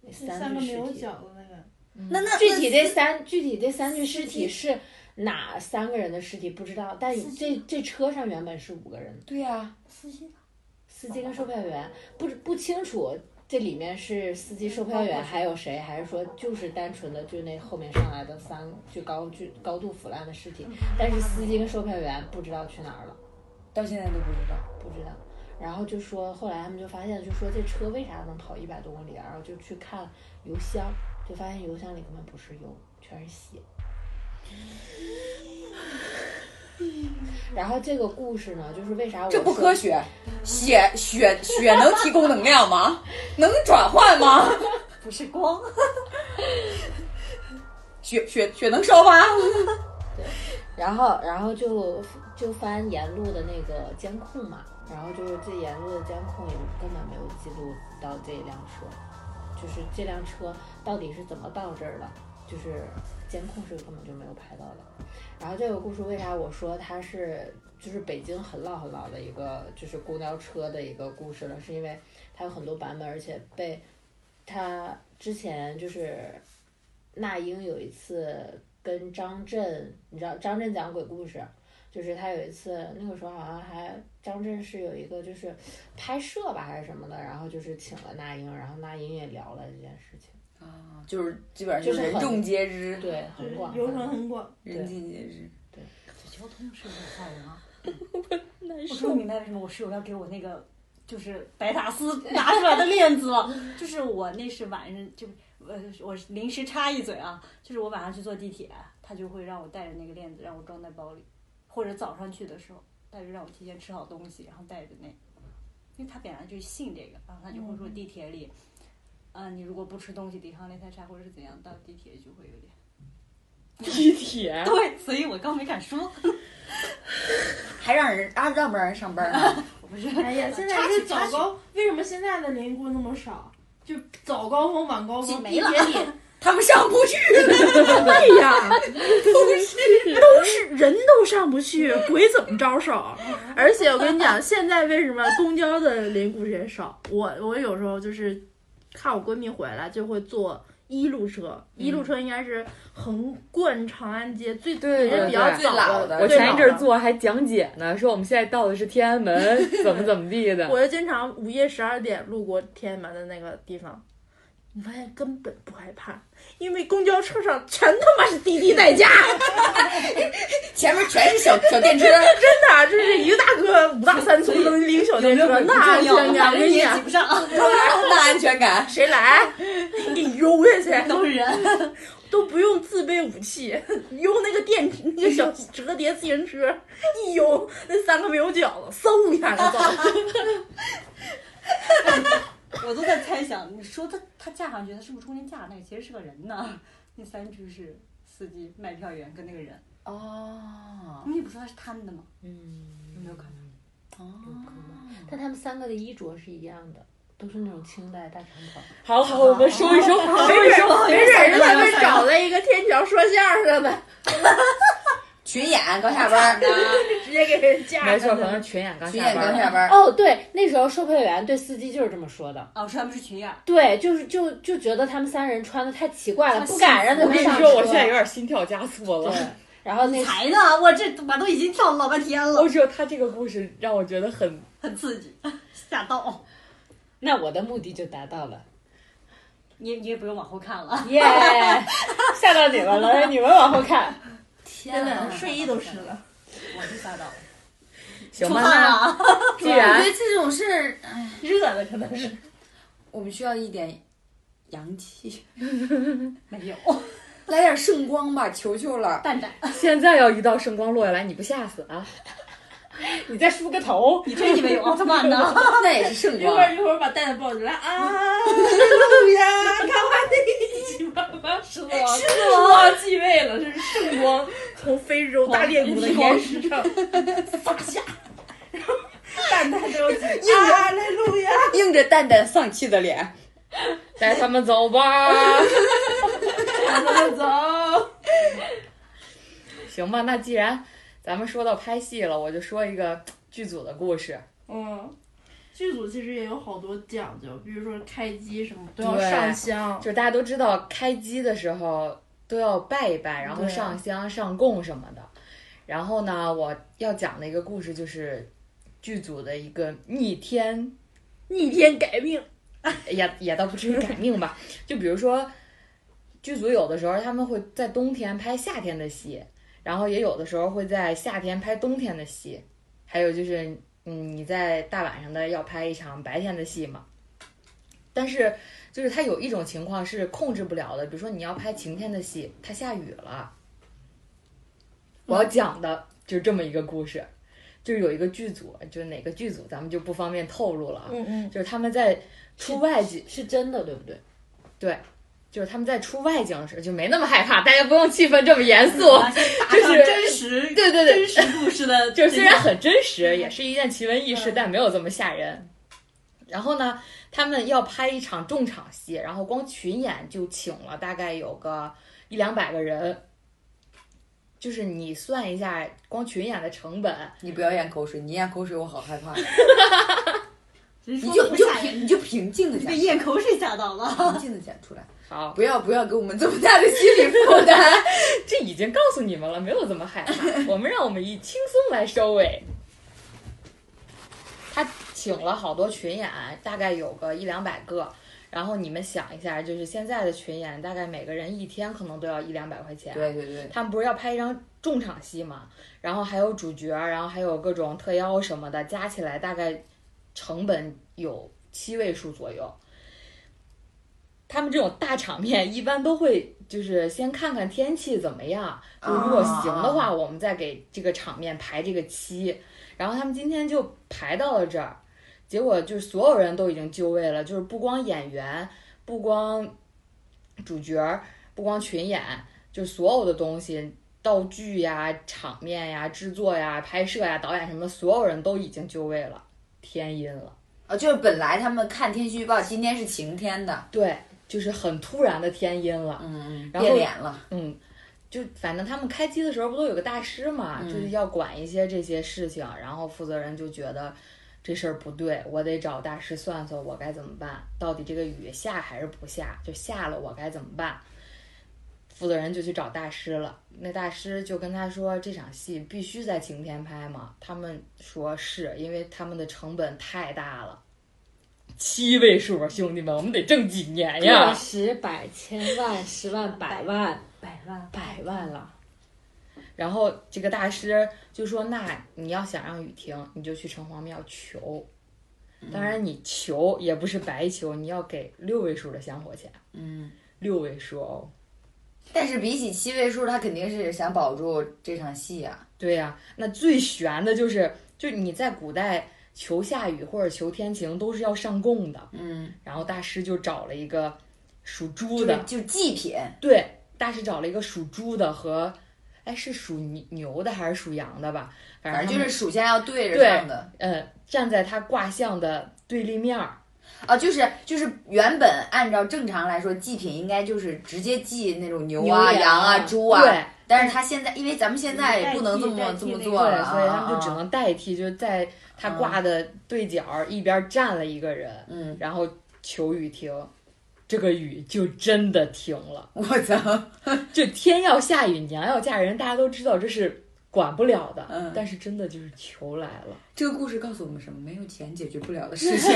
Speaker 4: 那
Speaker 11: 三
Speaker 4: 三
Speaker 11: 个
Speaker 4: 具
Speaker 11: 没
Speaker 4: 尸
Speaker 11: 有
Speaker 4: 体
Speaker 11: 脚。的那个，
Speaker 2: 那那
Speaker 4: 具体
Speaker 2: 那
Speaker 4: 这三具体这三具尸
Speaker 2: 尸体
Speaker 4: 体是哪三个人的尸体不知道，但有这这车上原本是五个人，
Speaker 2: 对呀、
Speaker 10: 司机呢？
Speaker 4: 司机跟售票员不不清楚这里面是司机、售票员还有谁，还是说就是单纯的就那后面上来的三具高具高度腐烂的尸
Speaker 2: 嗯
Speaker 4: 体，但是司机跟售票员不知道去哪儿了，
Speaker 2: 到现在都不知道。
Speaker 4: 不知道。然后就说，后来他们就发现，就说这车为啥能跑一百多公里，然后就去看油箱，就发现油箱里根本不是油，全是血。 然后这个故事呢，就是为啥我
Speaker 2: 这不
Speaker 4: 说
Speaker 2: 科学，血血血能提供能量吗？能转换吗？
Speaker 5: 不是 光，
Speaker 2: 血血血能烧吗？
Speaker 4: 然后，然后就就翻沿路的那个监控嘛，然后就是这沿路的监控也根本没有记录到这辆车，就是这辆车到底是怎么到这儿的，就是监控是根本就没有拍到的。然后这个故事为啥我说它是就是北京很老很老的一个就是公交车的一个故事了，是因为它有很多版本，而且被它之前就是那英有一次跟张震，你知道张震讲鬼故事，就是他有一次那个时候好像还张震是有一个就是拍摄吧还是什么的，然后就是请了那英，然后那英也聊了这件事情，
Speaker 2: 啊，就是基本上
Speaker 4: 就是是很
Speaker 2: 人众皆知，
Speaker 4: 对，很广
Speaker 11: 流传
Speaker 4: 泛。
Speaker 11: 很广。
Speaker 2: 人尽皆知。
Speaker 5: 这交通是有点吓人啊。我终于明白为什么我室友要给我那个就是白塔斯拿出来的链 子了，就是我那是晚上就呃我临时插一嘴啊，就是我晚上去坐地铁，他就会让我带着那个链子让我装在包里，或者早上去的时候，他就让我提前吃好东西，然后带着那个，因为他本来就信这个，然后他就会说地铁里。啊，你如果不吃东西，抵抗力太差，或者是怎样，到地铁就会有点。
Speaker 1: 地 铁
Speaker 5: 对，所以我刚没敢说，
Speaker 2: 还让人啊让不让人上班呢？
Speaker 5: 我不是
Speaker 11: 哎 呀，现在是早高，为什么现在的凝固那么少？就早高峰、晚高峰，地铁 里哎
Speaker 2: 他们上不 去，
Speaker 3: 对呀， 都是人都上不去，鬼怎么招手？ 而且我跟你讲，现在为什么公交的临骨也少？我我有时候就是看我闺蜜回来就会坐。一路车，一
Speaker 11: 嗯
Speaker 3: 路车应该是横贯长安街最
Speaker 1: 对
Speaker 3: 也是比较
Speaker 2: 对
Speaker 3: 早
Speaker 2: 最老的
Speaker 3: 的。
Speaker 1: 我
Speaker 3: 最
Speaker 1: 前一
Speaker 3: 老
Speaker 1: 阵儿
Speaker 3: 的
Speaker 1: 做还讲解呢，说我们现在到的是天安门，怎么怎么地的。
Speaker 3: 我就经常午夜十二点路过天安门的那个地方，你发现根本不害怕，因为公交车上全他妈是滴滴 代驾，
Speaker 2: 前面全是小小电车，
Speaker 3: 真的啊，这是一个大哥五大三粗能拎小电车，那安全感，我跟你
Speaker 5: 也
Speaker 3: 讲
Speaker 5: 挤，不上，啊
Speaker 2: 那安全感。
Speaker 3: 谁来，哎一悠下去
Speaker 5: 都是人。
Speaker 3: 都不用自备武器，用那个电那个小折叠自行车一悠，那三个没有脚的，嗖一下就 走了。
Speaker 5: 我都在猜想，你说他他架上去，他是不是中间架那个其实是个人呢？那三句是司机、卖票员跟那个人，
Speaker 2: 哦，
Speaker 5: 你不说他是摊的吗？
Speaker 4: 嗯，
Speaker 5: 有没有可能？
Speaker 4: 但他们三个的衣着是一样的，都是那种清代大长袍。
Speaker 1: 好好，我们说一说，说一说。
Speaker 3: 没准儿他
Speaker 1: 哎
Speaker 3: 们找了一个天桥说相声的，
Speaker 2: 群演刚下班，
Speaker 3: 直接给人架
Speaker 1: 没
Speaker 3: 上
Speaker 1: 错，
Speaker 3: 去
Speaker 1: 可
Speaker 3: 了。
Speaker 1: 能群演刚
Speaker 2: 群
Speaker 1: 下
Speaker 2: 演
Speaker 1: 班
Speaker 2: 刚下
Speaker 1: 儿。
Speaker 2: 班。
Speaker 4: 哦，对，那时候售票员对司机就是这么说的，
Speaker 5: 哦，说他们是群演，
Speaker 4: 对，就是就就觉得他们三人穿的太奇怪了，不敢让他
Speaker 1: 我
Speaker 4: 们
Speaker 1: 跟你
Speaker 4: 上
Speaker 1: 说，我
Speaker 4: 车
Speaker 1: 现在有点心跳加速了
Speaker 4: 对。， 然后那
Speaker 5: 才呢？我这我都已经跳了老半天了
Speaker 1: 我，只有他这个故事让我觉得很
Speaker 5: 很刺激，吓到
Speaker 4: 那我的目的就达到了，
Speaker 5: 你，你也不用往后看了。
Speaker 4: 耶、吓到你们了，你们往后看。
Speaker 5: 天
Speaker 11: 的睡衣都湿了。
Speaker 5: 我是吓到了，
Speaker 1: 行
Speaker 5: 出
Speaker 1: 吧。
Speaker 5: 汗
Speaker 1: 那
Speaker 5: 了，
Speaker 1: 既然
Speaker 2: 对这种事儿，
Speaker 11: 热的可能是。
Speaker 2: 我们需要一点阳气，
Speaker 5: 没有
Speaker 2: 来点圣光吧，求求 了。
Speaker 5: 蛋蛋，
Speaker 1: 现在要一道圣光落下来，你不吓死啊？
Speaker 4: 你再梳个头，
Speaker 5: 你真以为有奥特曼呢？
Speaker 2: 那也是圣
Speaker 11: 一
Speaker 2: 光
Speaker 11: 会。儿一会儿把袋子抱起来啊，路呀，看完那一集吧。
Speaker 5: 狮子王，狮子王继位了，这是圣光。
Speaker 12: 从非洲大裂谷的岩石上撒下，然后蛋蛋都有几啊，来路亚，
Speaker 2: 映着蛋蛋丧气的脸，
Speaker 1: 带他们走吧。
Speaker 12: 我们走。
Speaker 1: 行吧，那既然咱们说到拍戏了，我就说一个剧组的故事。
Speaker 12: 嗯，
Speaker 3: 剧组其实也有好多讲究，比如说开机什么都要上香，
Speaker 1: 就大家都知道，开机的时候都要拜一拜，然后上香、上供什么的。然后呢，我要讲的一个故事就是剧组的一个逆天，
Speaker 12: 逆天改命，
Speaker 1: 也也倒不至于改命吧。就比如说，剧组有的时候他们会在冬天拍夏天的戏，然后也有的时候会在夏天拍冬天的戏，还有就是，嗯，你在大晚上的要拍一场白天的戏嘛。但是就是它有一种情况是控制不了的，比如说你要拍晴天的戏，它下雨了。我要讲的就是这么一个故事，就是有一个剧组，就是哪个剧组咱们就不方便透露了啊。
Speaker 12: 嗯嗯，
Speaker 1: 就是他们在出外景，
Speaker 4: 是真的对不对？
Speaker 1: 就是他们在出外景时就没那么害怕，大家不用气氛这么严肃。
Speaker 7: 嗯就
Speaker 1: 就是
Speaker 7: 真实
Speaker 1: 对对
Speaker 7: 真，
Speaker 1: 对
Speaker 7: 实嗯故事的，
Speaker 1: 就是虽然很真实，也是一件奇闻异
Speaker 7: 嗯
Speaker 1: 事，但没有这么吓人。然后呢，他们要拍一场重场戏，然后光群演就请了大概有个一两百个人。就是你算一下光群演的成本，
Speaker 2: 你不要咽口水，你咽口水我好 害怕。
Speaker 7: 你
Speaker 2: 你就你就平你就平静的讲
Speaker 7: 被，咽口水吓到了。
Speaker 2: 平静的讲出来，
Speaker 1: 好，
Speaker 2: 不要不要给我们这么大的心理负 担。
Speaker 1: 这已经告诉你们了，没有这么害怕。我们让我们以轻松来收尾。他请了好多群演，大概有个一两百个。然后你们想一下，就是现在的群演，大概每个人一天可能都要一两百块钱。
Speaker 2: 对对对，
Speaker 1: 他们不是要拍一张重场戏嘛，然后还有主角，然后还有各种特邀什么的，加起来大概成本有七位数左右。他们这种大场面一般都会就是先看看天气怎么样，就如果行的话，我们再给这个场面排这个期。然后他们今天就排到了这儿，结果就是所有人都已经就位了，就是不光演员，不光主角，不光群演，就是所有的东西，道具呀、场面呀、制作呀、拍摄呀、导演什么的，所有人都已经就位了，天阴了。
Speaker 2: 啊，就是本来他们看天气预报，今天是晴天的，
Speaker 1: 对，就是很突然的天阴了。
Speaker 2: 嗯，
Speaker 1: 然
Speaker 2: 变
Speaker 1: 后
Speaker 2: 脸了，
Speaker 1: 嗯，就反正他们开机的时候不都有个大师嘛，就是要管一些这些事情，然后负责人就觉得这事儿不对，我得找大师算算我该怎么办，到底这个雨下还是不下，就下了我该怎么办？负责人就去找大师了，那大师就跟他说这场戏必须在晴天拍嘛，他们说是因为他们的成本太大了。七位数，兄弟们，我们得挣几年哎呀
Speaker 4: 个！十百千万十万百万
Speaker 7: 百万，
Speaker 4: 百万了，
Speaker 1: 然后这个大师就说：“那你要想让雨停，你就去城隍庙求。当然，你求也不是白求，你要给六位数的香火钱，
Speaker 2: 嗯。
Speaker 1: 六位数哦。
Speaker 2: 但是比起七位数，他肯定是想保住这场戏啊。
Speaker 1: 对呀、那最悬的就是，就你在古代求下雨或者求天晴都是要上供的。
Speaker 2: 嗯，
Speaker 1: 然后大师就找了一个属
Speaker 2: 就
Speaker 1: 猪的
Speaker 2: 是，就是祭品，
Speaker 1: 对，大师找了一个属猪的和，哎，是属牛牛的还是属羊的吧？反
Speaker 2: 反
Speaker 1: 正他
Speaker 2: 正就
Speaker 1: 们
Speaker 2: 是属相要对着
Speaker 1: 对
Speaker 2: 上的
Speaker 1: 呃，站在他卦象的对立面儿。”
Speaker 2: 啊，就是就是原本按照正常来说，祭品应该就是直接祭那种牛啊、
Speaker 4: 牛羊啊
Speaker 2: 羊啊、猪啊，
Speaker 1: 对，
Speaker 2: 但是他现在，因为咱们现在也不能这么
Speaker 7: 代替
Speaker 2: 这么
Speaker 7: 代替
Speaker 2: 做
Speaker 7: 那
Speaker 2: 了
Speaker 7: 个
Speaker 1: 对，
Speaker 2: 啊，
Speaker 1: 所以他们就只
Speaker 2: 啊
Speaker 1: 能代替，就是在他挂的对角儿一边站了一个人，
Speaker 2: 嗯，
Speaker 1: 然后求雨停，这个雨就真的停了。
Speaker 2: 我操，
Speaker 1: 就天要下雨，娘要嫁人，大家都知道这是管不了的，
Speaker 2: 嗯
Speaker 1: 但是真的就是求来 了。
Speaker 2: 这个故事告诉我们什么？没有钱解决不了的事情。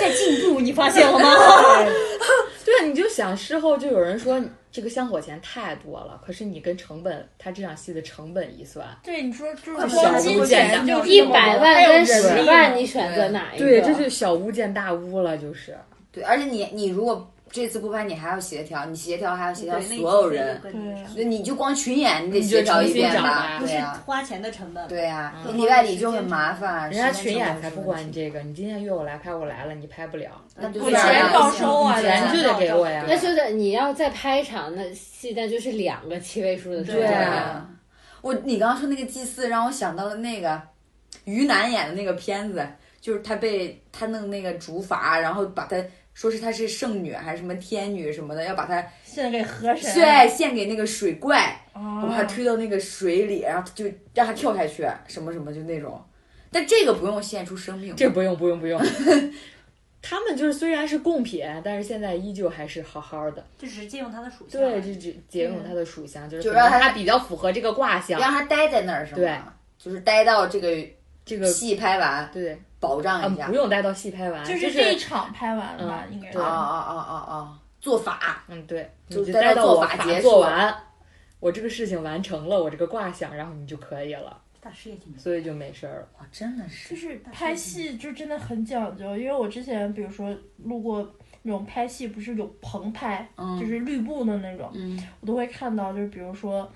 Speaker 5: 在进步，你发现了吗？
Speaker 1: 对啊，你就想事后就有人说这个香火钱太多了，可是你跟成本，他这场戏的成本一算，
Speaker 3: 对，你说就是
Speaker 1: 小
Speaker 3: 光
Speaker 1: 巫
Speaker 3: 金
Speaker 1: 见
Speaker 3: 钱
Speaker 1: 大
Speaker 3: 就
Speaker 4: 一百万跟十
Speaker 1: 人哎
Speaker 4: 万，你选择哪一个？
Speaker 1: 对，这就小巫见大巫了，就是。
Speaker 2: 对，而且你你如果这次不拍你还要协调，你协调还要协调
Speaker 7: 对那
Speaker 2: 所有
Speaker 7: 几天
Speaker 2: 人
Speaker 7: 就，跟你
Speaker 3: 对
Speaker 7: 说
Speaker 2: 所以你就光群演你得
Speaker 1: 你
Speaker 2: 协
Speaker 1: 就
Speaker 2: 调一
Speaker 1: 重新
Speaker 2: 遍
Speaker 4: 啊
Speaker 1: 找
Speaker 2: 吧，
Speaker 1: 吧
Speaker 7: 不
Speaker 2: 对啊
Speaker 7: 是
Speaker 2: 呀、
Speaker 7: 花钱的
Speaker 5: 啊
Speaker 7: 成本，
Speaker 2: 对呀、
Speaker 7: 嗯
Speaker 2: 你里外里就很麻烦。
Speaker 1: 人家
Speaker 2: 时间
Speaker 1: 群
Speaker 2: 成
Speaker 1: 演
Speaker 2: 本
Speaker 1: 才
Speaker 2: 是
Speaker 1: 不
Speaker 2: 问
Speaker 1: 管你
Speaker 2: 题，
Speaker 1: 这个，你今天约我来拍，我来了，你拍不了，
Speaker 2: 那就
Speaker 7: 不
Speaker 2: 这样
Speaker 7: 然
Speaker 2: 呀
Speaker 7: 报收啊
Speaker 2: 哎你
Speaker 7: 咱
Speaker 1: 钱
Speaker 7: 们
Speaker 1: 就得给我呀。
Speaker 4: 那就得你要再拍一场，那戏那就是两个七位数的成
Speaker 7: 对
Speaker 4: 本
Speaker 2: 啊
Speaker 4: 了。
Speaker 2: 我你刚刚说那个祭祀，让我想到了那个于南演的那个片子，就是他被他弄那个竹筏，然后把他说是他是圣女还是什么天女什么的，要把他
Speaker 3: 现在给河神，
Speaker 2: 对献给那个水怪，
Speaker 3: 啊，
Speaker 2: 我把他推到那个水里，然后就让他跳下去，什么什么就那种。但这个不用献出生命，
Speaker 1: 这不用不用不用。他们就是虽然是贡品，但是现在依旧还是好好的。
Speaker 7: 就直接用它的属性。
Speaker 1: 对，就只借用它的属相，就是
Speaker 2: 就
Speaker 1: 可能
Speaker 2: 让它
Speaker 1: 它比较符合这个卦象，
Speaker 2: 让他待在那儿是吗？
Speaker 1: 对，
Speaker 2: 就是待到这个
Speaker 1: 这个
Speaker 2: 戏拍完，
Speaker 1: 对，
Speaker 2: 保
Speaker 1: 啊
Speaker 2: 障一下
Speaker 1: 不。用待到戏拍完，
Speaker 3: 就
Speaker 1: 就是
Speaker 3: 这一场拍完了吧，应该是
Speaker 1: 对
Speaker 2: 啊啊啊啊啊！做法，
Speaker 1: 嗯对，
Speaker 2: 就
Speaker 1: 你
Speaker 2: 是
Speaker 1: 就
Speaker 2: 待
Speaker 1: 待
Speaker 2: 到
Speaker 1: 到
Speaker 2: 做
Speaker 1: 我
Speaker 2: 法
Speaker 1: 法
Speaker 2: 结束
Speaker 1: 做完，我这个事情完成了，我这个卦象，然后你就可以了，
Speaker 7: 大师也挺
Speaker 1: 所以就没事儿了。
Speaker 2: 哇，真的是
Speaker 3: 就是拍戏就真的很讲究，因为我之前比如说路过那种拍戏，不是有棚拍，
Speaker 2: 嗯
Speaker 3: 就是绿布的那种，
Speaker 2: 嗯
Speaker 3: 我都会看到，就是比如说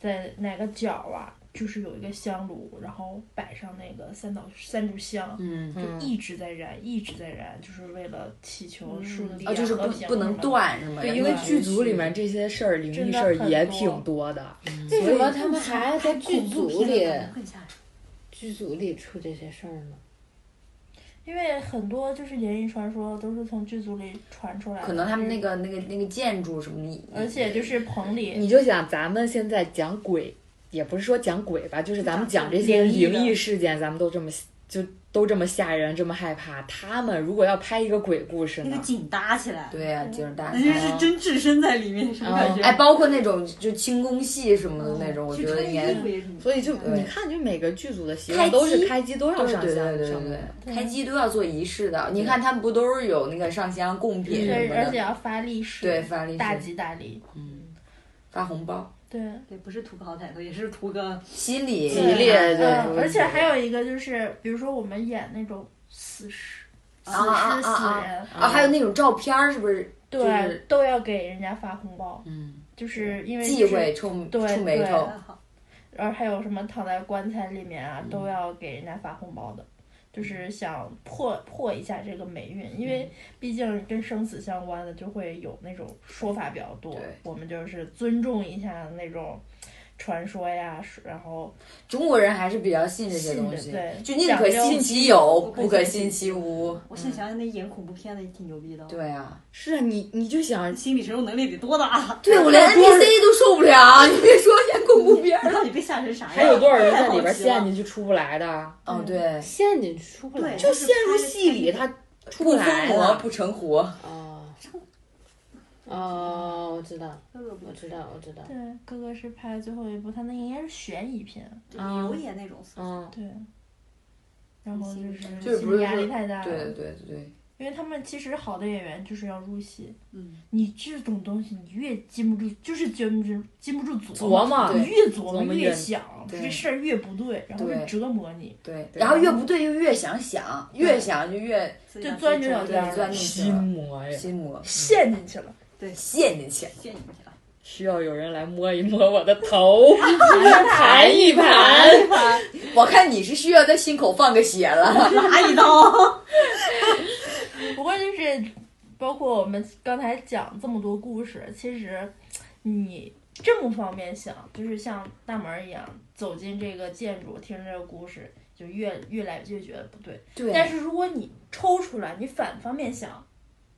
Speaker 3: 在哪个角啊，就是有一个香炉，然后摆上那个三道三炷香。
Speaker 2: 嗯。
Speaker 3: 就
Speaker 1: 嗯，
Speaker 3: 一直在燃，一直在燃，就是为了祈求顺利、
Speaker 2: 啊，就是不
Speaker 3: 和平
Speaker 2: 不能
Speaker 3: 什么的。
Speaker 2: 断是吗？
Speaker 1: 对，
Speaker 2: 要
Speaker 1: 因为
Speaker 2: 断
Speaker 1: 剧组里面这些事儿，灵
Speaker 3: 真
Speaker 1: 异
Speaker 3: 的
Speaker 1: 事儿
Speaker 3: 很
Speaker 1: 也
Speaker 3: 多
Speaker 1: 挺多的，
Speaker 3: 嗯
Speaker 4: 为什么他们还要在剧组里
Speaker 7: 更吓人。
Speaker 4: 剧组里出这些事儿呢？
Speaker 3: 因为很多就是演艺传说都是从剧组里传出来的，
Speaker 2: 可能他们那个那个那个建筑什么的，
Speaker 3: 而且就是棚里
Speaker 1: 你就想咱们现在讲鬼，也不是说讲鬼吧，就是咱们讲这些
Speaker 3: 灵异的
Speaker 1: 灵异事件，咱们都这么就都这么吓人，这么害怕。他们如果要拍一个鬼故事
Speaker 7: 那个
Speaker 1: 呢？
Speaker 7: 紧搭起来，
Speaker 2: 对呀、景大
Speaker 7: 那
Speaker 5: 嗯
Speaker 7: 就是真置身在里面，什么感觉？
Speaker 2: 哎，包括那种就清宫戏什么的那
Speaker 3: 哦
Speaker 2: 种，我
Speaker 7: 哦去
Speaker 2: 觉得
Speaker 7: 穿
Speaker 2: 应
Speaker 7: 衣
Speaker 2: 该
Speaker 7: 服也是。
Speaker 1: 所以就
Speaker 2: 对
Speaker 1: 你看，就每个剧组的习
Speaker 2: 开
Speaker 1: 惯都
Speaker 2: 机
Speaker 1: 是开机都要
Speaker 2: 对
Speaker 1: 上
Speaker 2: 对
Speaker 1: 香
Speaker 2: 对对
Speaker 1: 上
Speaker 2: 对
Speaker 1: 的，
Speaker 2: 对，开机都要做仪式的。你看他们不都是有那个上香贡品什
Speaker 3: 对，
Speaker 2: 么
Speaker 3: 而且
Speaker 2: 的，
Speaker 3: 要发力士，
Speaker 2: 对，发利
Speaker 3: 大
Speaker 2: 是嗯
Speaker 3: 吉大利，
Speaker 2: 发红包，
Speaker 3: 对，
Speaker 7: 对，不是图个好彩头，也是图个
Speaker 2: 心里
Speaker 1: 吉利
Speaker 2: 啊
Speaker 1: 对
Speaker 3: 嗯，
Speaker 1: 对
Speaker 3: 而且还有一个就是，比如说我们演那种死尸、死
Speaker 2: 啊啊
Speaker 3: 尸、
Speaker 2: 啊啊
Speaker 3: 死人，
Speaker 2: 啊，还有那种照片儿是不是？就是
Speaker 3: 对，都要给人家发红包，
Speaker 2: 嗯，
Speaker 3: 就是因为
Speaker 2: 忌
Speaker 3: 就是
Speaker 2: 讳臭
Speaker 3: 对
Speaker 2: 臭眉
Speaker 3: 对啊
Speaker 2: 头，
Speaker 7: 好。
Speaker 3: 而还有什么躺在棺材里面啊，都要给人家发红包的，就是想破破一下这个霉运，
Speaker 2: 嗯
Speaker 3: 因为毕竟跟生死相关的，就会有那种说法比较多
Speaker 2: 对。
Speaker 3: 我们就是尊重一下那种传说呀，然后
Speaker 2: 中国人还是比较信这些
Speaker 3: 信
Speaker 2: 东
Speaker 3: 的
Speaker 2: 西，
Speaker 3: 对
Speaker 2: 就宁可
Speaker 3: 讲究
Speaker 2: 信其有，
Speaker 7: 不可
Speaker 2: 不可
Speaker 7: 信
Speaker 2: 信
Speaker 7: 其
Speaker 2: 其无。
Speaker 7: 我现在想想，那演恐怖片的也挺牛逼的，，哦
Speaker 2: 对啊，
Speaker 1: 是啊，你你就想
Speaker 7: 心理承受能力得多大？啊
Speaker 2: 对我连 NPC 都受不了，你别说演恐怖
Speaker 5: 嗯
Speaker 2: 片 儿。
Speaker 7: 你到底被吓成啥样？
Speaker 1: 还有多少人在里边陷
Speaker 7: 你？
Speaker 1: 进去出不来的，
Speaker 2: 哦，对，
Speaker 4: 陷进去出不来
Speaker 7: 对
Speaker 1: 就陷入戏里，他出不
Speaker 2: 不
Speaker 1: 来
Speaker 2: 疯魔
Speaker 1: 了。嗯
Speaker 2: 不成活。
Speaker 4: 哦哦，我知道，我
Speaker 7: 我
Speaker 4: 知道，我知道。
Speaker 3: 对哥哥是拍最后一部，他那应该是悬疑片，
Speaker 7: 牛也那种死，
Speaker 1: 嗯，
Speaker 3: 对。然后就是
Speaker 2: 就是
Speaker 3: 心
Speaker 2: 嗯不是
Speaker 3: 理压力
Speaker 2: 说
Speaker 3: 太大
Speaker 2: 对
Speaker 3: 了
Speaker 2: 对，对对，
Speaker 3: 因为他们其实好的演员就是要入戏，
Speaker 7: 嗯，
Speaker 3: 你这种东西你越禁不住，就是禁不住禁不住
Speaker 1: 琢磨
Speaker 3: 你越琢
Speaker 1: 琢
Speaker 3: 磨
Speaker 1: 磨
Speaker 3: 越
Speaker 1: 越
Speaker 3: 想，
Speaker 2: 对
Speaker 3: 这事儿越不对，然后
Speaker 2: 对
Speaker 3: 就折磨你，
Speaker 2: 对，
Speaker 1: 对
Speaker 2: 然后越不对就越想想，越想就越
Speaker 7: 就
Speaker 3: 就钻牛角
Speaker 2: 对
Speaker 5: 啊
Speaker 3: 尖儿
Speaker 2: 钻进去
Speaker 1: 心
Speaker 2: 了，
Speaker 1: 魔呀，
Speaker 2: 心魔
Speaker 3: 陷进去了。
Speaker 2: 陷进去了。
Speaker 7: 陷进去了。
Speaker 1: 需要有人来摸一摸我的 头，盘啊一盘。
Speaker 2: 我看你是需要在心口放个血 了。
Speaker 7: 拿一刀，
Speaker 3: 不过就是，包括我们刚才讲这么多故事，其实你正方面想，就是像大门儿一样走进这个建筑，听这个故事，就越越来越觉得不对。啊
Speaker 2: 对，
Speaker 3: 但是如果你抽出来，你反方面想，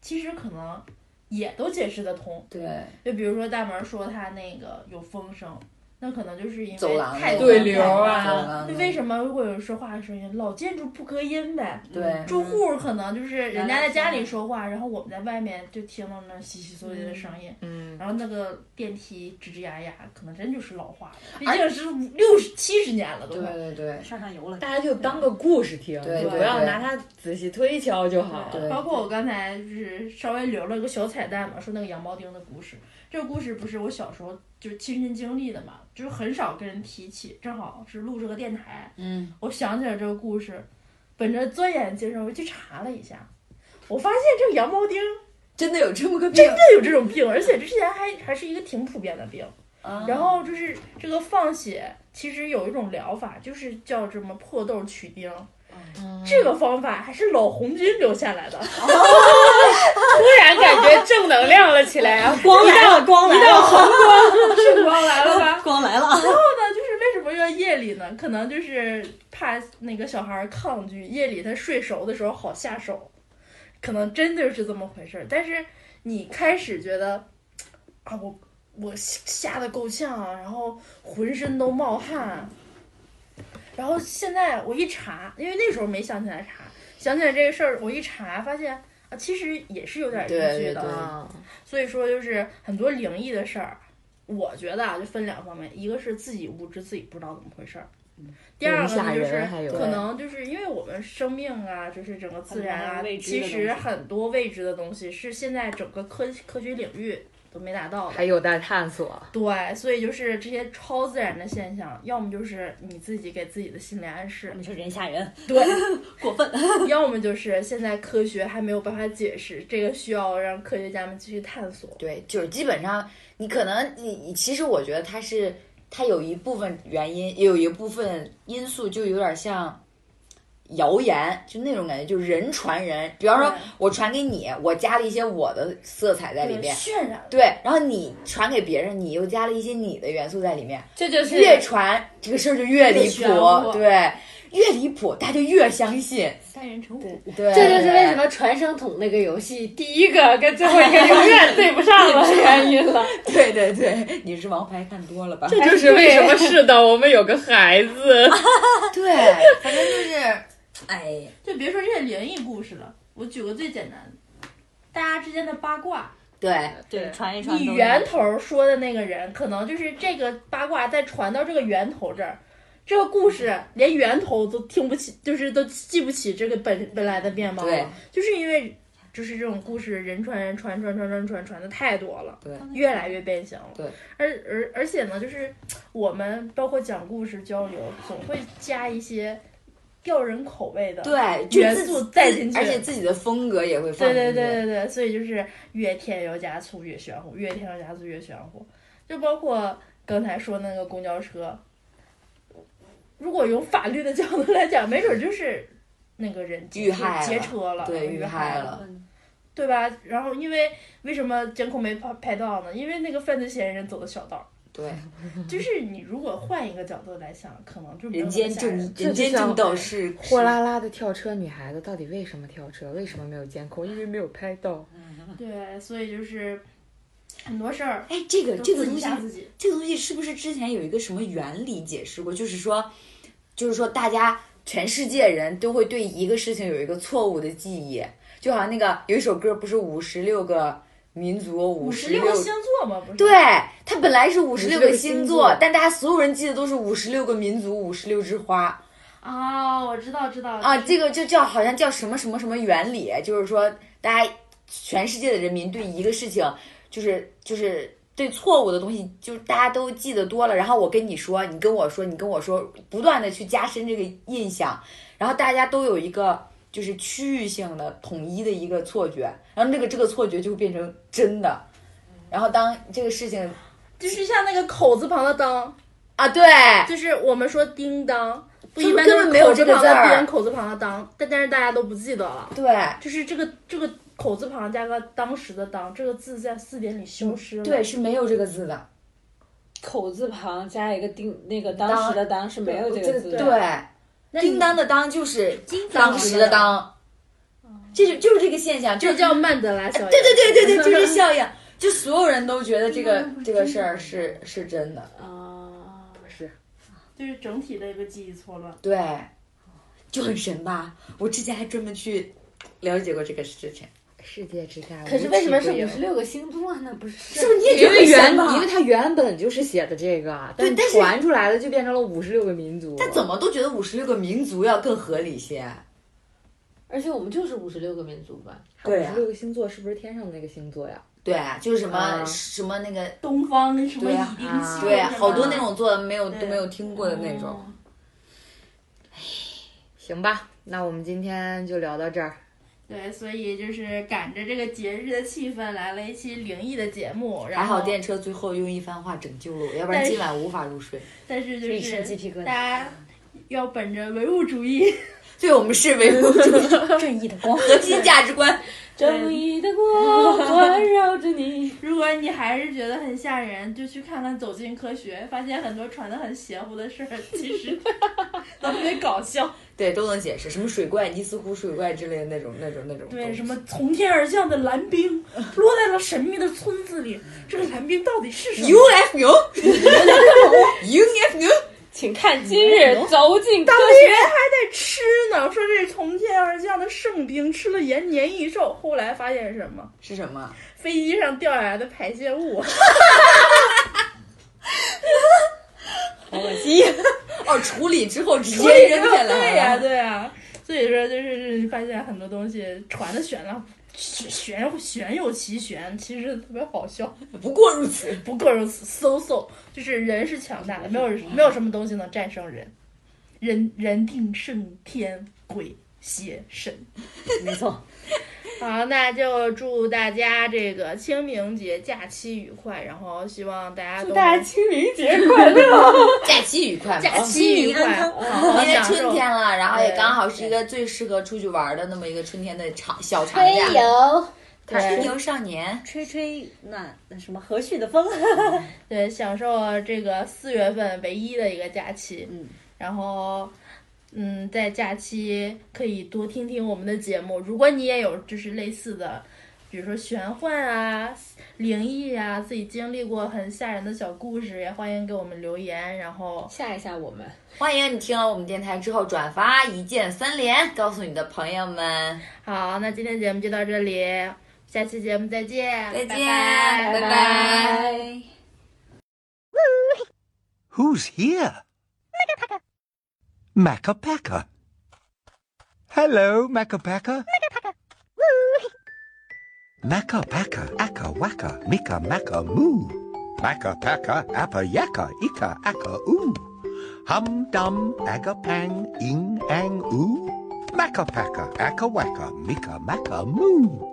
Speaker 3: 其实可能也都解释得通。
Speaker 2: 对，
Speaker 3: 就比如说大门说他那个有风声，那可能就是因为
Speaker 2: 走廊
Speaker 3: 太
Speaker 2: 那嗯
Speaker 3: 多
Speaker 1: 对
Speaker 3: 人
Speaker 1: 流
Speaker 3: 看
Speaker 1: 啊
Speaker 2: 走廊
Speaker 3: 那为什么会有说话的声音？老建筑不隔音呗。
Speaker 2: 对
Speaker 3: 住户可能就是人家在家里说话，然后我们在外面就听到那稀稀嗦嗦的声音，
Speaker 1: 嗯，
Speaker 3: 然后那个电梯吱吱呀呀，可能真就是老化了，毕竟是六十七十年了都
Speaker 2: 对
Speaker 3: 快。
Speaker 2: 对对
Speaker 7: 上上油了。
Speaker 1: 大家就当个故事听，
Speaker 2: 对
Speaker 1: 不
Speaker 2: 对
Speaker 1: 要
Speaker 2: 对
Speaker 1: 拿它仔细推敲就好
Speaker 2: 对
Speaker 1: 了。
Speaker 3: 包括我刚才就是稍微留了个小彩蛋嘛，说那个羊毛钉的故事。这个故事不是我小时候就是亲身经历的嘛，就是很少跟人提起，正好是录这个电台，
Speaker 2: 嗯，
Speaker 3: 我想起来这个故事，本着钻研精神，我去查了一下，我发现这个羊毛钉
Speaker 2: 真的有这么个病
Speaker 3: 真的有这种病，而且之前还还是一个挺普遍的病。
Speaker 2: 啊？
Speaker 3: 然后就是这个放血，其实有一种疗法，就是叫什么破豆取丁。
Speaker 2: 嗯
Speaker 3: 这个方法还是老红军留下 来的，
Speaker 1: 突然感觉正能量了起来啊！
Speaker 5: 光来了，光来 了，
Speaker 3: 圣光来 了吧？
Speaker 5: 光来了。
Speaker 3: 那就是为什么要夜里呢？可能就是怕那个小孩儿抗拒，夜里他睡熟的时候好下手，可能真的是这么回事儿。但是你开始觉得啊，我我吓得够呛啊，然后浑身都冒汗，然后现在我一查，因为那时候没想起来查，想起来这个事儿，我一查发现啊，其实也是有点依据的。啊
Speaker 2: 对对对
Speaker 3: 所以说，就是很多灵异的事儿，我觉得啊，就分两方面，一个是自己无知，自己不知道怎么回事儿。第二个
Speaker 1: 嗯有人吓
Speaker 3: 呢，就
Speaker 1: 人
Speaker 3: 是
Speaker 1: 还有
Speaker 3: 可能就是因为我们生命啊，就是整个自然
Speaker 5: 很
Speaker 3: 啊
Speaker 5: 多未，知的
Speaker 3: 其
Speaker 5: 东西
Speaker 3: 实很多未知的东西是现在整个科科学领域都没达到的。
Speaker 1: 还有待探索。
Speaker 3: 对，所以就是这些超自然的现象，要么就是你自己给自己的心理暗示
Speaker 5: 我，们说人吓人，
Speaker 3: 对，
Speaker 5: 过分。
Speaker 3: 要么就是现在科学还没有办法解释，这个需要让科学家们继续探索。
Speaker 2: 对，就是基本上你可能你你其实我觉得它是它有一部分原因，也有一部分因素就有点像谣言，就那种感觉，就是人传人。比方说
Speaker 3: 对，
Speaker 2: 我传给你，我加了一些我的色彩在里
Speaker 3: 对
Speaker 2: 面。
Speaker 3: 渲染
Speaker 2: 对，然后你传给别人，你又加了一些你的元素在里面，
Speaker 4: 这就是
Speaker 2: 越传这个事儿就越离谱
Speaker 5: 玄乎，
Speaker 2: 对，越离谱，大家就越相信，
Speaker 5: 三人成虎，
Speaker 2: 对，
Speaker 4: 这就是为什么传声筒那个游戏第一个跟最后一个永 远对不上的原因了。
Speaker 2: 对对对，你是王牌看多了吧？
Speaker 1: 这就是为什么是的，我们有个孩子。
Speaker 2: 对，反正就是，哎，
Speaker 3: 就别说这些灵异故事了，我举个最简单的，大家之间的八卦，
Speaker 2: 对。
Speaker 5: 对，传一传都
Speaker 3: 你
Speaker 5: 是
Speaker 3: 源头说的那个人，可能就是这个八卦再传到这个源头这儿，这个故事连源头都听不起，就是都记不起这个本本来的面貌
Speaker 2: 对
Speaker 3: 了，就是因为就是这种故事人传人传传传传传传的太多了，
Speaker 2: 对
Speaker 3: 越来越变形了，
Speaker 2: 对，
Speaker 3: 而而而且呢，就是我们包括讲故事交流，总会加一些吊人口味的，
Speaker 2: 对，就
Speaker 3: 元
Speaker 2: 自己
Speaker 3: 素带进去
Speaker 2: 而且自己的风格也会放
Speaker 3: 对
Speaker 2: 进
Speaker 3: 对
Speaker 2: 去。
Speaker 3: 对对对，所以就是越添油加醋越玄乎，越添油加醋越玄乎。就包括刚才说那个公交车，如果用法律的角度来讲，没准就是那个人劫
Speaker 2: 遇害了
Speaker 3: 劫车了，
Speaker 2: 对
Speaker 3: 遇
Speaker 2: 遇
Speaker 3: 害
Speaker 2: 害
Speaker 3: 了，
Speaker 2: 了
Speaker 7: 嗯
Speaker 3: 对吧？然后因为为什么监控没拍拍到呢？因为那个犯罪嫌疑人走的小道儿。
Speaker 2: 对
Speaker 3: 就是你如果换一个角度来想，可能就没有
Speaker 2: 人
Speaker 3: 那么
Speaker 2: 间
Speaker 3: 吓
Speaker 2: 正
Speaker 3: 人
Speaker 2: 人间正道是
Speaker 1: 货拉拉的跳车女孩子到底为什么跳车？为什么没有监控？因为没有拍到。
Speaker 3: 对，所以就是很多事儿
Speaker 2: 哎，这个
Speaker 3: 都
Speaker 2: 这个
Speaker 3: 自己
Speaker 2: 东西
Speaker 3: 吓，自己。
Speaker 2: 这个东西是不是之前有一个什么原理解释过？就是说，就是说大家全世界人都会对一个事情有一个错误的记忆，就好像那个有一首歌不是五十六个民族五
Speaker 3: 五十
Speaker 2: 十
Speaker 3: 六个星座嘛，不是？
Speaker 2: 对，它本来是五十六
Speaker 1: 56
Speaker 2: 个
Speaker 1: 个
Speaker 2: 星
Speaker 1: 星
Speaker 2: 座
Speaker 1: 座，
Speaker 2: 但大家所有人记得都是五十六个民族，五十六枝花。
Speaker 3: 啊，我知道知道
Speaker 2: 啊，这个就叫好像叫什么什么什么原理，就是说大家全世界的人民对一个事情，就是就是对错误的东西，就是大家都记得多了，然后我跟你说，你跟我说，你跟我说，不断的去加深这个印象，然后大家都有一个就是区域性的统一的一个错觉，然后那个这个错觉就会变成真的，然后当这个事情
Speaker 3: 就是像那个口字旁的当，
Speaker 2: 啊，对
Speaker 3: 就是我们说叮当，不
Speaker 2: 就
Speaker 3: 一般
Speaker 2: 根
Speaker 3: 都
Speaker 2: 本
Speaker 3: 是
Speaker 2: 没有
Speaker 3: 口
Speaker 2: 这
Speaker 3: 字
Speaker 2: 个
Speaker 3: 旁
Speaker 2: 字
Speaker 3: 的
Speaker 2: 儿
Speaker 3: 边，口字旁的当，但但是大家都不记得了，
Speaker 2: 对。
Speaker 3: 就是这个这个口字旁加个当时的当，这个字在字典里消失了。
Speaker 2: 对，，是没有这个字的，
Speaker 4: 口字旁加一个丁，那个当时的当是没有这个字的。
Speaker 2: 对，叮当的当就是当时的当，哦这就就是这个现象，就
Speaker 3: 这
Speaker 2: 是
Speaker 3: 叫曼德拉效应。
Speaker 2: 对对对对对，就是效 应，就所有人都觉得这个这个事儿是是真的，
Speaker 4: 啊，
Speaker 3: 就是整体的一个记忆错乱。
Speaker 2: 对，就很神吧？我之前还专门去了解过这个事情，
Speaker 1: 世界之大，
Speaker 4: 可是为什么是
Speaker 1: 无奇
Speaker 4: 五
Speaker 1: 不有？
Speaker 4: 十六个星座呢？不 是，
Speaker 2: 是不是你也觉
Speaker 1: 因为
Speaker 2: 得
Speaker 1: 原
Speaker 2: 神吧
Speaker 1: 因？为它原本就是写的这个，
Speaker 2: 对但是
Speaker 1: 传出来的就变成了五十六个民族。
Speaker 2: 但怎么都觉得五十六个民族要更合理些，啊
Speaker 4: 而且我们就是五十六个民族吧？
Speaker 2: 对
Speaker 1: 五十六个星座是不是天上的那个星座呀？
Speaker 2: 对啊，就是什么
Speaker 1: 啊
Speaker 2: 什么那个，
Speaker 3: 东方什
Speaker 2: 对啊
Speaker 3: 丁
Speaker 1: 啊
Speaker 2: 对啊，
Speaker 3: 什么
Speaker 2: 好多那种做的没有
Speaker 3: 对
Speaker 2: 都没有听过的那种，
Speaker 1: 行吧，那我们今天就聊到这儿。
Speaker 13: 对，所以就是赶着这个节日的气氛来了一期灵异的节目，然
Speaker 2: 还
Speaker 13: 后
Speaker 2: 好电车最后用一番话拯救了我，要不然
Speaker 13: 但是
Speaker 2: 今晚无法入睡。
Speaker 13: 但是
Speaker 14: 这一
Speaker 13: 就
Speaker 14: 身鸡
Speaker 13: 是
Speaker 14: 皮疙
Speaker 13: 大
Speaker 14: 瘩，
Speaker 13: 家要本着唯物主义，
Speaker 2: 对我们是维护主义
Speaker 14: 正义的光。
Speaker 2: 核心价值观，
Speaker 4: 正义的光环绕着 你。
Speaker 13: 如果你还是觉得很吓人，就去看看《走进科学》， 发现很多传的很邪乎的事儿，其 实都特别搞笑。
Speaker 2: 对都能解释，什么水怪、尼斯湖水怪之类的那种、那种、那种。
Speaker 3: 对，什么从天而降的 蓝冰落在了神秘的村子里，这个蓝冰到底是什 么？
Speaker 2: UFO，UFO，
Speaker 4: 请看今日走进科
Speaker 3: 当地人
Speaker 4: 学。
Speaker 3: 还在吃呢，说这是从天而降的圣冰，吃了延年益寿。后来发现什么？
Speaker 2: 是什么？
Speaker 3: 飞机上掉下来的排泄 物。
Speaker 2: 哦，处理之后直
Speaker 3: 所
Speaker 2: 接
Speaker 3: 以
Speaker 2: 扔下来
Speaker 3: 对 呀、
Speaker 2: 了。
Speaker 3: 对呀、所以说就是你发现很多东西传的玄了，玄玄有其玄，其实特别好笑。
Speaker 2: 不过如此。
Speaker 3: 不过如此，so so，就是人是强大的，没有没有什么东西能战胜人，人人定胜天，鬼邪神。
Speaker 5: 没错，
Speaker 3: 好，那就祝大家这个清明节假期愉快，然后希望大家都
Speaker 4: 大家清明节快乐！
Speaker 2: 假期愉快嘛，
Speaker 3: 假期愉快，好好
Speaker 2: 因为
Speaker 3: 享
Speaker 2: 春
Speaker 3: 受。
Speaker 2: 天了，然后也
Speaker 3: 对
Speaker 2: 刚好是一个最适合出去玩的那么一个春天的长小长
Speaker 4: 春
Speaker 2: 假。
Speaker 4: 游，
Speaker 2: 春游少年，
Speaker 5: 吹吹暖什么和煦的风，
Speaker 3: 对，享受这个四月份唯一的一个假期。
Speaker 5: 嗯，
Speaker 3: 然后，嗯，在假期可以多听听我们的节目。如果你也有就是类似的，比如说玄幻啊、灵异啊，自己经历过很吓人的小故事，也欢迎给我们留言。然后，
Speaker 4: 吓一吓我们。
Speaker 2: 欢迎你听了我们电台之后转发一键三连，告诉你的朋友们。
Speaker 3: 好，那今天节目就到这里，下期节目再见，
Speaker 2: 再见，
Speaker 3: 拜
Speaker 2: 拜拜
Speaker 3: 拜
Speaker 5: 拜。
Speaker 15: Who's here? Macapaca. Hello, Macapaca. Macapaca, akka waka, mika maka moo. Macapaca, appa yaka, ika akka oo. Hum dum, aga pang, ing ang oo. Macapaca, akka waka, mika maka moo.